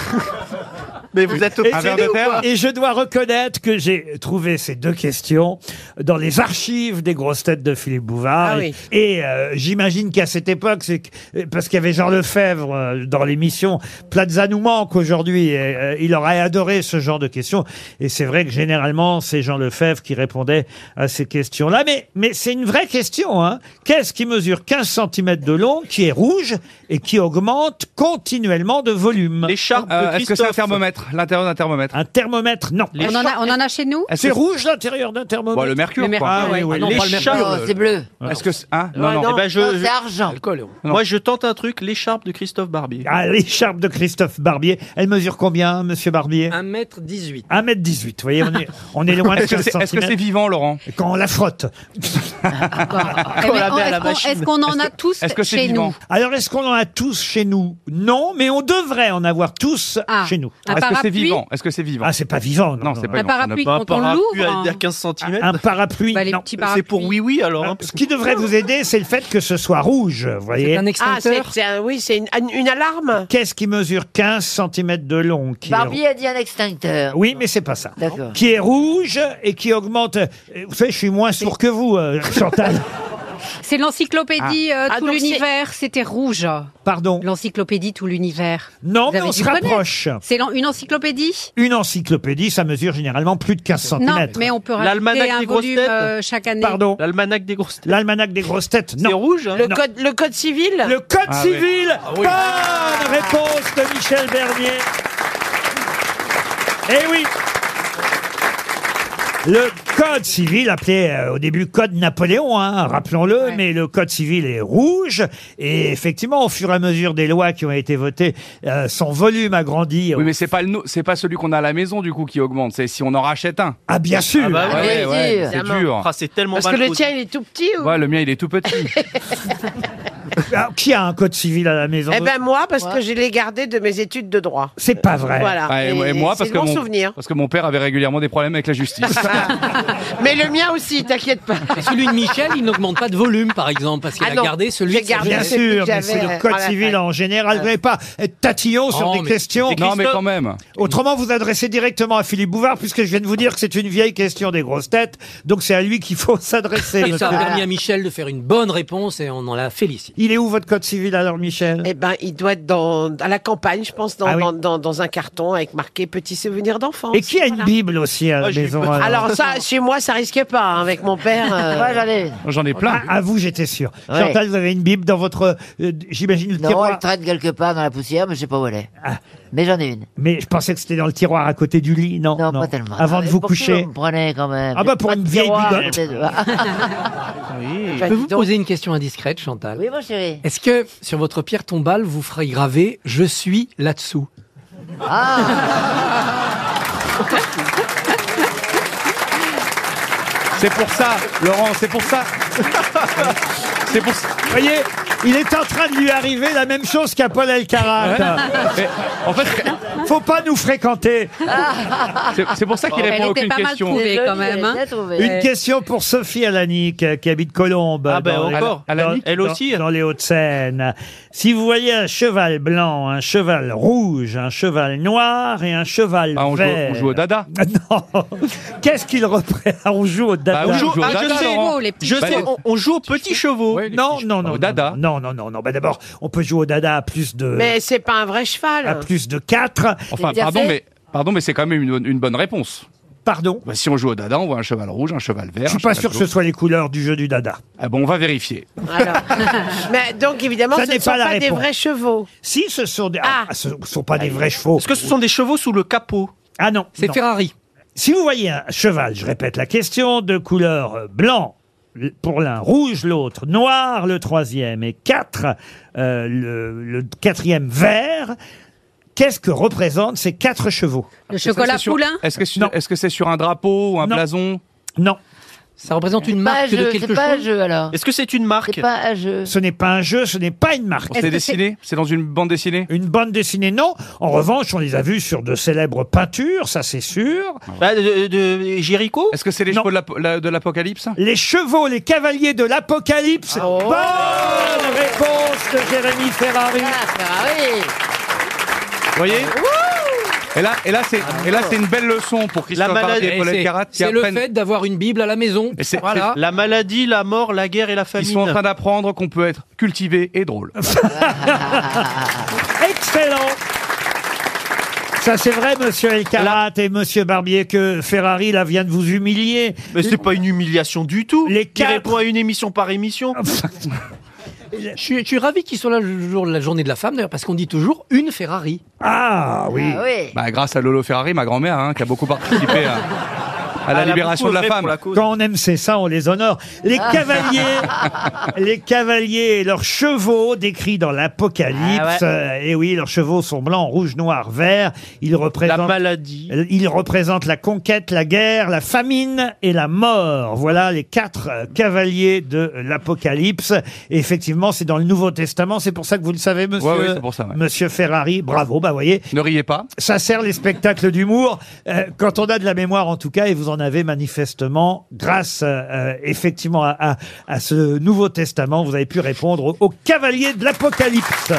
Speaker 5: Mais vous êtes
Speaker 2: et,
Speaker 5: obsédé ou quoi
Speaker 2: et je dois reconnaître que j'ai trouvé ces deux questions dans les archives des grosses têtes de Philippe Bouvard.
Speaker 3: Ah
Speaker 2: Et-
Speaker 3: oui.
Speaker 2: Et euh, j'imagine qu'à cette époque, c'est que- euh, parce qu'il y avait Jean Lefebvre euh, dans l'émission, Plaza nous manque aujourd'hui. et, euh, il aurait adoré ce genre de questions. Et c'est vrai que généralement, c'est Jean Lefebvre qui répondait à ces questions-là. Mais, mais c'est une vraie question. Hein. Qu'est-ce qui mesure 15 cm de long, qui est rouge et qui augmente continuellement de volume
Speaker 5: L'écharpe
Speaker 6: Euh, Est-ce que c'est un thermomètre L'intérieur d'un thermomètre
Speaker 2: Un thermomètre, non.
Speaker 8: On en, a, on en a chez nous
Speaker 6: Est-ce
Speaker 2: C'est
Speaker 6: que-
Speaker 2: rouge l'intérieur d'un thermomètre.
Speaker 6: Bon, Bah, le mercure,
Speaker 8: Le mercure,
Speaker 6: quoi.
Speaker 8: Ah oui, oui.
Speaker 6: Ah non,
Speaker 5: Les
Speaker 6: pas le mercure.
Speaker 5: chats,
Speaker 6: le-
Speaker 4: c'est bleu.
Speaker 6: Est-ce que c'est- hein non,
Speaker 5: Ouais,
Speaker 6: non.
Speaker 5: non. Eh ben, je-
Speaker 4: Non,
Speaker 5: je-
Speaker 4: c'est argent.
Speaker 5: Moi, je tente un truc, l'écharpe de Christophe Barbier.
Speaker 2: Ah, l'écharpe de Christophe Barbier. Elle mesure combien, monsieur Barbier
Speaker 7: 1m18.
Speaker 2: 1m18. Vous voyez, on est, on est loin de
Speaker 6: Est-ce que
Speaker 2: 15
Speaker 6: c'est est-ce que c'est
Speaker 2: centimètres.
Speaker 6: vivant, Laurent
Speaker 2: Quand on la frotte.
Speaker 8: Eh
Speaker 6: la
Speaker 8: ben,
Speaker 6: met à la
Speaker 8: Est-ce qu'on-
Speaker 6: machine.
Speaker 8: est-ce qu'on en a tous
Speaker 6: est-ce que c'est
Speaker 8: chez
Speaker 6: vivant
Speaker 8: nous
Speaker 2: Alors, est-ce qu'on en a tous chez nous Non, mais on devrait en avoir tous
Speaker 8: Ah,
Speaker 2: chez nous.
Speaker 8: un
Speaker 6: Est-ce que c'est
Speaker 8: parapluie
Speaker 6: vivant Est-ce que c'est vivant
Speaker 2: Ah, c'est pas vivant. Non,
Speaker 6: Non, c'est pas
Speaker 8: Un
Speaker 6: vivant.
Speaker 8: parapluie
Speaker 5: Pas un
Speaker 8: quand on
Speaker 5: parapluie
Speaker 8: l'ouvre.
Speaker 5: à à
Speaker 8: hein.
Speaker 5: 15 cm.
Speaker 2: Un parapluie,
Speaker 8: Bah, les
Speaker 2: non.
Speaker 8: petits
Speaker 5: C'est
Speaker 8: parapluies.
Speaker 5: pour oui, oui, alors. hein.
Speaker 2: Ce qui devrait vous aider, c'est le fait que ce soit rouge, vous voyez.
Speaker 3: Ah, c'est, c'est un- oui, c'est une, une alarme
Speaker 2: Qu'est-ce qui mesure 15 cm de long qui est-
Speaker 4: Barbier a dit un extincteur.
Speaker 2: Oui, mais c'est pas ça.
Speaker 4: D'accord.
Speaker 2: Qui est rouge et qui augmente. Euh, Vous savez, je suis moins sourd que vous, euh, Chantal.
Speaker 8: C'est l'encyclopédie euh,
Speaker 3: Ah,
Speaker 8: Tout
Speaker 3: donc
Speaker 8: l'univers, c'était rouge.
Speaker 2: Pardon.
Speaker 8: L'encyclopédie Tout l'univers.
Speaker 2: Non,
Speaker 8: Vous
Speaker 2: mais
Speaker 8: avez
Speaker 2: on
Speaker 8: dû
Speaker 2: se
Speaker 8: connaître.
Speaker 2: rapproche.
Speaker 8: C'est l'en- une encyclopédie
Speaker 2: Une encyclopédie, ça mesure généralement plus de 15 cm.
Speaker 8: Non, mais on peut
Speaker 5: L'almanach
Speaker 8: rajouter un
Speaker 5: des grosses
Speaker 8: volume
Speaker 5: têtes.
Speaker 8: euh, chaque année.
Speaker 2: Pardon.
Speaker 5: L'almanach des grosses têtes.
Speaker 2: L'almanach des grosses têtes,
Speaker 5: C'est
Speaker 2: non.
Speaker 5: rouge, hein
Speaker 3: le
Speaker 2: Non.
Speaker 3: code, le code civil
Speaker 2: Le Code
Speaker 6: Ah oui. Ah,
Speaker 2: civil Bonne réponse de Michel Bernier. Eh oui Le code civil appelé euh, au début code Napoléon, hein, rappelons-le, mais le code civil est rouge. Et effectivement, au fur et à mesure des lois qui ont été votées, euh, son volume a grandi. euh.
Speaker 6: Oui, mais c'est pas le nou- c'est pas celui qu'on a à la maison du coup qui augmente, c'est si on en rachète un.
Speaker 2: Ah bien sûr.
Speaker 6: bah ouais, ouais, ouais, c'est dur.
Speaker 5: c'est tellement
Speaker 3: Parce que le tien, il est tout petit ou
Speaker 6: Ouais, le mien il est tout petit.
Speaker 2: Alors, qui a un code civil à la maison
Speaker 3: Eh ben moi, parce que je l'ai gardé de mes études de droit.
Speaker 2: C'est pas Ah, vrai.
Speaker 3: Voilà.
Speaker 6: Ouais,
Speaker 3: Et-
Speaker 6: Ah, et moi parce
Speaker 3: c'est
Speaker 6: que
Speaker 3: mon
Speaker 6: mon
Speaker 3: souvenir.
Speaker 6: parce que mon père avait régulièrement des problèmes avec la justice.
Speaker 3: Mais le mien aussi, t'inquiète pas.
Speaker 7: Celui de Michel, il n'augmente pas de volume, par exemple, parce qu'il
Speaker 3: Ah
Speaker 7: a
Speaker 3: non,
Speaker 7: gardé celui
Speaker 3: j'ai
Speaker 7: de
Speaker 3: gardé
Speaker 2: Bien sûr, mais c'est le code civil en général. Vous
Speaker 3: Euh.
Speaker 2: n'allez pas être tatillon sur
Speaker 6: Oh,
Speaker 2: des
Speaker 6: mais-
Speaker 2: questions.
Speaker 6: Non, mais quand même.
Speaker 2: Autrement, vous adressez directement à Philippe Bouvard, puisque je viens de vous dire que c'est une vieille question des grosses têtes. Donc c'est à lui qu'il faut s'adresser.
Speaker 7: Et ça a
Speaker 2: monsieur.
Speaker 7: permis à Michel de faire une bonne réponse et on en la félicite.
Speaker 2: Il est où votre code civil alors, Michel
Speaker 3: Eh ben, il doit être dans, à la campagne, je pense, dans,
Speaker 2: Ah oui.
Speaker 3: dans, dans- dans un carton avec marqué Petit souvenir d'enfance.
Speaker 2: Et qui a une
Speaker 3: Voilà.
Speaker 2: Bible aussi
Speaker 4: Ah,
Speaker 2: à la maison euh,
Speaker 3: Alors ça, chez moi, ça risquait pas hein, avec mon père. euh.
Speaker 4: Moi, j'avais.
Speaker 6: Oh, J'en ai
Speaker 2: plein. Ah, à vous, j'étais sûr.
Speaker 4: Ouais.
Speaker 2: Chantal, vous avez une Bible dans votre, euh, j'imagine, le
Speaker 4: Non,
Speaker 2: tiroir. Ah.
Speaker 4: elle traîne quelque part dans la poussière, mais je sais pas où elle est. Mais j'en ai une.
Speaker 2: Mais je pensais que c'était dans le tiroir à côté du lit, non Non,
Speaker 4: Pas tellement.
Speaker 2: Avant
Speaker 4: Ah,
Speaker 2: de
Speaker 4: mais
Speaker 2: vous
Speaker 4: pourquoi
Speaker 2: coucher.
Speaker 4: vous me prenez quand même.
Speaker 2: Ah bah, pour une vieille bigote.
Speaker 4: Ah.
Speaker 7: Je peux vous poser une question indiscrète, Chantal
Speaker 4: Oui, mon chéri.
Speaker 7: Est-ce que sur votre pierre tombale, vous ferez graver Je suis là-dessous
Speaker 3: Ah.
Speaker 6: C'est pour ça, Laurent, c'est pour ça. C'est pour ça.
Speaker 2: Vous voyez, il est en train de lui arriver la même chose qu'à Paul Elkarat.
Speaker 6: Mais, en fait,
Speaker 2: Faut pas nous fréquenter.
Speaker 6: c'est- c'est pour ça qu'il
Speaker 8: Elle
Speaker 6: répond à
Speaker 8: était
Speaker 6: aucune
Speaker 8: pas mal
Speaker 6: question.
Speaker 8: trouvée.
Speaker 4: Désolée,
Speaker 8: quand même, hein.
Speaker 4: j'ai trouvé.
Speaker 2: Une question pour Sophie Alanic, euh, qui habite Colombes.
Speaker 5: Ah ben,
Speaker 2: dans les-
Speaker 5: encore.
Speaker 2: dans-
Speaker 5: Alanic, elle
Speaker 2: dans-
Speaker 5: aussi.
Speaker 2: Dans les Hauts-de-Seine. Si vous voyez un cheval blanc, un cheval rouge, un cheval noir et un cheval
Speaker 6: Ah, on joue-
Speaker 2: vert.
Speaker 6: on joue au dada.
Speaker 2: Non. Qu'est-ce qu'il représente Ah, On joue au dada.
Speaker 6: Bah, on joue au
Speaker 5: Ah, je
Speaker 6: dada,
Speaker 5: sais,
Speaker 6: Laurent.
Speaker 8: Oh, les petits
Speaker 5: Je
Speaker 6: Bah,
Speaker 5: sais,
Speaker 6: les-
Speaker 5: on, on joue aux petits chevaux.
Speaker 6: Ouais, les
Speaker 2: Non,
Speaker 6: fiches.
Speaker 2: non, non.
Speaker 6: Au
Speaker 2: non,
Speaker 6: dada.
Speaker 2: Non, non, non, non. Bah, D'abord, on peut jouer au dada à plus de,
Speaker 3: Mais c'est pas un vrai cheval.
Speaker 2: à plus de 4.
Speaker 6: Enfin,
Speaker 4: C'est-à-dire
Speaker 6: Ah, pardon,
Speaker 4: c'est-
Speaker 6: mais pardon, mais c'est quand même une, bonne- une bonne réponse.
Speaker 2: Pardon.
Speaker 6: Bah, si on joue au dada, on voit un cheval rouge, un cheval vert.
Speaker 2: Je suis pas sûr que ce soit les couleurs du jeu du dada.
Speaker 6: Ah bon, on va vérifier.
Speaker 3: Alors. Mais donc évidemment,
Speaker 2: Ça
Speaker 3: ce
Speaker 2: n'est
Speaker 3: ne sont
Speaker 2: pas la
Speaker 3: pas des
Speaker 2: réponse.
Speaker 3: vrais chevaux.
Speaker 2: Si, ce sont des, ah,
Speaker 3: Ah.
Speaker 2: ce ne sont pas des vrais chevaux.
Speaker 5: Est-ce que ce sont des chevaux sous le capot
Speaker 2: Ah non.
Speaker 7: C'est
Speaker 2: non.
Speaker 7: Ferrari.
Speaker 2: Si vous voyez un cheval, je répète la question, de couleur euh, blanc l- pour l'un, rouge l'autre, noir le troisième et quatre, euh, le, le quatrième vert, qu'est-ce que représentent ces quatre chevaux
Speaker 8: Le chocolat
Speaker 6: Est-ce que c'est sur-
Speaker 8: poulain
Speaker 6: Est-ce que c'est-
Speaker 2: Non.
Speaker 6: est-ce que c'est sur un drapeau ou un
Speaker 2: Non.
Speaker 6: blason
Speaker 2: Non,
Speaker 7: Ça représente une
Speaker 4: Pas un
Speaker 7: marque de
Speaker 4: jeu,
Speaker 7: quelque
Speaker 4: c'est pas un
Speaker 7: chose
Speaker 4: jeu alors.
Speaker 5: Est-ce que c'est une marque
Speaker 4: C'est pas un jeu.
Speaker 2: ce n'est pas un jeu, ce n'est pas une marque.
Speaker 8: Est-ce
Speaker 6: C'est
Speaker 8: que
Speaker 6: dessiné C'est dans une bande dessinée
Speaker 2: Une bande dessinée, non. En revanche, on les a vus sur de célèbres peintures, ça c'est sûr.
Speaker 6: Ah,
Speaker 5: Bah, de, de Jéricho
Speaker 6: Est-ce que c'est les
Speaker 2: Non.
Speaker 6: chevaux de l'apo- la- de l'Apocalypse
Speaker 2: Les chevaux, les cavaliers de l'Apocalypse.
Speaker 7: Ah
Speaker 3: Oh.
Speaker 2: Bonne réponse de Jérémy Ferrari.
Speaker 4: Ah, Ferrari.
Speaker 6: Vous voyez Et là, et là, c'est,
Speaker 7: Ah,
Speaker 6: et là, c'est une belle leçon pour Christophe
Speaker 5: La
Speaker 6: Barbier
Speaker 5: maladie-
Speaker 6: et
Speaker 7: Et
Speaker 6: Paulette
Speaker 7: c'est-
Speaker 6: Carat qui
Speaker 7: C'est le
Speaker 6: apprennent.
Speaker 7: fait d'avoir une Bible à la maison.
Speaker 6: Et c'est-
Speaker 7: Voilà.
Speaker 5: La maladie, la mort, la guerre et la
Speaker 6: Ils
Speaker 5: famine.
Speaker 6: sont en train d'apprendre qu'on peut être cultivé et drôle.
Speaker 2: Ah Excellent. Ça, c'est vrai, monsieur Elkarat et monsieur Barbier, que Ferrari, là, vient de vous humilier.
Speaker 5: Mais c'est pas une humiliation du tout.
Speaker 2: Les
Speaker 5: Il
Speaker 2: quatre. Ah, bah.
Speaker 5: répond à une émission par émission.
Speaker 7: Je suis, je suis ravi qu'ils soient là le jour de la journée de la femme, d'ailleurs, parce qu'on dit toujours une Ferrari.
Speaker 2: Ah, oui.
Speaker 4: Ah oui.
Speaker 6: Bah, grâce à Lolo Ferrari, ma grand-mère, hein, qui a beaucoup participé à, à la
Speaker 5: Ah, Elle a
Speaker 6: libération de
Speaker 5: beaucoup
Speaker 6: la
Speaker 5: œuvré pour
Speaker 6: femme.
Speaker 5: la cause.
Speaker 2: Quand on aime, c'est ça, on les honore. Les cavaliers, les cavaliers et leurs chevaux décrits dans l'Apocalypse. et oui, leurs chevaux sont blancs, rouges, noirs, verts. Ils
Speaker 5: La
Speaker 2: représentent
Speaker 5: maladie.
Speaker 2: Il représente la conquête, la guerre, la famine et la mort. Voilà les quatre euh, cavaliers de l'Apocalypse. Et effectivement, c'est dans le Nouveau Testament. C'est pour ça que vous le savez, monsieur,
Speaker 6: Ouais, ouais, c'est pour ça, ouais.
Speaker 2: monsieur Ferrari. Bravo. Bah, voyez,
Speaker 6: Ne riez pas.
Speaker 2: ça sert les spectacles d'humour. euh, quand on a de la mémoire, en tout cas, et vous en avez manifestement, grâce euh, euh, effectivement à, à- à ce Nouveau Testament, vous avez pu répondre aux, aux cavaliers de l'Apocalypse.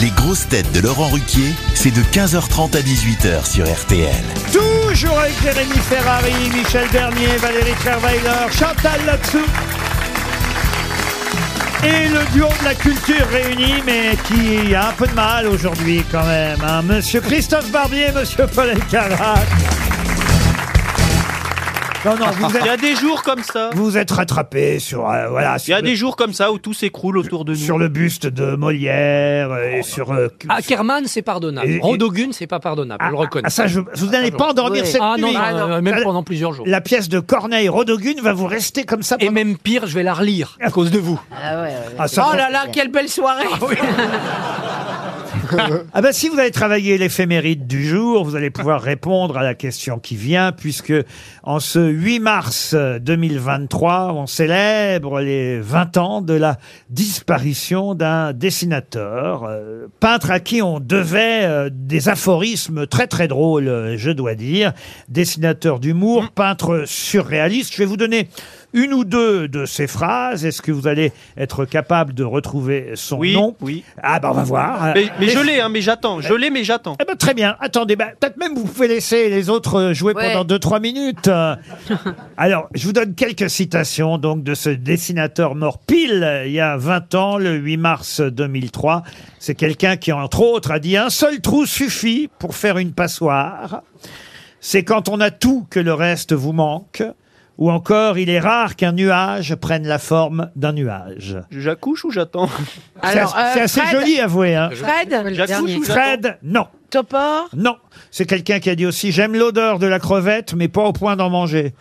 Speaker 1: Les grosses têtes de Laurent Ruquier, c'est de 15h30 à 18h sur RTL.
Speaker 2: Toujours avec Jérémy Ferrari, Michel Bernier, Valérie Trierweiler, Chantal Latsou. Et le duo de la culture réuni, mais qui a un peu de mal aujourd'hui quand même. hein. Monsieur Christophe Barbier, Monsieur Paul Elkarat. Non, non, vous
Speaker 5: Il y a
Speaker 2: êtes,
Speaker 5: des jours comme ça.
Speaker 2: vous vous êtes rattrapé sur, euh, voilà,
Speaker 5: Il y
Speaker 2: sur,
Speaker 5: a
Speaker 2: le,
Speaker 5: des jours comme ça où tout s'écroule autour de nous. Oh,
Speaker 2: sur le buste de Molière euh, et sur. euh,
Speaker 7: Ackerman, Ah, c'est pardonnable.
Speaker 2: Et- et-
Speaker 7: Rodogun, c'est pas pardonnable. on le reconnaît.
Speaker 2: ah, ça, je- vous n'allez pas endormir cette
Speaker 7: ah, non,
Speaker 2: nuit.
Speaker 7: non,
Speaker 2: Ah,
Speaker 7: non,
Speaker 2: non.
Speaker 7: même
Speaker 2: Ça-
Speaker 7: pendant plusieurs jours.
Speaker 2: La pièce de Corneille Rodogune va vous rester comme ça.
Speaker 7: Et même pire, je vais la relire à cause de vous.
Speaker 4: Ah ouais, ouais,
Speaker 2: Ah,
Speaker 4: c'est
Speaker 2: ça,
Speaker 4: bon.
Speaker 3: Oh là là, quelle belle soirée
Speaker 2: Ah ben si vous avez travaillé l'éphéméride du jour, vous allez pouvoir répondre à la question qui vient, puisque en ce 8 mars 2023, on célèbre les 20 ans de la disparition d'un dessinateur, euh, peintre à qui on devait euh, des aphorismes très très drôles, euh, je dois dire, dessinateur d'humour, peintre surréaliste. Je vais vous donner une ou deux de ses phrases. Est-ce que vous allez être capable de retrouver son
Speaker 5: Oui,
Speaker 2: nom
Speaker 5: oui.
Speaker 2: Ah ben on va voir.
Speaker 5: Mais, mais
Speaker 2: Les-
Speaker 5: je l'ai, hein, mais j'attends. Je l'ai, mais j'attends.
Speaker 2: eh ben, très bien. Attendez, ben, peut-être même vous pouvez laisser les autres euh, jouer
Speaker 4: Ouais.
Speaker 2: pendant 2-3 minutes. Euh, Alors, je vous donne quelques citations donc de ce dessinateur mort pile euh, il y a 20 ans, le 8 mars 2003. C'est quelqu'un qui, entre autres, a dit « Un seul trou suffit pour faire une passoire. C'est quand on a tout que le reste vous manque. » Ou encore « Il est rare qu'un nuage prenne la forme d'un nuage.
Speaker 5: J'accouche ou j'attends »
Speaker 2: C'est
Speaker 3: Alors,
Speaker 2: assez- c'est
Speaker 3: euh,
Speaker 2: assez
Speaker 3: Fred-
Speaker 2: joli, avouez. Hein.
Speaker 3: Fred
Speaker 5: J'accouche ou j'attends
Speaker 2: Fred, non.
Speaker 3: Topor
Speaker 2: Non, c'est quelqu'un qui a dit aussi j'aime l'odeur de la crevette, mais pas au point d'en manger.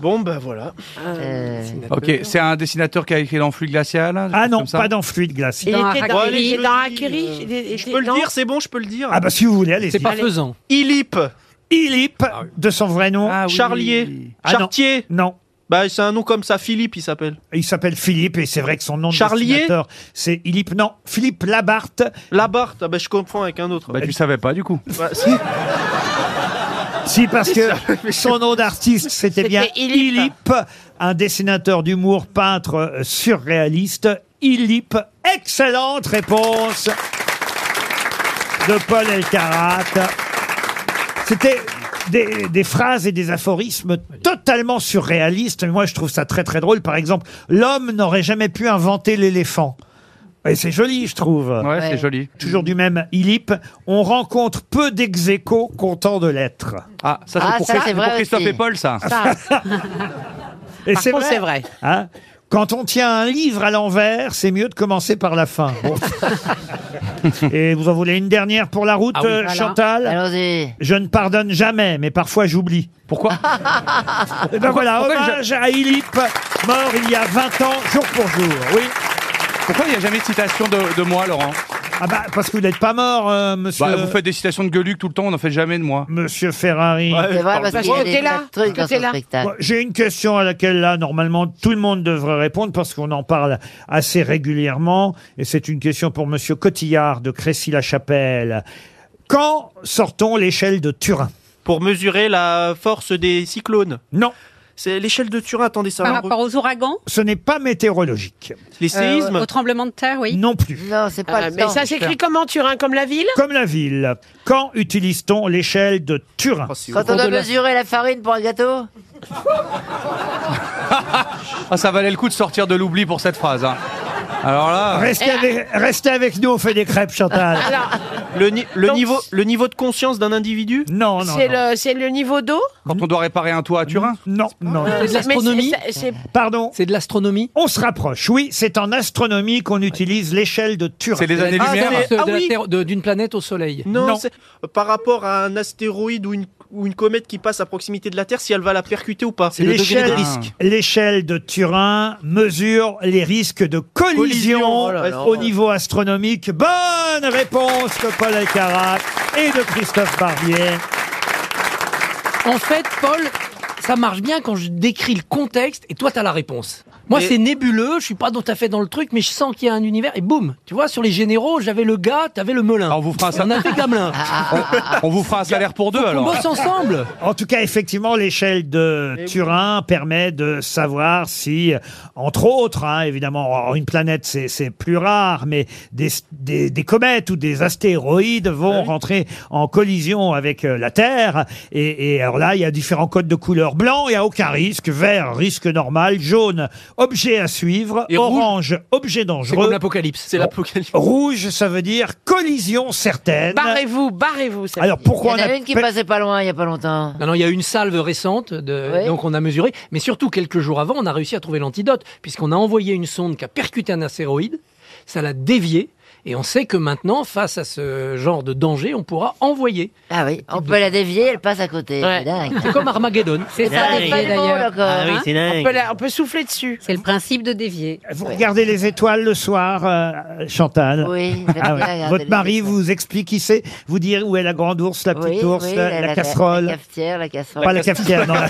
Speaker 5: Bon, ben voilà.
Speaker 4: Euh,
Speaker 6: Ok, c'est un dessinateur qui a écrit dans Flux glacial un
Speaker 2: Ah
Speaker 6: truc
Speaker 2: non,
Speaker 6: comme ça
Speaker 2: pas dans fluide glace.
Speaker 3: Il
Speaker 8: Dans
Speaker 3: était dans,
Speaker 8: Harakiri.
Speaker 3: il était dans Harakiri. il était-
Speaker 5: Ah, Je peux le
Speaker 3: non
Speaker 5: dire, c'est bon, je peux le dire.
Speaker 2: Ah bah si vous voulez, allez-y.
Speaker 7: C'est pas faisant.
Speaker 5: Ilip,
Speaker 2: Ilip, de son vrai nom.
Speaker 6: Ah oui.
Speaker 5: Charlier,
Speaker 2: Ah non.
Speaker 5: Chartier.
Speaker 2: Non,
Speaker 5: Bah, c'est un nom comme ça, Philippe, il s'appelle.
Speaker 2: il s'appelle Philippe et c'est vrai que son nom
Speaker 5: Charlier
Speaker 2: de dessinateur, c'est Ilip. Non, Philippe Labarthe.
Speaker 5: Labarthe, ah bah, je confonds avec un autre.
Speaker 6: Bah, tu savais pas du coup.
Speaker 5: Bah, si.
Speaker 2: Si, parce que son nom d'artiste, c'était bien
Speaker 3: C'était Ilip.
Speaker 2: Ilip, un dessinateur d'humour, peintre euh, surréaliste. Ilip, excellente réponse de Paul Elkarat. C'était des, des phrases et des aphorismes totalement surréalistes. Moi, je trouve ça très très drôle. Par exemple, l'homme n'aurait jamais pu inventer l'éléphant. Et c'est joli, je trouve.
Speaker 6: Ouais,
Speaker 4: Ouais.
Speaker 6: c'est joli.
Speaker 2: Toujours du même Ilip. On rencontre peu dex contents de l'être.
Speaker 6: Ah, ça c'est
Speaker 4: Ah,
Speaker 6: pour,
Speaker 4: ça,
Speaker 6: Christ-
Speaker 4: c'est
Speaker 6: pour
Speaker 4: vrai
Speaker 6: Christophe
Speaker 4: aussi.
Speaker 6: et Paul ça.
Speaker 3: Ça,
Speaker 2: Et
Speaker 3: par contre, c'est vrai.
Speaker 2: Hein Quand on tient un livre à l'envers, c'est mieux de commencer par la fin. Bon. Et vous en voulez une dernière pour la route,
Speaker 7: Ah oui.
Speaker 2: euh,
Speaker 7: Voilà.
Speaker 2: Chantal
Speaker 4: Allons-y.
Speaker 2: Je ne pardonne jamais, mais parfois j'oublie.
Speaker 6: Pourquoi
Speaker 2: Eh ben voilà, hommage à Ilip, mort il y a 20 ans, jour pour jour. Oui.
Speaker 6: Pourquoi il n'y a jamais de citation de, de moi, Laurent
Speaker 2: Ah bah, parce que vous n'êtes pas mort, euh, monsieur.
Speaker 6: Bah, Vous faites des citations de Gueuluc tout le temps, on n'en fait jamais de moi.
Speaker 2: Monsieur Ferrari.
Speaker 5: Ouais.
Speaker 4: C'est vrai
Speaker 5: Parce
Speaker 4: parce qu'il
Speaker 3: que
Speaker 4: y a
Speaker 3: t'es
Speaker 4: des
Speaker 3: là,
Speaker 4: tas de trucs
Speaker 3: parce
Speaker 4: dans
Speaker 3: que t'es
Speaker 4: son
Speaker 3: là.
Speaker 2: Bon,
Speaker 4: spectacle.
Speaker 2: J'ai une question à laquelle, là, normalement, tout le monde devrait répondre parce qu'on en parle assez régulièrement. Et c'est une question pour Monsieur Cotillard de Crécy-la-Chapelle. Quand sortons l'échelle de Turin
Speaker 5: Pour mesurer la force des cyclones.
Speaker 2: Non,
Speaker 5: C'est l'échelle de Turin, attendez ça.
Speaker 8: Par
Speaker 5: va-
Speaker 8: rapport aux ouragans,
Speaker 2: ce n'est pas météorologique.
Speaker 5: Les séismes.
Speaker 8: au tremblement de terre, oui.
Speaker 2: Non plus.
Speaker 4: Non, c'est pas
Speaker 3: Ah,
Speaker 4: le
Speaker 3: Euh, mais
Speaker 4: temps.
Speaker 3: ça s'écrit comment, Turin Comme la ville
Speaker 2: Comme la ville. Quand utilise-t-on l'échelle de Turin
Speaker 5: Oh, c'est
Speaker 4: Quand
Speaker 5: ouf.
Speaker 4: on doit mesurer la farine pour un gâteau
Speaker 6: Ah, ça valait le coup de sortir de l'oubli pour cette phrase. hein. Alors là,
Speaker 3: Eh,
Speaker 2: Restez avec, restez avec nous, on fait des crêpes, Chantal.
Speaker 5: le, ni- le
Speaker 3: Donc-
Speaker 5: niveau, le niveau de conscience d'un individu
Speaker 2: Oh, Non, non,
Speaker 3: C'est
Speaker 2: non.
Speaker 3: le, c'est le niveau d'eau Euh,
Speaker 6: quand on doit réparer un toit à Turin,
Speaker 2: Non, non, non.
Speaker 7: C'est de l'astronomie.
Speaker 3: Mais c'est- c'est-
Speaker 2: Pardon.
Speaker 7: C'est de l'astronomie.
Speaker 2: On se rapproche. Oui, c'est en astronomie qu'on utilise l'échelle de Turin.
Speaker 6: c'est les
Speaker 7: Ah,
Speaker 6: années-lumière.
Speaker 7: c'est de
Speaker 5: Ah
Speaker 7: la
Speaker 5: oui.
Speaker 7: Terre- de- d'une planète au Soleil.
Speaker 5: Non,
Speaker 2: Non.
Speaker 5: c'est- par rapport à un astéroïde ou une, ou une comète qui passe à proximité de la Terre, si elle va la percuter ou pas. C'est le degré de
Speaker 2: L'échelle-
Speaker 5: risque.
Speaker 2: L'échelle de Turin mesure les risques de collision,
Speaker 5: Collision, oh là là.
Speaker 2: au niveau astronomique. Bonne réponse de Paul Alcarat et de Christophe Barbier.
Speaker 7: En fait, Paul, ça marche bien quand je décris le contexte et toi, t'as la réponse. Moi,
Speaker 5: Et-
Speaker 7: c'est nébuleux, je suis pas tout à fait dans le truc, mais je sens qu'il y a un univers et boum. Tu vois, sur les généraux, j'avais le gars, t'avais le melin.
Speaker 6: Alors, on vous fera un
Speaker 7: On
Speaker 6: salaire,
Speaker 7: a fait Gamelin.
Speaker 6: Ah. on vous fera un salaire pour deux
Speaker 7: On
Speaker 6: alors.
Speaker 7: bosse ensemble.
Speaker 2: En tout cas, effectivement, l'échelle de Turin permet de savoir si, entre autres, hein, évidemment, alors, une planète, c'est c'est plus rare, mais des, des- des comètes ou des astéroïdes vont rentrer en collision avec euh, la Terre. Et, et alors là, il y a différents codes de couleur Alors blanc, il n'y a aucun risque. Vert, risque normal. Jaune, objet à suivre. Orange, objet dangereux.
Speaker 7: comme l'apocalypse. C'est
Speaker 2: l'apocalypse. Rouge, ça veut dire collision certaine.
Speaker 3: Barrez-vous, barrez-vous. ça
Speaker 2: Alors,
Speaker 3: veut dire.
Speaker 2: pourquoi
Speaker 4: Il y en a une qui passait pas loin il y a pas longtemps.
Speaker 7: Non, non, il y a eu une salve récente, de,
Speaker 4: Oui.
Speaker 7: donc on a mesuré. Mais surtout, quelques jours avant, on a réussi à trouver l'antidote, puisqu'on a envoyé une sonde qui a percuté un astéroïde, ça l'a dévié, et on sait que maintenant, face à ce genre de danger, on pourra envoyer.
Speaker 4: Ah oui, on peut la dévier, elle passe à côté. C'est dingue.
Speaker 7: C'est comme Armageddon.
Speaker 4: C'est pas des fans de mots, là, quoi, hein.
Speaker 3: on, peut la- on peut souffler dessus.
Speaker 8: C'est le principe de dévier.
Speaker 2: Euh, Vous regardez les étoiles le soir, euh, Chantal Ah
Speaker 4: Oui, j'aime bien regarder
Speaker 2: Votre
Speaker 4: les
Speaker 2: mari vous explique qui c'est, vous dire où est la grande ours, la petite
Speaker 4: Oui,
Speaker 2: ours,
Speaker 4: oui,
Speaker 2: la, la casserole.
Speaker 4: La cafetière, la casserole.
Speaker 2: Pas la cafetière, non, la-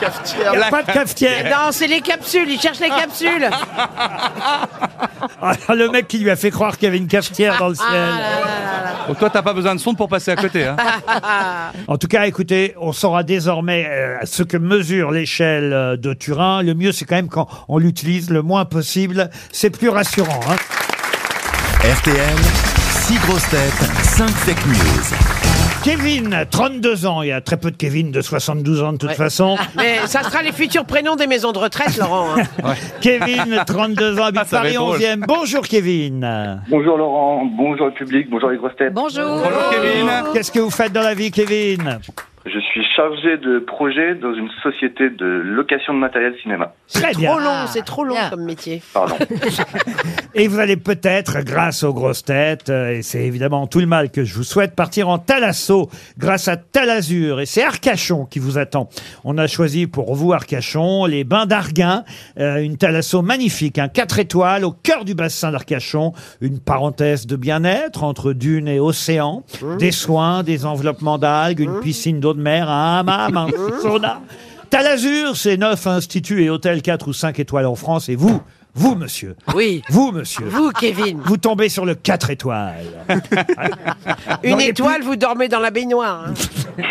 Speaker 3: cafetière.
Speaker 2: Il y a pas de cafetière.
Speaker 3: Non, c'est les capsules, il cherche les capsules.
Speaker 2: Ah, le mec qui lui a fait croire qu'il y avait une cafetière dans le
Speaker 4: Ah,
Speaker 2: ciel.
Speaker 6: Oh, toi, t'as pas besoin de sonde pour passer à côté. Hein.
Speaker 2: En tout cas, écoutez, on saura désormais euh, ce que mesure l'échelle euh, de Turin. Le mieux, c'est quand même quand on l'utilise le moins possible. C'est plus rassurant. hein.
Speaker 1: RTL, 6 grosses têtes, 5 fake news.
Speaker 2: Kevin, 32 ans. Il y a très peu de Kevin de 72 ans de toute
Speaker 3: Ouais.
Speaker 2: façon.
Speaker 3: Mais ça sera les futurs prénoms des maisons de retraite, Laurent. hein.
Speaker 2: Kevin, 32 ans, habite
Speaker 9: ça va
Speaker 2: Paris
Speaker 9: être drôle.
Speaker 2: 11e. Bonjour Kevin.
Speaker 9: Bonjour Laurent, bonjour le public, bonjour les grosses têtes.
Speaker 8: Bonjour.
Speaker 2: Qu'est-ce que vous faites dans la vie, Kevin
Speaker 9: Je suis chargé de projet dans une société de location de matériel cinéma.
Speaker 2: Très
Speaker 3: Trop long, c'est trop long comme métier.
Speaker 9: Pardon.
Speaker 2: Et vous allez peut-être, grâce aux grosses têtes, euh, et c'est évidemment tout le mal que je vous souhaite, partir en Talasso grâce à Talazur. Et c'est Arcachon qui vous attend. On a choisi pour vous, Arcachon, les bains d'Arguin, euh, une Talasso magnifique, un 4 étoiles au cœur du bassin d'Arcachon, une parenthèse de bien-être entre dunes et océan, des soins, des enveloppements d'algues, une piscine d'eau de mer, un hammam, un sauna. Talazur, c'est neuf instituts et hôtels 4 ou 5 étoiles en France. Et vous, vous, monsieur.
Speaker 3: Oui.
Speaker 2: Vous, monsieur.
Speaker 3: Vous, Kevin.
Speaker 2: Vous tombez sur le 4 étoiles.
Speaker 3: Une
Speaker 2: N'auriez
Speaker 3: étoile, vous dormez dans la baignoire. hein.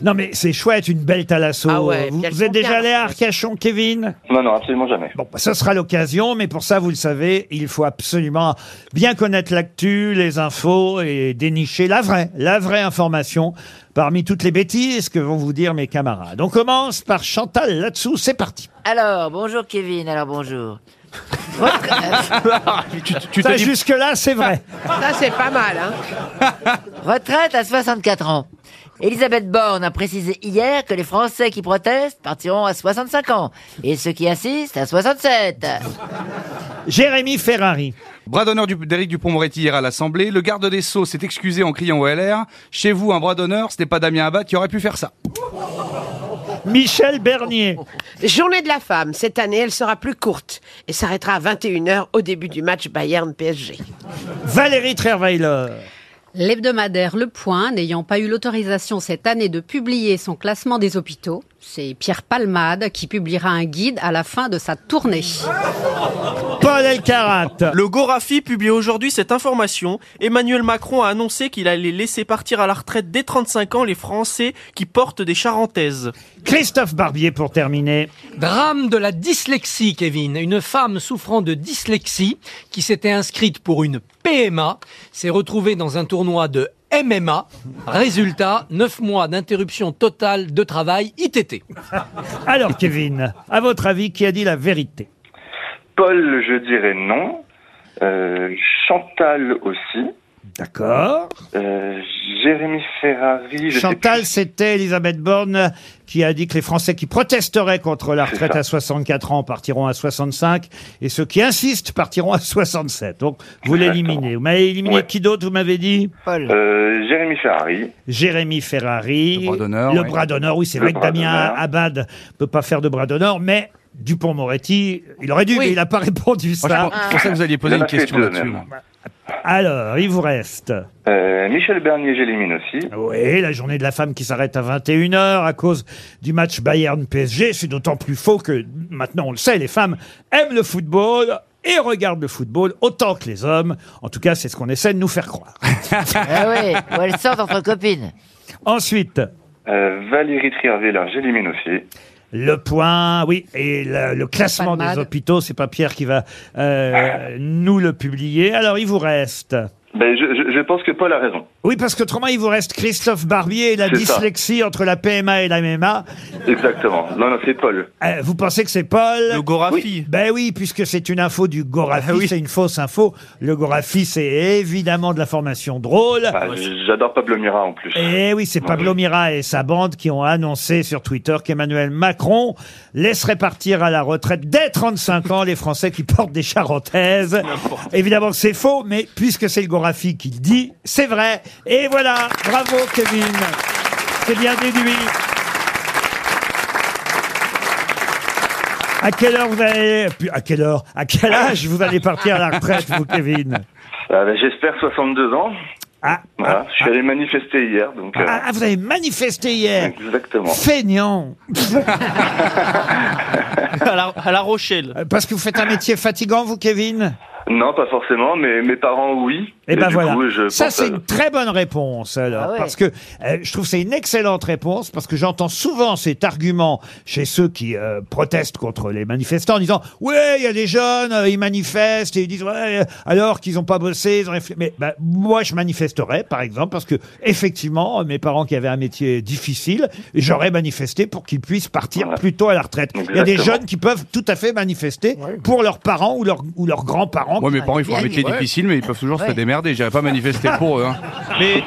Speaker 2: Non, mais c'est chouette, une belle thalasso.
Speaker 3: Ah ouais,
Speaker 2: vous
Speaker 3: puis elles
Speaker 2: vous êtes
Speaker 3: sont
Speaker 2: déjà
Speaker 3: bien,
Speaker 2: allé à Arcachon, Kevin
Speaker 9: Non, non, absolument jamais.
Speaker 2: Bon, bah, ça sera l'occasion, mais pour ça, vous le savez, il faut absolument bien connaître l'actu, les infos et dénicher la vraie, la vraie information parmi toutes les bêtises que vont vous dire mes camarades. On commence par Chantal là-dessous, c'est parti.
Speaker 4: Alors, bonjour Kevin, alors bonjour.
Speaker 2: Ça, Jusque-là, c'est vrai.
Speaker 3: Ça, c'est pas mal. Hein.
Speaker 4: Retraite à 64 ans. Elisabeth Borne a précisé hier que les Français qui protestent partiront à 65 ans et ceux qui insistent à 67.
Speaker 2: Jérémy Ferrari.
Speaker 6: Bras d'honneur du- d'Éric Dupont-Moretti hier à l'Assemblée. Le garde des Sceaux s'est excusé en criant au LR. Chez vous, un bras d'honneur, ce n'est pas Damien Abad qui aurait pu faire ça.
Speaker 2: Michel Bernier.
Speaker 3: Journée de la femme. Cette année, elle sera plus courte et s'arrêtera à 21h au début du match Bayern-PSG.
Speaker 2: Valérie Trierweiler.
Speaker 8: L'hebdomadaire Le Point, n'ayant pas eu l'autorisation cette année de publier son classement des hôpitaux, c'est Pierre Palmade qui publiera un guide à la fin de sa tournée.
Speaker 2: Paul Elkarat.
Speaker 5: Le Gorafi publie aujourd'hui cette information. Emmanuel Macron a annoncé qu'il allait laisser partir à la retraite dès 35 ans les Français qui portent des charentaises.
Speaker 2: Christophe Barbier pour terminer.
Speaker 7: Drame de la dyslexie, Kevin. Une femme souffrant de dyslexie qui s'était inscrite pour une PMA s'est retrouvée dans un tournoi de MMA. Résultat, 9 mois d'interruption totale de travail ITT.
Speaker 2: Alors, Kevin, à votre avis, qui a dit la vérité
Speaker 9: Paul, je dirais non. Euh, Chantal aussi.
Speaker 2: D'accord.
Speaker 9: Euh, Jérémy Ferrari. Je
Speaker 2: Chantal, c'était Elisabeth Borne qui a dit que les Français qui protesteraient contre la retraite
Speaker 9: ça.
Speaker 2: à 64 ans partiront à 65 et ceux qui insistent partiront à 67. Donc, vous l'éliminez. Vous m'avez éliminé qui d'autre, vous m'avez dit
Speaker 9: sais- euh, Jérémy Ferrari.
Speaker 2: Jérémy Ferrari. Le bras
Speaker 6: d'honneur,
Speaker 2: Le
Speaker 6: oui.
Speaker 2: bras d'honneur, oui, c'est
Speaker 9: Le
Speaker 2: vrai que
Speaker 9: bras
Speaker 2: Damien
Speaker 9: d'honneur.
Speaker 2: Abad peut pas faire de bras d'honneur, mais Dupont-Moretti, il aurait dû,
Speaker 6: Oui.
Speaker 2: mais il n'a pas répondu
Speaker 6: Moi, je
Speaker 2: ça.
Speaker 6: pense- je pensais que vous alliez poser
Speaker 9: Il en a
Speaker 6: une
Speaker 9: fait
Speaker 6: question
Speaker 9: deux,
Speaker 6: là-dessus.
Speaker 9: même.
Speaker 2: Alors, il vous reste.
Speaker 9: Euh, Michel Bernier, j'élimine aussi.
Speaker 2: Oui, la journée de la femme qui s'arrête à 21h à cause du match Bayern-PSG, c'est d'autant plus faux que maintenant on le sait, les femmes aiment le football et regardent le football autant que les hommes. En tout cas, c'est ce qu'on essaie de nous faire croire.
Speaker 4: Ah oui, ou elles sortent entre copines.
Speaker 2: Ensuite,
Speaker 9: Euh, Valérie Trierweiler, j'élimine aussi.
Speaker 2: le point, oui, et le, le classement
Speaker 8: Palmade.
Speaker 2: des hôpitaux, c'est pas Pierre qui va euh, nous le publier. Alors, il vous reste
Speaker 9: Ben, je, je- je pense que Paul a raison.
Speaker 2: Oui, parce qu'autrement, il vous reste Christophe Barbier et la
Speaker 9: C'est ça.
Speaker 2: dyslexie entre la PMA et la MMA.
Speaker 9: Exactement. Non, non, c'est Paul.
Speaker 2: Euh, vous pensez que c'est Paul Le
Speaker 9: Gorafi. Ah
Speaker 2: Ben oui, puisque c'est une info du Gorafi, c'est une fausse info. Le Gorafi, c'est évidemment de la formation drôle.
Speaker 9: Ah, J'adore Pablo Mira en plus.
Speaker 2: Et Eh oui, c'est Pablo Mira et sa bande qui ont annoncé sur Twitter qu'Emmanuel Macron laisserait partir à la retraite dès 35 ans les Français qui portent des charentaises. Évidemment que c'est faux, mais puisque c'est le Gorafi qui le dit, c'est vrai. Et voilà, bravo Kevin. C'est bien déduit. À quelle heure vous allez... puis À quelle heure À quel âge vous allez partir à la retraite, vous, Kevin
Speaker 9: Ah, ben, J'espère 62 ans. voilà. je suis allé manifester hier, donc. euh,
Speaker 2: ah, ah, vous avez manifesté hier
Speaker 9: Exactement.
Speaker 2: Feignant
Speaker 5: à, la, à La Rochelle.
Speaker 2: Euh, Parce que vous faites un métier fatigant, vous, Kevin
Speaker 9: Non, pas forcément, mais mes parents, oui.
Speaker 2: Eh ben
Speaker 9: du
Speaker 2: voilà.
Speaker 9: coup, je
Speaker 2: Ça,
Speaker 9: pense
Speaker 2: c'est
Speaker 9: à-
Speaker 2: une très bonne réponse, alors.
Speaker 9: Ah ouais.
Speaker 2: Parce que euh, je trouve que c'est une excellente réponse, parce que j'entends souvent cet argument chez ceux qui euh, protestent contre les manifestants en disant Ouais, il y a des jeunes, euh, ils manifestent, et ils disent Ouais, euh, alors qu'ils n'ont pas bossé, ils ont réfléchi. Mais bah, moi, je manifesterais, par exemple, parce que, effectivement, euh, mes parents qui avaient un métier difficile, j'aurais manifesté pour qu'ils puissent partir plus tôt à la retraite. Il y a des
Speaker 6: Exactement.
Speaker 2: jeunes qui peuvent tout à fait manifester pour leurs parents ou leurs, ou leurs grands-parents.
Speaker 6: Ouais, mes parents, ils font un métier difficile, mais ils peuvent toujours se
Speaker 2: Ouais.
Speaker 6: démerder. J'irai pas manifester pour eux. hein.
Speaker 2: Mais-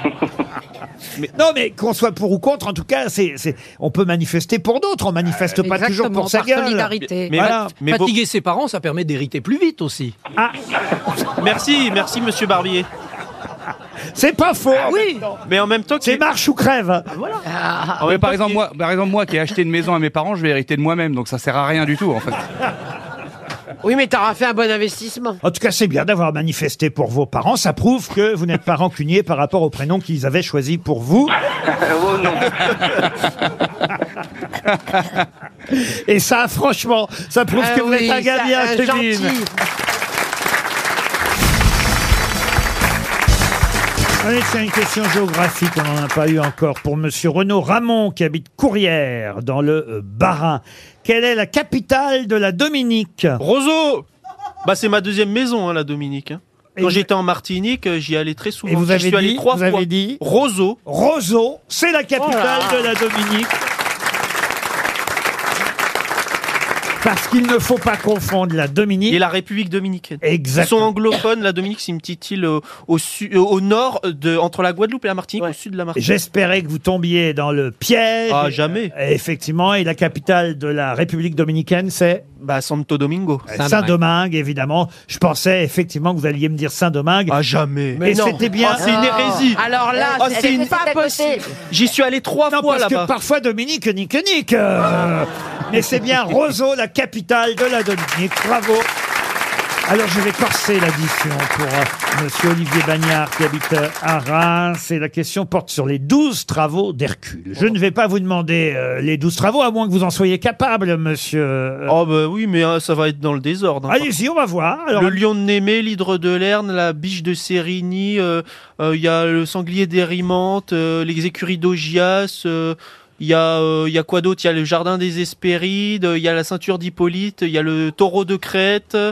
Speaker 2: Non, mais qu'on soit pour ou contre, en tout cas, c'est, c'est- on peut manifester pour d'autres. On
Speaker 13: Euh,
Speaker 2: manifeste pas toujours pour sa gueule.
Speaker 7: Mais,
Speaker 2: Voilà.
Speaker 7: mais fatiguer ses parents, ça permet d'hériter plus vite aussi.
Speaker 2: Ah.
Speaker 5: Merci, merci Monsieur Barbier.
Speaker 2: C'est pas faux.
Speaker 5: Ah Oui. Mais en même temps,
Speaker 2: c'est marche ou crève.
Speaker 5: Voilà.
Speaker 7: Ah.
Speaker 6: Ouais, Ah, par, exemple, moi, par exemple, moi qui ai acheté une maison à mes parents, je vais hériter de moi-même, donc ça sert à rien du tout en fait.
Speaker 3: Oui, mais t'auras fait un bon investissement.
Speaker 2: En tout cas, c'est bien d'avoir manifesté pour vos parents. Ça prouve que vous n'êtes pas rancunier par rapport au prénom qu'ils avaient choisi pour vous.
Speaker 9: oh non.
Speaker 3: Euh.
Speaker 2: Et ça, franchement, ça prouve
Speaker 13: Ah
Speaker 2: que vous
Speaker 13: oui,
Speaker 2: êtes un gars
Speaker 13: ça,
Speaker 2: bien,
Speaker 13: un
Speaker 2: Kevin.
Speaker 13: gentil.
Speaker 2: Allez, c'est une question géographique, on n'en a pas eu encore. Pour Monsieur Renaud Ramon, qui habite Courrières, dans le euh, Bas-Rhin. Quelle est la capitale de la Dominique
Speaker 5: Roseau Bah c'est ma deuxième maison, hein, la Dominique. hein. Quand j'étais en Martinique, euh, j'y allais très souvent.
Speaker 2: Et vous
Speaker 5: J'y
Speaker 2: avez
Speaker 5: suis allé
Speaker 2: dit-
Speaker 5: trois
Speaker 2: vous
Speaker 5: fois.
Speaker 2: avez dit
Speaker 5: Roseau. Oh
Speaker 2: Roseau, c'est la capitale de la Dominique. Parce qu'il ne faut pas confondre la Dominique.
Speaker 5: Et la République dominicaine. Ils sont
Speaker 2: Exactement.
Speaker 5: anglophones. La Dominique, c'est une petite île euh, au, su- euh, au nord de entre la Guadeloupe et la Martinique, au sud de la Martinique.
Speaker 2: J'espérais que vous tombiez dans le piège.
Speaker 5: Ah, jamais.
Speaker 2: Et Effectivement, et la capitale de la République dominicaine, c'est
Speaker 5: Bah, Santo Domingo.
Speaker 2: Euh, Saint-Domingue, évidemment. Je pensais effectivement que vous alliez me dire Saint-Domingue.
Speaker 5: Ah, jamais.
Speaker 2: et c'était bien.
Speaker 5: Ah, c'est une
Speaker 13: Oh.
Speaker 5: hérésie.
Speaker 3: Alors là,
Speaker 11: Oh,
Speaker 5: Ah,
Speaker 3: c'est-
Speaker 5: c'est une-
Speaker 3: c'est pas possible.
Speaker 5: J'y suis allé trois
Speaker 2: Non,
Speaker 5: fois
Speaker 2: parce
Speaker 5: là-bas.
Speaker 2: que parfois Dominique nique nique. euh, mais c'est bien Roseau, la capitale de la Dominique. Bravo. Alors je vais corser l'addition pour euh, Monsieur Olivier Bagnard qui habite euh, à Reims. Et la question porte sur les 12 travaux d'Hercule. Je ne vais pas vous demander euh, les 12 travaux, à moins que vous en soyez capable, Monsieur. euh,
Speaker 5: Oh bah oui, mais euh, ça va être dans le désordre. hein.
Speaker 2: Allez-y, on va voir. Alors,
Speaker 5: le lion de Némé, l'hydre de Lerne, la biche de Sérigny, euh, euh, il y a le sanglier d'Hérimante, euh, les écuries d'Augias, euh, il y, a, euh, il y a quoi d'autre Il y a le jardin des Hespérides, euh, il y a la ceinture d'Hippolyte, il y a le taureau de Crète, euh,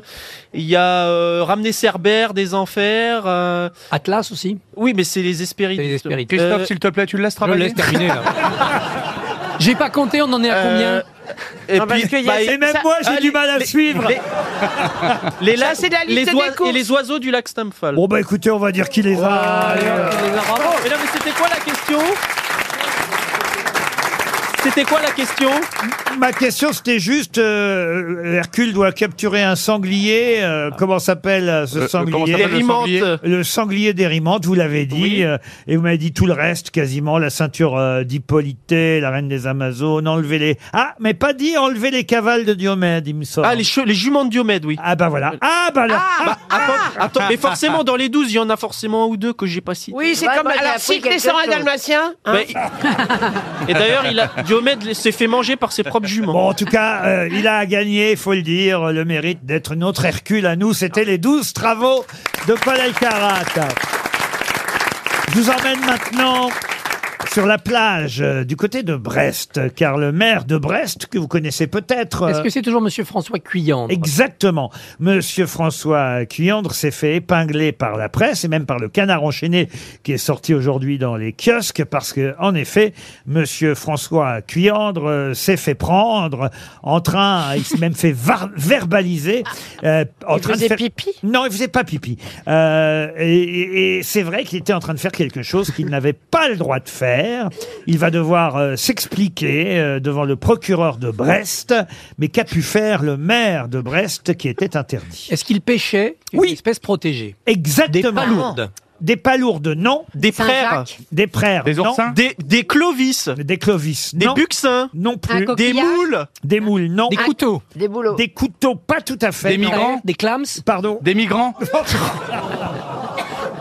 Speaker 5: il y a euh, ramener Cerbère des enfers. euh.
Speaker 7: Atlas aussi
Speaker 5: Oui, mais c'est les Hespérides. justement.
Speaker 6: Christophe,
Speaker 5: Euh,
Speaker 6: s'il te plaît, tu le laisses
Speaker 5: le
Speaker 6: travailler.
Speaker 5: laisse terminer, là.
Speaker 7: J'ai pas compté, on en est à combien
Speaker 5: Euh, et
Speaker 7: Non, parce
Speaker 5: puis-
Speaker 7: qu'il y a-
Speaker 5: bah,
Speaker 7: et même moi, j'ai
Speaker 5: ah,
Speaker 7: du
Speaker 5: les-
Speaker 7: mal à
Speaker 5: les-
Speaker 7: suivre.
Speaker 5: les- Les
Speaker 3: Ça,
Speaker 5: lacs-
Speaker 3: c'est la liste
Speaker 5: les
Speaker 3: des
Speaker 5: oise-
Speaker 3: courses.
Speaker 5: et les oiseaux du lac Stamford.
Speaker 2: Bon bah écoutez, on va dire qu'il les a. Allez, euh,
Speaker 5: Mais non, mais c'était quoi la question C'était quoi la question
Speaker 2: Ma question, c'était juste euh, Hercule doit capturer un sanglier. euh, comment s'appelle euh, ce
Speaker 5: Euh, euh, comment s'appelle
Speaker 2: sanglier
Speaker 5: le D'Hérimante. sanglier
Speaker 2: Le sanglier d'Hérimante, vous l'avez dit. euh, et vous m'avez dit tout le reste, quasiment. La ceinture euh, d'Hippolyte, la reine des Amazones, enlever les... Ah, mais pas dit enlever les cavales de Diomède, il me semble.
Speaker 5: Ah, les, che- les juments de Diomède, oui.
Speaker 2: Ah bah voilà. Ah bah là
Speaker 5: Bah, attends, attends, mais forcément, dans les 12, il y en a forcément un ou deux que j'ai pas cités.
Speaker 3: Oui, c'est comme. Alors, si que les serins dalmatiens. hein.
Speaker 5: Bah, il- Et d'ailleurs, il a- Diomède s'est fait manger par ses propres juments.
Speaker 2: Bon, en tout cas, euh, il a gagné, il faut le dire, le mérite d'être notre Hercule à nous. C'était les 12 travaux de Paul Alcarat. Je vous emmène maintenant sur la plage euh, du côté de Brest, car le maire de Brest, que vous connaissez peut-être... euh,
Speaker 7: Est-ce que c'est toujours Monsieur François Cuyandre
Speaker 2: Exactement. Monsieur François Cuyandre s'est fait épingler par la presse et même par le canard enchaîné qui est sorti aujourd'hui dans les kiosques parce que, en effet, Monsieur François Cuyandre euh, s'est fait prendre en train, il s'est même fait var- verbaliser. euh, en
Speaker 3: Il
Speaker 2: train
Speaker 3: faisait
Speaker 2: de faire... pipi Non, il faisait pas pipi. Euh, et et- et c'est vrai qu'il était en train de faire quelque chose qu'il n'avait pas le droit de faire. Il va devoir euh, s'expliquer euh, devant le procureur de Brest, mais qu'a pu faire le maire de Brest qui était interdit
Speaker 7: Est-ce qu'il pêchait une espèce protégée
Speaker 2: Exactement.
Speaker 7: Des palourdes.
Speaker 2: Des palourdes, non. Des
Speaker 7: Saint-Jacques.
Speaker 2: prères. Des prères.
Speaker 7: Des
Speaker 2: non.
Speaker 7: oursins
Speaker 2: Des, clovis. Des clovis.
Speaker 5: Des buccins.
Speaker 2: Non
Speaker 5: Un
Speaker 2: plus.
Speaker 5: coquillage. Des moules.
Speaker 2: Des moules, non.
Speaker 7: Des couteaux.
Speaker 4: Des boulots.
Speaker 2: Des couteaux, pas tout à fait.
Speaker 7: Des
Speaker 2: non.
Speaker 7: migrants Des clams
Speaker 2: Pardon.
Speaker 6: Des migrants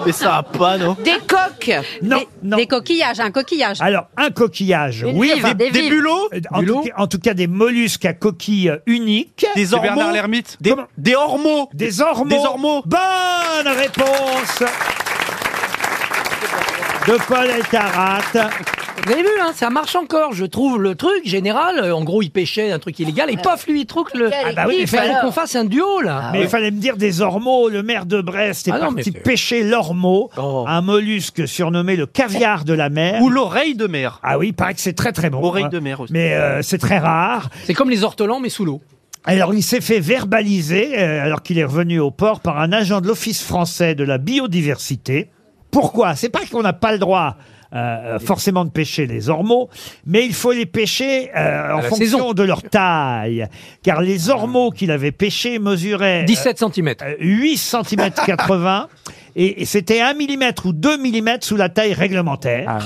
Speaker 5: Mais ça a pas, non
Speaker 8: Des coques
Speaker 2: Non, Ah,
Speaker 8: Des coquillages, un coquillage.
Speaker 2: Alors, un coquillage,
Speaker 8: Une
Speaker 2: oui.
Speaker 8: vive, Des- des des vives. bulots
Speaker 2: Euh, en, tout cas, en tout cas, des mollusques à coquille euh, unique.
Speaker 5: Des Des ormeaux Bernard Lhermitte.
Speaker 2: Des, des ormeaux. Des ormeaux.
Speaker 5: Des ormeaux.
Speaker 2: Bonne réponse de Paul Elkarat.
Speaker 7: Vous avez vu, hein, ça marche encore. Je trouve le truc général. euh, En gros, il pêchait un truc illégal et pof, lui, il trouve le.
Speaker 2: Ah bah oui, mais Ah
Speaker 7: il fallait
Speaker 2: alors.
Speaker 7: qu'on fasse un duo, là.
Speaker 2: mais il fallait me dire des ormeaux. Le maire de Brest est
Speaker 7: Ah non, mais
Speaker 2: parti
Speaker 7: c'est- Oh.
Speaker 2: pêcher l'ormeau, un mollusque surnommé le caviar de la mer.
Speaker 5: Ou l'oreille de mer.
Speaker 2: Ah oui, il paraît que c'est très très bon.
Speaker 5: Oreille
Speaker 2: hein.
Speaker 5: de mer aussi.
Speaker 2: Mais euh, c'est très rare.
Speaker 7: C'est comme les ortolans, mais sous l'eau.
Speaker 2: Alors, il s'est fait verbaliser, euh, alors qu'il est revenu au port, par un agent de l'Office français de la biodiversité. Pourquoi C'est pas qu'on n'a pas le droit euh, forcément de pêcher les ormeaux, mais il faut les pêcher euh, en
Speaker 7: la
Speaker 2: fonction
Speaker 7: saison.
Speaker 2: de leur taille. Car les ormeaux qu'il avait pêchés mesuraient... euh,
Speaker 7: 17 cm.
Speaker 2: 8 cm 80 et et c'était 1 mm ou 2 mm sous la taille réglementaire.
Speaker 6: Ah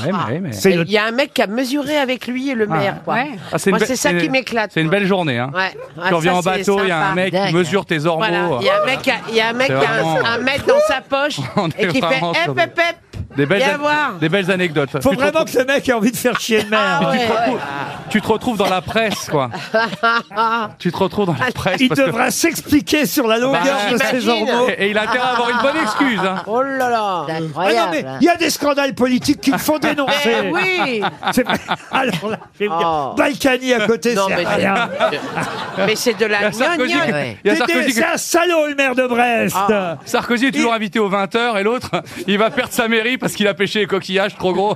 Speaker 2: C'est le
Speaker 3: Il y a un mec qui a mesuré avec lui et le
Speaker 2: Ah.
Speaker 3: maire. quoi.
Speaker 2: Ouais.
Speaker 6: Ah, c'est une
Speaker 3: Moi,
Speaker 6: belle-
Speaker 3: c'est ça
Speaker 6: c'est-
Speaker 3: qui m'éclate.
Speaker 6: C'est une
Speaker 3: quoi.
Speaker 6: belle journée. Hein.
Speaker 3: Ouais. Ah,
Speaker 6: tu reviens
Speaker 3: ça,
Speaker 6: en
Speaker 3: c'est
Speaker 6: bateau, il y a
Speaker 3: sympa.
Speaker 6: un mec
Speaker 3: Dingue,
Speaker 6: qui mesure tes ormeaux. euh,
Speaker 3: Voilà. Il y a un mec qui a, il y a, un mec qui a un-
Speaker 6: C'est
Speaker 3: un
Speaker 6: vraiment-
Speaker 3: mètre dans sa poche
Speaker 6: On est
Speaker 3: et qui fait
Speaker 6: vraiment sur
Speaker 3: hep,
Speaker 6: des-
Speaker 3: hep, hep.
Speaker 6: Des belles,
Speaker 3: Viens
Speaker 6: an-
Speaker 3: voir. Ah,
Speaker 6: des belles anecdotes.
Speaker 2: Faut
Speaker 6: Tu te
Speaker 2: vraiment
Speaker 6: retrouves-
Speaker 2: que le mec ait envie de faire chier le maire.
Speaker 6: tu, te retrouves, tu te retrouves dans la presse, quoi. Tu te retrouves dans
Speaker 3: Ah,
Speaker 6: la presse.
Speaker 2: Il
Speaker 6: parce que-
Speaker 2: devra s'expliquer sur la longueur
Speaker 6: Bah,
Speaker 2: de ses
Speaker 6: j'imagine.
Speaker 2: ormeaux.
Speaker 6: Et- et il a intérêt à avoir une bonne excuse, hein.
Speaker 3: Oh là là.
Speaker 2: Ah non, mais
Speaker 3: hein.
Speaker 2: il y a des scandales politiques qu'il faut dénoncer.
Speaker 3: Eh oui.
Speaker 2: C'est vrai. Alors là, je vais vous dire,
Speaker 3: Oh.
Speaker 2: Balkany à côté,
Speaker 3: Non,
Speaker 2: c'est
Speaker 3: mais c'est-
Speaker 2: rien.
Speaker 3: Mais c'est de
Speaker 6: Il y
Speaker 3: la
Speaker 6: a Sarkozy-
Speaker 3: gnognotte.
Speaker 6: il y a
Speaker 2: C'est
Speaker 6: Sarkozy
Speaker 2: des-
Speaker 6: qui-
Speaker 2: C'est un salaud, le maire de Brest.
Speaker 6: Ah. Sarkozy est toujours invité aux 20h et l'autre, il va perdre sa mairie parce qu'il a pêché les coquillages trop gros.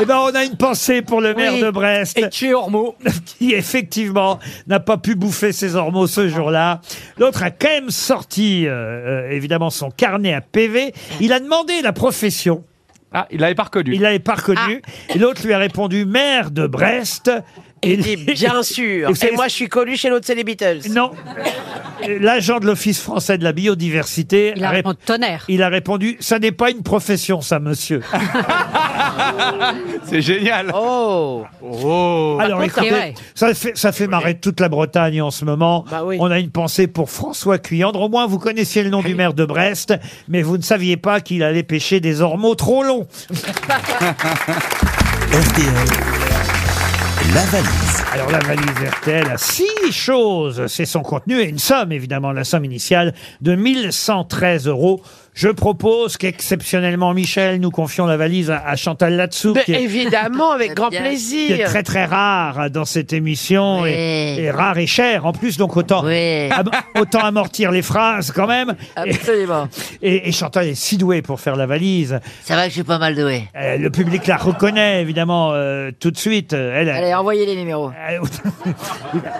Speaker 2: Eh ben, on a une pensée pour le maire
Speaker 7: Oui.
Speaker 2: de Brest.
Speaker 7: Et chez Ormeaux.
Speaker 2: qui effectivement n'a pas pu bouffer ses ormeaux ce jour-là. L'autre a quand même sorti, euh, euh, évidemment, son carnet à PV. Il a demandé la profession.
Speaker 6: Ah, il l'avait pas reconnu.
Speaker 2: Il l'avait pas reconnu. Et l'autre lui a répondu maire de Brest. Et
Speaker 3: Il dit, Eh bien sûr.
Speaker 2: Et vous
Speaker 3: Et,
Speaker 2: savez-
Speaker 3: moi, je suis connu chez l'autre, c'est les Beatles.
Speaker 2: Non. L'agent de l'Office français de la biodiversité.
Speaker 8: Il a
Speaker 2: rép-
Speaker 8: répondu tonnerre.
Speaker 2: Il a répondu ça n'est pas une profession, ça, monsieur.
Speaker 6: C'est génial.
Speaker 3: Oh.
Speaker 2: Alors
Speaker 3: Par contre,
Speaker 2: écoutez,
Speaker 3: c'est vrai. Bah
Speaker 2: ça fait, ça fait marrer toute la Bretagne en ce moment. On a une pensée pour François Cuyandre. Au moins, vous connaissiez le nom du maire de Brest, mais vous ne saviez pas qu'il allait pêcher des ormeaux trop longs.
Speaker 1: La valise.
Speaker 2: Alors la valise RTL a six choses. C'est son contenu et une somme, évidemment, la somme initiale de 1113 euros. Je propose qu'exceptionnellement, Michel, nous confions la valise à, à Chantal Latsou.
Speaker 3: Mais
Speaker 2: qui est-
Speaker 3: Évidemment, avec grand
Speaker 2: Bien.
Speaker 3: plaisir.
Speaker 2: qui est très très rare dans cette émission et, et rare et cher en plus donc autant am- autant amortir les phrases quand même
Speaker 4: Absolument.
Speaker 2: et, et Chantal est si douée pour faire la valise
Speaker 4: C'est vrai que je suis pas mal doué.
Speaker 2: Euh, le public la reconnaît évidemment euh, tout de suite Euh, elle
Speaker 4: Allez, envoyez les numéros.
Speaker 2: Euh,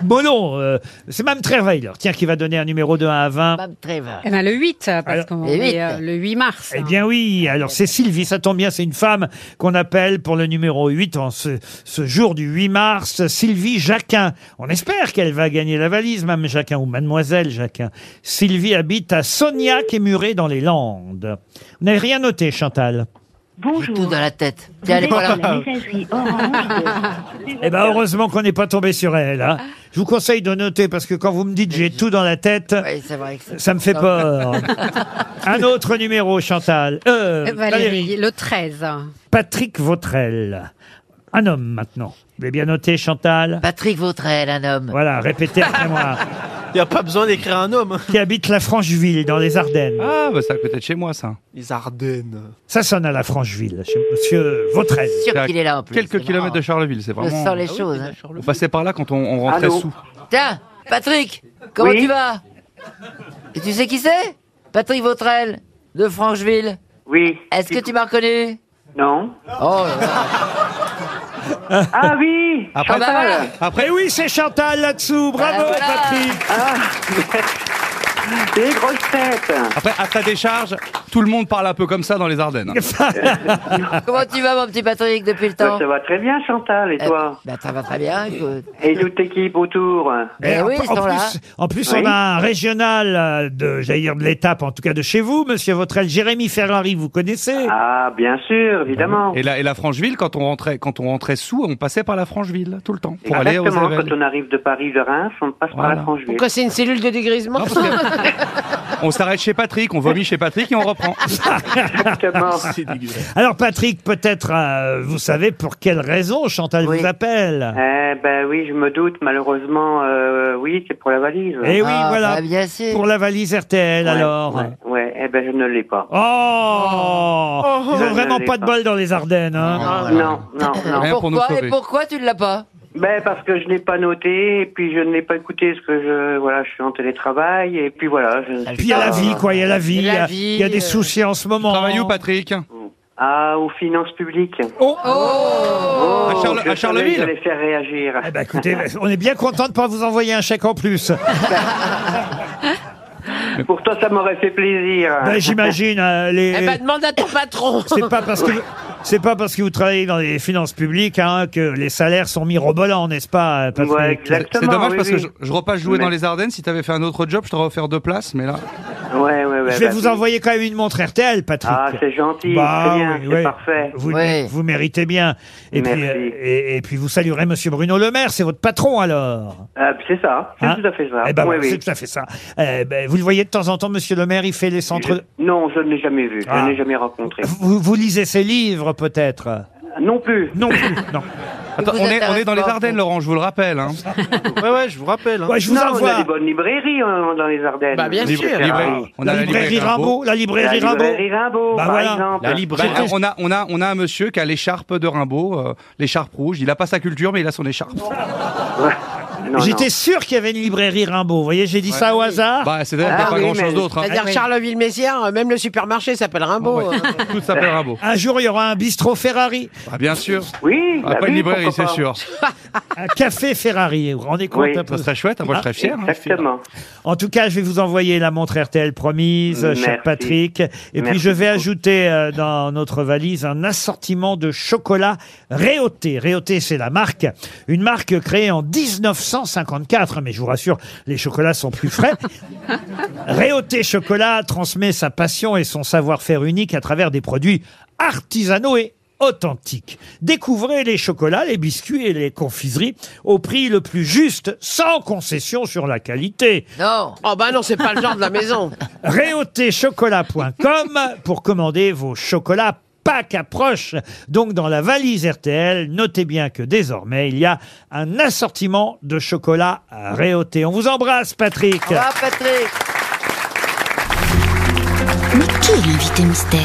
Speaker 2: Molon euh, c'est Mme Trevailer tiens qui va donner un numéro de 1 à 20
Speaker 4: Bah, Trevor.
Speaker 8: Eh ben, le 8, parce
Speaker 2: Alors-
Speaker 8: qu'on
Speaker 2: Bah, Le
Speaker 8: est
Speaker 2: 8.
Speaker 8: euh, le 8 mars.
Speaker 2: Eh bien oui, alors c'est Sylvie, ça tombe bien, c'est une femme qu'on appelle pour le numéro 8 en ce, ce jour du 8 mars, Sylvie Jacquin. On espère qu'elle va gagner la valise, Mme Jacquin, ou Mademoiselle Jacquin. Sylvie habite à Sognac et Muret dans les Landes. Vous n'avez rien noté, Chantal
Speaker 4: Bonjour. Tout dans la tête.
Speaker 2: Vous êtes sur la Eh ben heureusement qu'on n'est pas tombé sur elle. hein. Je vous conseille de noter parce que quand vous me dites j'ai tout dans la tête,
Speaker 4: c'est vrai que c'est-
Speaker 2: ça me fait
Speaker 4: Non.
Speaker 2: peur. Un autre numéro, Chantal. Euh,
Speaker 4: Eh ben,
Speaker 8: Euh, Valérie, le 13.
Speaker 2: Patrick Vautrel. Un homme maintenant. Vous l'avez bien noté, Chantal
Speaker 4: Patrick Vautrel, un homme.
Speaker 2: Voilà, répétez après moi.
Speaker 5: Il n'y a pas besoin d'écrire un homme. hein.
Speaker 2: qui habite la Francheville, dans les Ardennes.
Speaker 6: Ah, bah, ça peut-être chez moi, ça.
Speaker 5: Les Ardennes.
Speaker 2: Ça sonne à la Francheville, chez Monsieur Vautrel.
Speaker 4: Sûr qu'il est là, en plus,
Speaker 6: Quelques
Speaker 4: c'est
Speaker 6: kilomètres
Speaker 4: marrant.
Speaker 6: de Charleville, c'est
Speaker 4: Je
Speaker 6: vraiment.
Speaker 4: sens les Ah oui, choses, il est à hein.
Speaker 6: On passait par là quand on, on rentrait
Speaker 4: Allô
Speaker 6: sous.
Speaker 4: Tiens, Patrick, comment
Speaker 6: Oui
Speaker 4: tu vas Et tu sais qui c'est Patrick Vautrel, de Francheville.
Speaker 15: Oui.
Speaker 4: Est-ce que tu m'as reconnu
Speaker 15: Non.
Speaker 4: Oh là là.
Speaker 15: Ah oui
Speaker 2: Après,
Speaker 4: Ah bah voilà.
Speaker 2: Après Eh oui, c'est Chantal là-dessous. Bravo,
Speaker 15: Ah, voilà.
Speaker 2: Patrick.
Speaker 15: Les grosses têtes
Speaker 6: Après, à ta décharge, tout le monde parle un peu comme ça dans les Ardennes. hein.
Speaker 4: Comment tu vas, mon petit Patrick, depuis le temps
Speaker 15: Ça va très bien, Chantal, et
Speaker 4: Eh,
Speaker 15: toi
Speaker 4: bah, Ça va très bien, écoute.
Speaker 15: Et toute l'équipe autour
Speaker 2: Et Eh, en- en, plus, en plus,
Speaker 15: Oui.
Speaker 2: on a un régional euh, de, j'allais dire de l'étape, en tout cas de chez vous, Monsieur Vautrel, Jérémy Ferrari, vous connaissez
Speaker 15: Ah, bien sûr, évidemment.
Speaker 6: Et la, et la Francheville, quand on rentrait, quand on rentrait sous, on passait par la Francheville tout le temps pour aller aux
Speaker 15: Exactement, quand
Speaker 6: Avelles.
Speaker 15: on arrive de Paris, de Reims, on passe par la Francheville.
Speaker 3: Pourquoi c'est une cellule de dégrisement
Speaker 6: On s'arrête chez Patrick, on vomit chez Patrick et on reprend.
Speaker 2: Ah, Alors Patrick, peut-être euh, vous savez pour quelle raison Chantal vous appelle.
Speaker 15: Eh ben oui, je me doute, malheureusement, euh, oui, c'est pour la valise.
Speaker 2: Et Eh oui, voilà. Pour la valise RTL,
Speaker 15: ben. Ouais,
Speaker 2: alors.
Speaker 15: Ouais, ouais, eh ben je ne l'ai pas.
Speaker 2: Oh,
Speaker 15: Oh.
Speaker 2: Ils
Speaker 15: Je
Speaker 2: ont
Speaker 15: ne
Speaker 2: vraiment
Speaker 15: l'ai
Speaker 2: pas de
Speaker 15: pas.
Speaker 2: bol dans les Ardennes. Hein
Speaker 15: Non, non, non.
Speaker 4: pourquoi, et pourquoi tu ne l'as pas
Speaker 15: Ben parce que je n'ai pas noté et puis je ne l'ai pas écouté parce que je voilà je suis en télétravail et puis voilà. Je ne suis
Speaker 2: Puis il y a
Speaker 15: pas-
Speaker 2: la vie, quoi. Il y a la vie. Il y a, il y a des
Speaker 15: euh.
Speaker 2: soucis en ce moment.
Speaker 6: Travaille où, Patrick
Speaker 15: Ah aux finances publiques.
Speaker 2: Oh,
Speaker 15: à,
Speaker 6: Charle- à Charleville
Speaker 15: Je les faire réagir.
Speaker 2: Eh ben écoutez, on est bien content de pas vous envoyer un chèque en plus.
Speaker 15: Pour toi ça m'aurait fait plaisir.
Speaker 2: Ben, J'imagine euh, les.
Speaker 3: Eh ben, demande à ton patron.
Speaker 2: C'est pas parce que c'est pas parce que vous travaillez dans les finances publiques hein, que les salaires sont mirobolants, n'est-ce pas, Patrick
Speaker 6: C'est dommage parce que je, je repasse jouer
Speaker 2: Mais-
Speaker 6: dans les Ardennes. Si t'avais fait un autre job, je t'aurais offert deux places, mais là.
Speaker 15: Ouais, ouais, ouais.
Speaker 2: Je vais
Speaker 6: bah,
Speaker 2: vous
Speaker 6: oui.
Speaker 2: envoyer quand même une montre RTL, Patrick. Bah
Speaker 15: Ah, c'est gentil, c'est bien, c'est parfait.
Speaker 2: Vous,
Speaker 15: Ouais.
Speaker 2: vous méritez bien. Et
Speaker 15: Merci.
Speaker 2: puis, euh, et, et puis vous saluerez Monsieur Bruno Le Maire, c'est votre patron alors.
Speaker 15: Ah, c'est ça, c'est
Speaker 2: Hein
Speaker 15: tout à fait ça.
Speaker 2: Eh ben,
Speaker 15: Oui,
Speaker 2: voilà,
Speaker 15: oui.
Speaker 2: c'est tout à fait ça. Eh ben, vous le voyez de temps en temps, Monsieur Le Maire, il fait les centres.
Speaker 15: Non, je ne l'ai jamais vu, je
Speaker 2: Ah.
Speaker 15: ne l'ai jamais rencontré.
Speaker 2: Vous, vous lisez ses livres peut-être.
Speaker 15: Non plus.
Speaker 2: Non plus. Non.
Speaker 6: Attends, on est, on est dans les Ardennes, Laurent, je vous le rappelle. hein.
Speaker 5: Ouais, ouais, je vous rappelle. hein.
Speaker 15: non, on a des bonnes librairies euh, dans les Ardennes.
Speaker 2: Ah,
Speaker 5: Bah, bien
Speaker 6: Libra- Libra- on a
Speaker 15: La librairie Rimbaud,
Speaker 2: Bah,
Speaker 15: par exemple.
Speaker 6: La librairie- Bah, on, a, on, a, on a un monsieur qui a l'écharpe de Rimbaud, euh, l'écharpe rouge. Il a pas sa culture, mais il a son écharpe. non.
Speaker 2: J'étais sûr qu'il y avait une librairie Rimbaud. Vous voyez, j'ai dit
Speaker 6: Ouais.
Speaker 2: ça au hasard.
Speaker 6: Bah, c'est vrai, il y a Ah pas oui, grand-chose mais- d'autre, hein.
Speaker 3: C'est-à-dire
Speaker 2: Ah oui.
Speaker 3: Charleville-Mézières, euh, même le supermarché s'appelle Rimbaud. hein.
Speaker 6: Ouais. Tout s'appelle Rimbaud.
Speaker 2: Un jour, il y aura un bistrot Ferrari,
Speaker 6: Ah, bien sûr.
Speaker 15: Oui,
Speaker 6: Ah, pas une librairie, c'est sûr.
Speaker 2: un café Ferrari. Vous vous rendez compte
Speaker 6: Oui.
Speaker 2: un peu
Speaker 6: Ça serait chouette, hein, moi, je serais fier, hein. Exactement.
Speaker 2: En tout cas, je vais vous envoyer la montre RTL promise,
Speaker 6: Merci.
Speaker 2: cher Patrick. Et puis,
Speaker 6: Merci
Speaker 2: je vais ajouter euh, dans notre valise un assortiment de chocolat Réauté. Réauté, c'est la marque. Une marque créée en 1954. Mais je vous rassure, les chocolats sont plus frais. Réauté Chocolat transmet sa passion et son savoir-faire unique à travers des produits artisanaux et authentiques. Découvrez les chocolats, les biscuits et les confiseries au prix le plus juste, sans concession sur la qualité.
Speaker 3: Non. Oh bah non, c'est pas le genre de la maison.
Speaker 2: Réautéchocolat.com pour commander vos chocolats Pâques approche. Donc dans la valise RTL, notez bien que désormais, il y a un assortiment de chocolats à Réauté. On vous embrasse, Patrick.
Speaker 4: Ah, Patrick
Speaker 10: Mais qui est l'invité mystère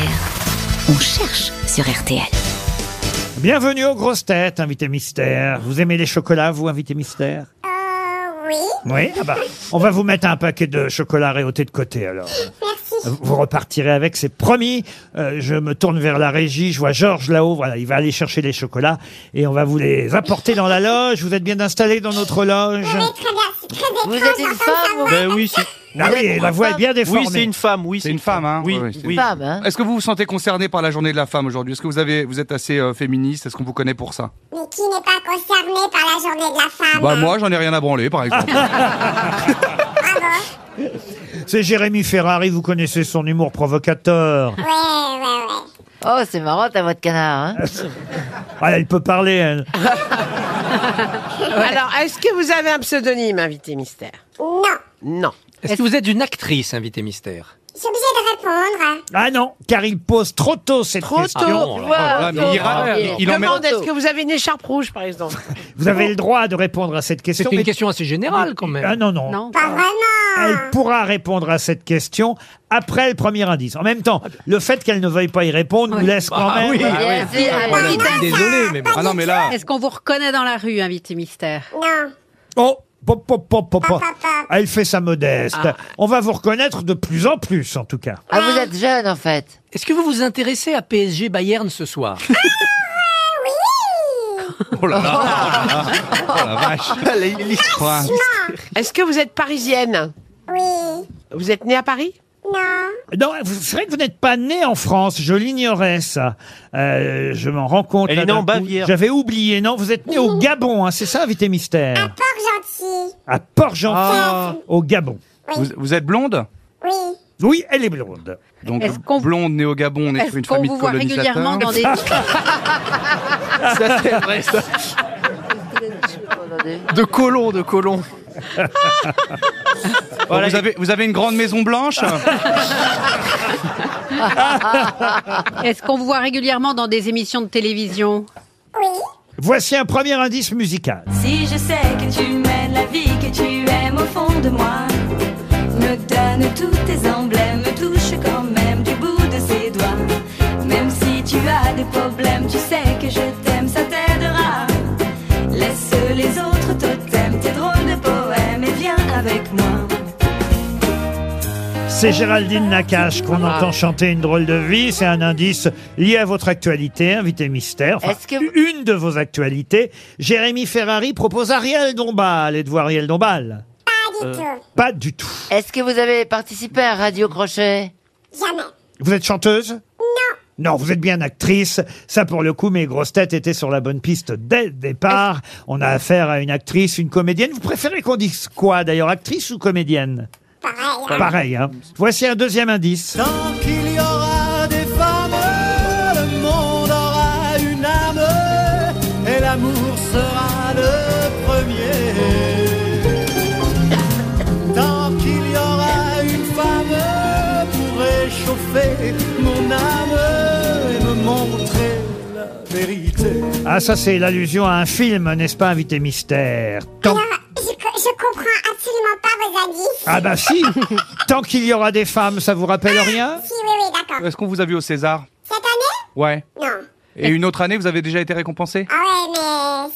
Speaker 10: On cherche sur RTL.
Speaker 2: Bienvenue aux grosses têtes, invité mystère. Vous aimez les chocolats, vous, invité mystère
Speaker 13: Euh,
Speaker 2: Oui. Oui, ah bah, on va vous mettre un paquet de chocolats réautés de côté alors. Merci. Vous repartirez avec, c'est promis. Euh, je me tourne vers la régie, je vois Georges là-haut, voilà, il va aller chercher les chocolats et on va vous les apporter dans la loge. Vous êtes bien installé dans notre loge
Speaker 4: Vous êtes une femme ou-
Speaker 5: Ben oui, c'est-
Speaker 2: Ah oui, la voix est bien déformée.
Speaker 5: Oui, c'est une femme, Ah oui.
Speaker 6: C'est une femme, hein Oui,
Speaker 5: une
Speaker 13: Ah,
Speaker 5: femme,
Speaker 13: ben.
Speaker 4: hein.
Speaker 6: Est-ce que vous vous sentez concerné par la journée de la femme aujourd'hui Est-ce que vous, avez, vous êtes assez euh, féministe Est-ce qu'on vous connaît pour ça
Speaker 13: Mais qui n'est pas concerné par la journée de la femme
Speaker 6: Bah
Speaker 13: hein
Speaker 6: moi, j'en ai rien à branler, par exemple.
Speaker 2: C'est Jérémy Ferrari, vous connaissez son humour provocateur.
Speaker 4: Ouais, ouais, ouais. Oh, c'est marrant ta voix de canard, hein
Speaker 2: Ah, elle peut parler, elle.
Speaker 3: Alors, est-ce que vous avez un pseudonyme, invité mystère
Speaker 13: Non,
Speaker 3: Non.
Speaker 7: Est-ce que vous êtes une actrice, invité mystère
Speaker 13: je suis obligée de répondre.
Speaker 2: Ah non, car il pose trop tôt cette
Speaker 3: Trop
Speaker 2: question.
Speaker 3: tôt.
Speaker 7: Ah non, là,
Speaker 3: Voilà,
Speaker 7: là, mais il ira-
Speaker 3: tôt.
Speaker 7: il en met-
Speaker 3: Demande, est-ce que vous avez une écharpe rouge, par exemple
Speaker 2: Vous avez le droit de répondre à cette question.
Speaker 7: C'était une
Speaker 2: mais-
Speaker 7: question assez générale, quand même.
Speaker 2: Ah non, non. Elle pourra répondre à cette question après le premier indice. En même temps,
Speaker 6: Ah
Speaker 2: le fait qu'elle ne veuille pas y répondre nous laisse quand même.
Speaker 6: Désolé, mais bon. Ah non, mais là.
Speaker 8: Est-ce qu'on vous reconnaît dans la rue, invité mystère
Speaker 13: Non.
Speaker 2: Oh, pop, pop, pop, pop, pop. Elle fait sa modeste.
Speaker 7: Ah.
Speaker 2: On va vous reconnaître de plus en plus, en tout cas.
Speaker 7: Ah, vous êtes jeune, en fait. Est-ce que vous vous intéressez à PSG Bayern ce soir
Speaker 6: Oh là là Oh la vache
Speaker 3: Est-ce que vous êtes parisienne
Speaker 13: Oui.
Speaker 3: Vous êtes née à Paris
Speaker 13: Non.
Speaker 2: Non, vous- c'est vrai que vous n'êtes pas né en France. Je l'ignorais, ça. Euh, je m'en rends compte.
Speaker 5: Elle est née
Speaker 2: là, d'un
Speaker 5: en
Speaker 2: coup.
Speaker 5: Bavière.
Speaker 2: J'avais oublié. Non, vous êtes né au Gabon, hein, c'est ça, invité mystère
Speaker 13: Fort gentil.
Speaker 6: Ah.
Speaker 2: À Port-Gentil, au Gabon.
Speaker 6: Vous, vous êtes blonde
Speaker 13: Oui.
Speaker 2: Ah. Oui, elle est blonde.
Speaker 6: Donc,
Speaker 8: Est-ce qu'on-
Speaker 6: blonde, né au Gabon, on est
Speaker 8: Est-ce
Speaker 6: sur une
Speaker 8: qu'on
Speaker 6: famille
Speaker 8: vous
Speaker 6: de
Speaker 8: voit
Speaker 6: colonisateurs.
Speaker 8: régulièrement dans des...
Speaker 4: hein.
Speaker 5: Ça, c'est vrai, ça. De colons, de colons.
Speaker 6: Bon, vous, avez, vous avez une grande maison blanche
Speaker 8: Est-ce qu'on vous voit régulièrement dans des émissions de télévision
Speaker 2: Voici un premier indice musical.
Speaker 16: Si je sais que tu mènes la vie que tu aimes au fond de moi, me donne tous tes emblèmes, me touche quand même du bout de ses doigts. Même si tu as des problèmes, tu sais que je t'aime, ça t'aidera. Laisse les autres totems, tes drôles de poèmes et viens avec moi.
Speaker 2: C'est Géraldine Nakache qu'on
Speaker 4: Ah.
Speaker 2: entend chanter une drôle de vie. C'est un indice lié à votre actualité, invité mystère. Enfin, Une de vos actualités. Jérémy Ferrari propose Ariel Dombal. Êtes-vous Ariel Dombal Pas
Speaker 4: du tout.
Speaker 2: Pas du tout.
Speaker 4: Euh. Est-ce que vous avez participé à Radio Crochet
Speaker 13: Jamais.
Speaker 2: Vous êtes chanteuse Non. Non, vous êtes bien actrice. Ça, pour le coup, mes grosses têtes étaient sur la bonne piste dès le départ. On a affaire à une actrice, une comédienne. Vous préférez qu'on dise quoi, d'ailleurs, actrice ou comédienne Pareil. Pareil, hein. Voici un deuxième indice.
Speaker 17: Tant qu'il y aura des femmes, le monde aura une âme et l'amour sera le premier. Tant qu'il y aura une femme pour échauffer mon âme et me montrer la vérité.
Speaker 2: Ah, ça, c'est l'allusion à un film, n'est-ce pas, Invité Mystère Tant-
Speaker 13: Je, co- je comprends absolument pas vos indices.
Speaker 2: Ah bah si Tant qu'il y aura des femmes, ça vous rappelle rien
Speaker 13: Si, oui, oui, d'accord.
Speaker 6: Est-ce qu'on vous a vu au César
Speaker 13: Cette année
Speaker 6: Ouais.
Speaker 13: Non.
Speaker 6: Et une autre année, vous avez déjà été récompensé
Speaker 13: Ah ouais, mais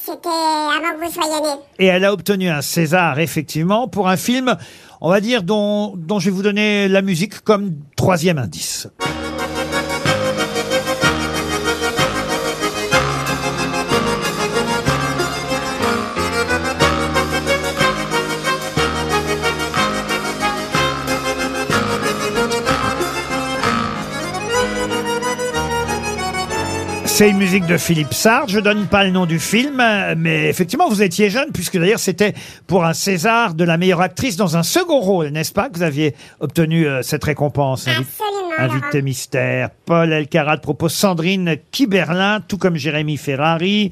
Speaker 13: c'était avant que vous soyez né.
Speaker 2: Et elle a obtenu un César, effectivement, pour un film, on va dire, dont, dont je vais vous donner la musique comme troisième indice. C'est une musique de Philippe Sard. Je donne pas le nom du film, euh, mais effectivement, vous étiez jeune, puisque d'ailleurs, c'était pour un César de la meilleure actrice dans un second rôle, n'est-ce pas, que vous aviez obtenu euh, cette récompense. invi- Invité mystère. Paul Elkarat propose Sandrine Kiberlin, tout comme Jérémy Ferrari.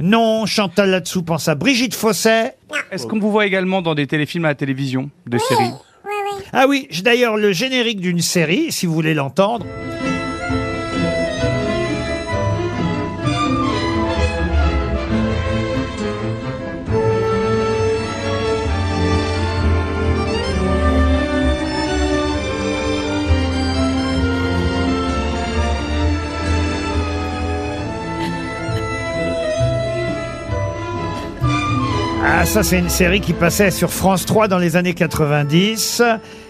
Speaker 2: Non, Chantal là-dessous pense à Brigitte Fosset.
Speaker 6: Est-ce qu'on vous voit également dans des téléfilms à la télévision,
Speaker 2: Oh
Speaker 6: des séries
Speaker 2: Ah oui, j'ai d'ailleurs le générique d'une série, si vous voulez l'entendre. Ah, ça, c'est une série qui passait sur France 3 dans les années 90.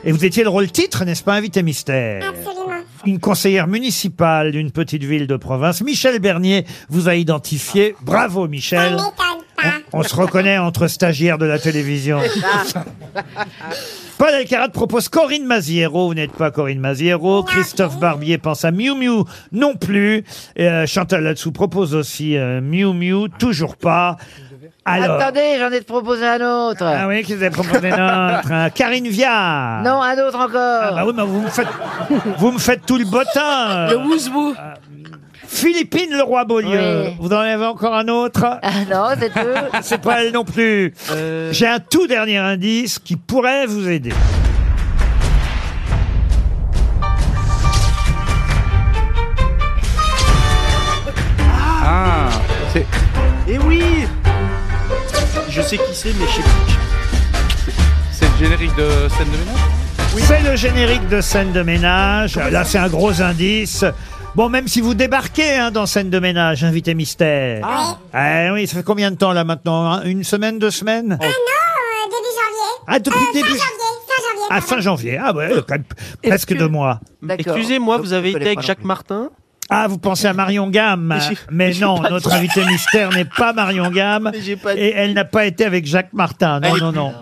Speaker 2: Et vous étiez le rôle titre, n'est-ce pas, invité mystère
Speaker 13: Absolument.
Speaker 2: Une conseillère municipale d'une petite ville de province. Michel Bernier vous a identifié. Bravo, Michel. On, on se reconnaît entre stagiaires de la télévision. Paul Elkarat propose Corinne Maziero. Vous n'êtes pas Corinne Maziero. Christophe Barbier pense à Miu Miu non plus. Et, euh, Chantal Latsou propose aussi euh, Miu Miu. Toujours pas. Alors,
Speaker 4: Attendez, j'en ai proposé un autre.
Speaker 2: ah oui, qui vous a proposé notre hein, Karine Viard.
Speaker 4: Non, un autre encore.
Speaker 2: Ah bah oui, mais vous me faites, vous me faites tout le bottin.
Speaker 4: Le
Speaker 2: wouzbou. Philippine Leroy-Beaulieu.
Speaker 4: Oui.
Speaker 2: Vous en avez encore un autre
Speaker 4: Ah non, c'est tout.
Speaker 2: C'est pas elle non plus.
Speaker 4: Euh.
Speaker 2: J'ai un tout dernier indice qui pourrait vous aider.
Speaker 6: Ah, c'est- Ah,
Speaker 17: Et oui
Speaker 5: Je sais qui c'est, mais je sais plus.
Speaker 6: C'est le générique de scène de ménage
Speaker 2: C'est le générique de scène de ménage. Là, c'est un gros indice. Bon, même si vous débarquez hein, dans scène de ménage, invité mystère.
Speaker 17: Ah.
Speaker 2: Eh oui, ça fait combien de temps là maintenant hein Une semaine, deux semaines
Speaker 17: Ah non, euh, début janvier.
Speaker 2: Ah, depuis
Speaker 17: Euh,
Speaker 2: début-
Speaker 17: Fin janvier, fin janvier.
Speaker 2: À fin janvier. Ah ouais, quand même presque deux mois.
Speaker 5: Excusez-moi, vous avez été avec Jacques Martin
Speaker 2: Ah, vous pensez à Marion Gamme
Speaker 5: Mais j'ai-
Speaker 2: Mais
Speaker 5: mais j'ai
Speaker 2: non,
Speaker 5: pas
Speaker 2: notre
Speaker 5: dit.
Speaker 2: invitée mystère n'est pas Marion Gamme. Et elle n'a pas été avec Jacques Martin. Non,
Speaker 5: Elle est
Speaker 2: non,
Speaker 5: plus
Speaker 2: non.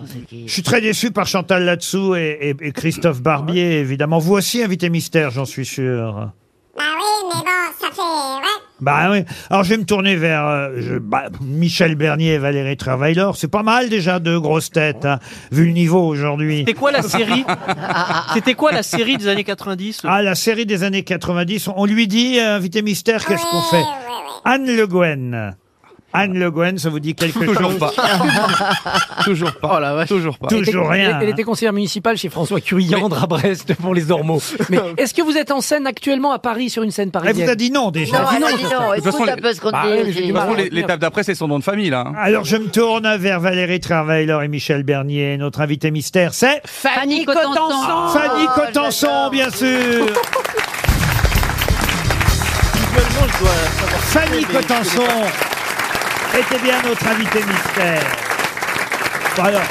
Speaker 2: Je suis très déçu par Chantal Latsou et, et- et Christophe Barbier, évidemment. Vous aussi, invité mystère, j'en suis sûr.
Speaker 17: Bah oui, mais bon, ça fait. Ouais.
Speaker 2: Bah oui. Alors je vais me tourner vers euh, je- bah, Michel Bernier et Valérie Travailor. C'est pas mal déjà deux grosses têtes, hein, vu le niveau aujourd'hui.
Speaker 5: C'était quoi la série C'était quoi la série des années 90
Speaker 2: Ah, la série des années 90. On lui dit, euh, invité mystère, qu'est-ce qu'on fait Anne Le Gouen. Anne Le Gouen, ça vous dit quelque chose
Speaker 6: Toujours pas.
Speaker 7: Toujours pas. Toujours
Speaker 2: pas. Toujours rien,
Speaker 7: Oh Elle
Speaker 2: hein.
Speaker 7: était conseillère municipale chez François Curiandre à Brest pour les ormeaux. Mais est-ce que vous êtes en scène actuellement à Paris sur une scène parisienne
Speaker 2: vous a dit non, déjà. Non, elle a dit non.
Speaker 7: surtout.
Speaker 2: Elle se fout un peu ce qu'on
Speaker 7: Bah
Speaker 2: dit
Speaker 7: ouais,
Speaker 2: aussi.
Speaker 7: j'ai du
Speaker 2: Bah,
Speaker 7: mal à
Speaker 2: on les-
Speaker 7: retenir.
Speaker 6: L'étape d'après, c'est son nom de famille, là. hein.
Speaker 2: Alors je me tourne vers Valérie Travailor et Michel Bernier. Notre invité mystère, c'est
Speaker 17: Fanny Cotenson.
Speaker 2: Fanny
Speaker 7: Ah,
Speaker 2: Cotenson, bien sûr.
Speaker 5: Visuellement, je dois savoir.
Speaker 2: Fanny
Speaker 5: Mais je
Speaker 2: Cotenson
Speaker 5: connais pas.
Speaker 2: était bien notre invité mystère. Bon, alors,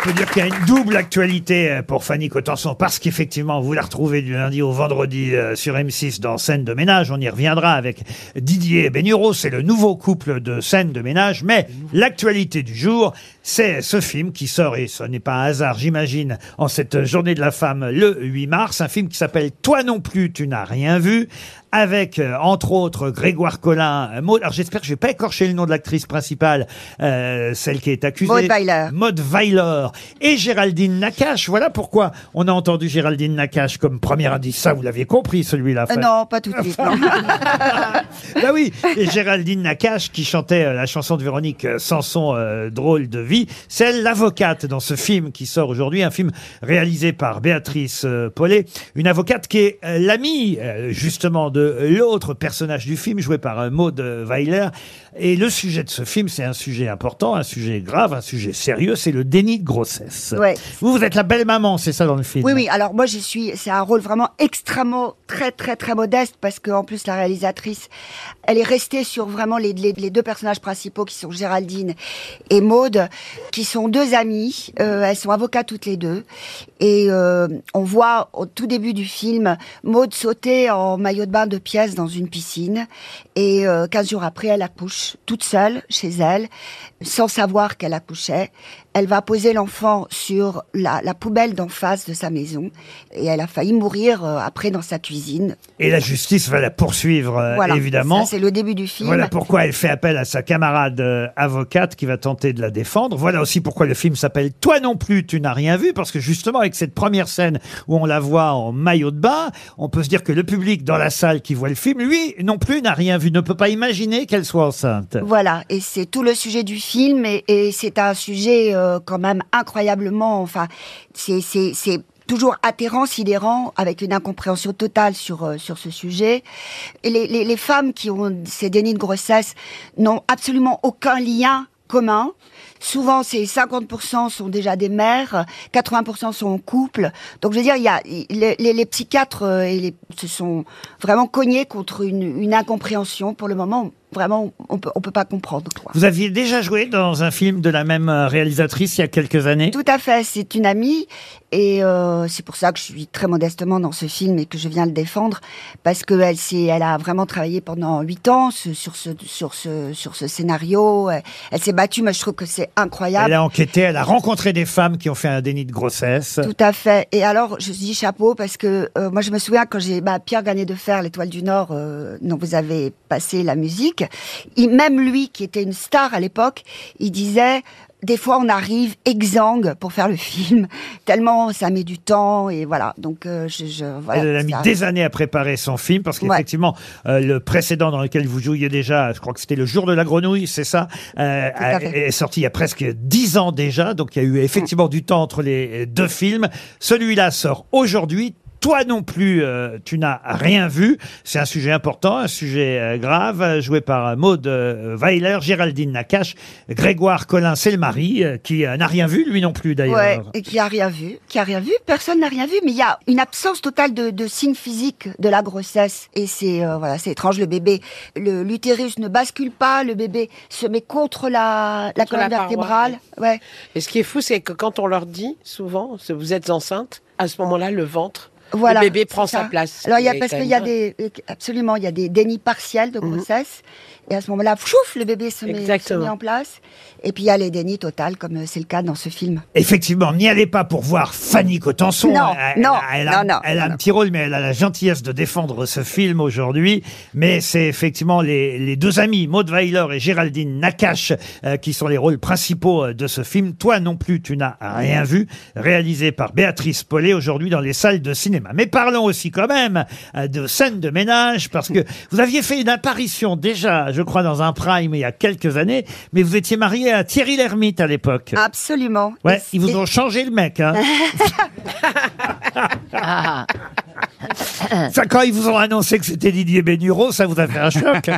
Speaker 2: on peut dire qu'il y a une double actualité euh, pour Fanny Cotenson, parce qu'effectivement, vous la retrouvez du lundi au vendredi euh, sur M6 dans Scène de ménage. On y reviendra avec Didier Bénureau. C'est le nouveau couple de Scène de ménage. Mais l'actualité du jour, c'est ce film qui sort, et ce n'est pas un hasard, j'imagine, en cette journée de la femme le 8 mars. Un film qui s'appelle Toi non plus, tu n'as rien vu. Avec, euh, entre autres, Grégoire Collin, euh, Maud- alors j'espère que je vais pas écorcher le nom de l'actrice principale, euh, celle qui est accusée.
Speaker 18: Maud Weiler.
Speaker 2: Maud Weiler et Géraldine Nakache. Voilà pourquoi on a entendu Géraldine Nakache comme premier indice. Ça, vous l'aviez compris, celui-là.
Speaker 18: Euh,
Speaker 2: Fred.
Speaker 18: non, pas tout de suite. non.
Speaker 2: Bah oui, et Géraldine Nakache qui chantait euh, la chanson de Véronique euh, Sanson, euh, Drôle de vie, c'est l'avocate dans ce film qui sort aujourd'hui, un film réalisé par Béatrice euh, Paulet, une avocate qui est euh, l'amie euh, justement de l'autre personnage du film joué par euh, Maud Weiler. Et le sujet de ce film, c'est un sujet important, un sujet grave, un sujet sérieux, c'est le déni de grossesse.
Speaker 18: Ouais.
Speaker 2: Vous, vous êtes la belle maman, c'est ça dans le film
Speaker 18: Oui, oui. Alors moi, j'y suis. C'est un rôle vraiment extrêmement très, très, très modeste parce que en plus la réalisatrice, elle est restée sur vraiment les, les- les deux personnages principaux qui sont Géraldine et Maude, qui sont deux amies. Euh, elles sont avocates toutes les deux, et euh, on voit au tout début du film Maude sauter en maillot de bain de pièce dans une piscine, et euh, 15 jours après, elle accouche toute seule chez elle, sans savoir qu'elle accouchait. Elle va poser l'enfant sur la, la poubelle d'en face de sa maison et elle a failli mourir euh, après dans sa cuisine.
Speaker 2: Et la justice va la poursuivre, euh,
Speaker 18: Voilà.
Speaker 2: évidemment.
Speaker 18: Ça, c'est le début du film.
Speaker 2: Voilà pourquoi elle fait appel à sa camarade euh, avocate qui va tenter de la défendre. Voilà aussi pourquoi le film s'appelle Toi non plus, tu n'as rien vu, parce que justement avec cette première scène où on la voit en maillot de bain, on peut se dire que le public dans la salle qui voit le film, lui non plus n'a rien vu, ne peut pas imaginer qu'elle soit enceinte.
Speaker 18: Voilà, et c'est tout le sujet du film, et, et c'est un sujet euh, quand même incroyablement, enfin, c'est- c'est c'est toujours atterrant, sidérant, avec une incompréhension totale sur, euh, sur ce sujet. Et les, les- les femmes qui ont ces dénis de grossesse n'ont absolument aucun lien commun. Souvent, ces 50% sont déjà des mères, 80% sont en couple. Donc, je veux dire, il y a, les, les- les psychiatres euh, et les, se sont vraiment cognés contre une, une incompréhension. Pour le moment, vraiment, on peut, on peut pas comprendre. quoi.
Speaker 2: Vous aviez déjà joué dans un film de la même euh, réalisatrice il y a quelques années
Speaker 18: Tout à fait, c'est une amie et euh, c'est pour ça que je suis très modestement dans ce film et que je viens le défendre parce que elle s'est- elle a vraiment travaillé pendant huit ans ce- sur ce sur ce sur ce scénario. Elle, elle s'est battue, mais je trouve que c'est incroyable.
Speaker 2: Elle a enquêté, elle a rencontré des femmes qui ont fait un déni de grossesse.
Speaker 18: Tout à fait. Et alors, je dis chapeau parce que euh, moi, je me souviens quand j'ai bah, Pierre Gagné de Fer, l'Étoile du Nord, euh, dont vous avez passé la musique, il, même lui, qui était une star à l'époque, il disait. Des fois, on arrive exsangue pour faire le film, tellement ça met du temps et voilà. Donc, euh, je, je voilà,
Speaker 2: Elle a mis
Speaker 18: ça-
Speaker 2: des années à préparer son film parce qu'effectivement, euh, le précédent dans lequel vous jouiez déjà, je crois que c'était Le Jour de la Grenouille, c'est ça, euh,
Speaker 18: à
Speaker 2: a-
Speaker 18: fait.
Speaker 2: est sorti il y a presque dix euh, ans déjà. Donc il y a eu effectivement du temps entre les deux films. Celui-là sort aujourd'hui. Toi non plus, euh, tu n'as rien vu. C'est un sujet important, un sujet euh, grave, euh, joué par euh, Maud euh, Weiler, Géraldine Nakache, Grégoire Collin, c'est le mari, euh, qui euh, n'a rien vu, lui non plus d'ailleurs.
Speaker 18: Ouais, et qui a rien vu, qui a rien vu, personne n'a rien vu, mais il y a une absence totale de, de signes physiques de la grossesse et c'est euh, voilà, c'est étrange le bébé, le l'utérus ne bascule pas, le bébé se met contre la la colonne vertébrale. Ouais.
Speaker 3: Et ce qui est fou, c'est que quand on leur dit souvent, c'est vous êtes enceinte, à ce moment-là, le ventre,
Speaker 18: Voilà,
Speaker 3: le bébé prend
Speaker 18: c'est
Speaker 3: sa
Speaker 18: ça.
Speaker 3: place.
Speaker 18: Alors il y a
Speaker 3: est
Speaker 18: parce
Speaker 3: quand
Speaker 18: qu'il y a
Speaker 3: même- Mhm.
Speaker 18: des euh, absolument il y a des dénis partiels de grossesse et à ce moment-là, chouf, le bébé se met, se
Speaker 3: Exactement.
Speaker 18: met en place et puis il y a les dénis totaux comme euh, c'est le cas dans ce film.
Speaker 2: Effectivement, n'y allez pas pour voir Fanny Cotenson.
Speaker 18: Non,
Speaker 2: elle,
Speaker 18: non,
Speaker 2: elle a,
Speaker 18: non, non,
Speaker 2: elle a un petit rôle, mais elle a la gentillesse de défendre ce film aujourd'hui. Mais c'est effectivement les, les deux amis, Maud Weiler et Géraldine Nakache, euh, qui sont les rôles principaux euh, de ce film. Toi non plus, tu n'as rien vu, réalisé par Béatrice Paulet aujourd'hui dans les salles de cinéma. Mais parlons aussi quand même euh, de scènes de ménage, parce que vous aviez fait une apparition déjà, je crois, dans un prime il y a quelques années, mais vous étiez marié à Thierry Lhermitte à
Speaker 18: Ah
Speaker 2: l'époque.
Speaker 18: Absolument.
Speaker 2: Ouais, ils vous ont changé le mec. Hein.
Speaker 4: Ah.
Speaker 2: Ah,
Speaker 4: Eh
Speaker 2: ça, quand ils vous ont annoncé que c'était Didier Bénureau, ça vous a fait un choc.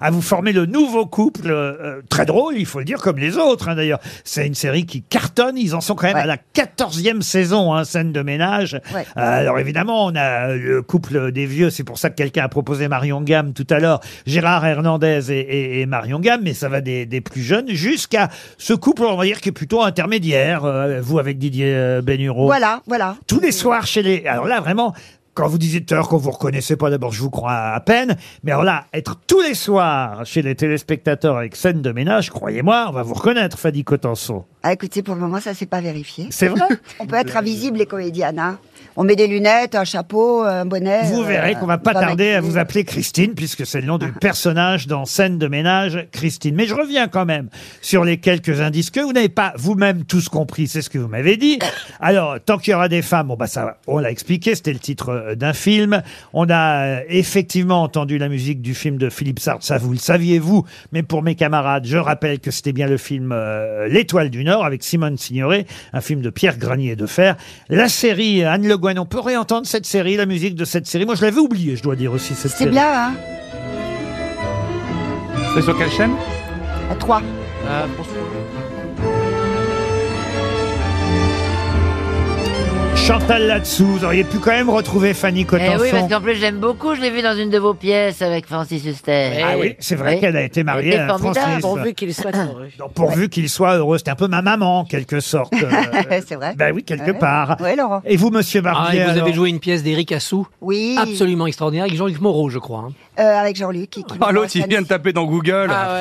Speaker 2: à vous former le nouveau couple, euh, euh, très drôle, il faut le dire, comme les autres hein, d'ailleurs. C'est une série qui cartonne, ils en sont quand même à la 14e saison, hein, scène de ménage.
Speaker 17: Ouais.
Speaker 2: Euh, alors évidemment, on a euh, le couple des vieux, c'est pour ça que quelqu'un a proposé Marion Gamme tout à l'heure, Gérard Hernandez et, et- et Marion Gamme, mais ça va des, des plus jeunes jusqu'à ce couple, on va dire, qui est plutôt intermédiaire, euh, vous avec Didier euh, Bénureau.
Speaker 18: Voilà, voilà.
Speaker 2: Tous les soirs chez les. Alors là, vraiment, quand vous disiez tout à l'heure qu'on vous reconnaissait pas, d'abord, je vous crois à peine. Mais alors là, être tous les soirs chez les téléspectateurs avec scène de ménage, croyez-moi, on va vous reconnaître, Fadi Cotenson.
Speaker 18: Ah, écoutez, pour le moment, ça s'est pas vérifié.
Speaker 2: C'est vrai
Speaker 18: On peut être invisible, les comédiennes. hein. On met des lunettes, un chapeau, un bonnet.
Speaker 2: Vous
Speaker 18: euh,
Speaker 2: verrez qu'on va pas tarder à vous appeler Christine, puisque c'est le nom du personnage dans Scène de ménage, Christine. Mais je reviens quand même sur les quelques indices que vous n'avez pas vous-même tous compris, c'est ce que vous m'avez dit. Alors, tant qu'il y aura des femmes, bon bah ça, on l'a expliqué, c'était le titre euh, d'un film. On a euh, effectivement entendu la musique du film de Philippe Sartre, ça vous le saviez vous, mais pour mes camarades, je rappelle que c'était bien le film euh, L'Étoile du Nord avec Simone Signoret, un film de Pierre Granier de Fer. La série euh, Anne Le Guen, on peut réentendre cette série, la musique de cette série. Moi, je l'avais oubliée, je dois dire aussi cette
Speaker 18: C'est
Speaker 2: série.
Speaker 18: bien, hein
Speaker 6: C'est sur quelle chaîne
Speaker 18: À trois.
Speaker 2: Chantal là-dessous, vous auriez pu quand même retrouver Fanny
Speaker 4: Eh
Speaker 2: Cotenson.
Speaker 4: oui, parce qu'en plus, j'aime beaucoup. Je l'ai vu dans une de vos pièces avec Francis Huster.
Speaker 2: Ah oui, c'est vrai qu'elle a été mariée
Speaker 4: Elle était
Speaker 2: à un
Speaker 4: formidable.
Speaker 2: Français.
Speaker 4: Pourvu
Speaker 3: qu'il soit heureux.
Speaker 2: Pourvu qu'il soit heureux, c'était un peu ma maman en quelque sorte. Euh,
Speaker 18: c'est vrai.
Speaker 2: ben oui, quelque
Speaker 18: Ouais.
Speaker 2: part.
Speaker 18: Ouais, Laurent.
Speaker 2: Et vous, Monsieur
Speaker 7: Ah,
Speaker 2: Barbier
Speaker 7: et vous
Speaker 2: alors
Speaker 7: avez joué une pièce d'Éric Assou
Speaker 18: Oui.
Speaker 7: Absolument extraordinaire, avec Jean-Luc Moreau, je crois. hein.
Speaker 18: Euh, avec Jean-Luc. qui- qui-
Speaker 6: Ah, l'autre, il vient de taper dans Google.
Speaker 18: Ah,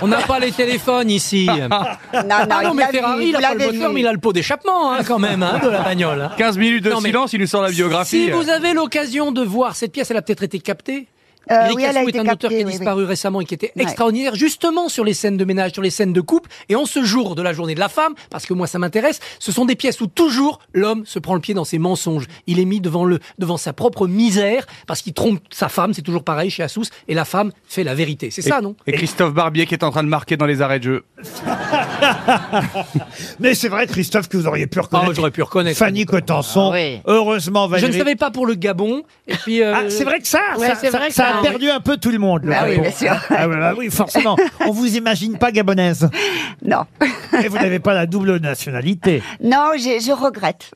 Speaker 7: On n'a pas les téléphones ici. ah non,
Speaker 18: il
Speaker 7: mais
Speaker 18: l'a vu,
Speaker 7: Ferrari, il
Speaker 18: vous
Speaker 7: a pas le
Speaker 18: l'avez
Speaker 7: moteur,
Speaker 18: vu.
Speaker 7: mais il a le pot d'échappement hein, quand même hein, de la bagnole. hein.
Speaker 6: 15 minutes de
Speaker 7: Non, mais
Speaker 6: silence, il nous sort la biographie.
Speaker 7: Si
Speaker 2: euh,
Speaker 7: vous avez l'occasion de voir cette pièce, elle a peut-être été captée.
Speaker 18: Euh,
Speaker 7: Eric
Speaker 18: oui, elle a
Speaker 7: Assou
Speaker 18: été
Speaker 7: est un auteur qui
Speaker 18: captée,
Speaker 7: a
Speaker 18: oui,
Speaker 7: disparu récemment et qui était
Speaker 18: Ouais.
Speaker 7: extraordinaire, justement sur les scènes de ménage, sur les scènes de couple. Et en ce jour de la journée de la femme, parce que moi ça m'intéresse, ce sont des pièces où toujours l'homme se prend le pied dans ses mensonges. Il est mis devant, le, devant sa propre misère, parce qu'il trompe sa femme, c'est toujours pareil chez Assous, et la femme fait la vérité. C'est
Speaker 6: Et-
Speaker 7: ça, non
Speaker 6: Et Christophe Barbier qui est en train de marquer dans les arrêts de jeu.
Speaker 2: Mais c'est vrai, Christophe, que vous auriez pu reconnaître.
Speaker 7: Ah, j'aurais pu reconnaître.
Speaker 2: Fanny Cotenson. Heureusement,
Speaker 7: Je
Speaker 2: Valérie.
Speaker 7: ne savais pas pour le Gabon. Et puis, euh,
Speaker 2: Ah, c'est vrai que ça,
Speaker 7: Ouais,
Speaker 2: ça,
Speaker 7: c'est
Speaker 2: ça-
Speaker 7: vrai que
Speaker 2: ça
Speaker 7: ça, hein.
Speaker 2: a
Speaker 7: oui.
Speaker 2: perdu un peu tout le monde. le
Speaker 7: Bah oui,
Speaker 2: Japon.
Speaker 7: bien sûr.
Speaker 2: Ah, ouais, bah oui, forcément. On vous imagine pas gabonaise.
Speaker 18: Non.
Speaker 2: Et vous n'avez pas la double nationalité.
Speaker 18: Non, j'ai- je regrette.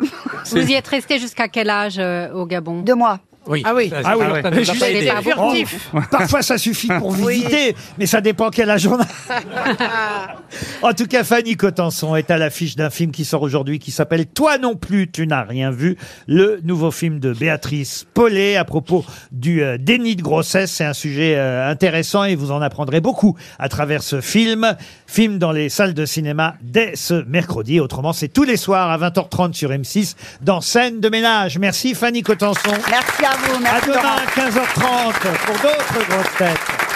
Speaker 2: C'est-
Speaker 8: Vous y êtes resté jusqu'à quel âge euh, au Gabon
Speaker 18: Deux mois.
Speaker 7: Oui.
Speaker 8: Ah oui.
Speaker 2: Ah oui, juste-
Speaker 8: Vous avez pas beaucoup.
Speaker 2: Oh, Parfois, ça suffit pour visiter, mais ça dépend quelle âge on a. En tout cas, Fanny Cotenson est à l'affiche d'un film qui sort aujourd'hui qui s'appelle Toi non plus, tu n'as rien vu. Le nouveau film de Béatrice Paulet à propos du euh, déni de grossesse. C'est un sujet euh, intéressant et vous en apprendrez beaucoup à travers ce film. Film dans les salles de cinéma dès ce mercredi. Autrement, c'est tous les soirs à 20h30 sur M6 dans Scène de ménage. Merci Fanny Cotenson.
Speaker 18: Merci à vous. Merci
Speaker 2: à demain
Speaker 18: Laurent.
Speaker 2: à 15h30 pour d'autres grosses têtes.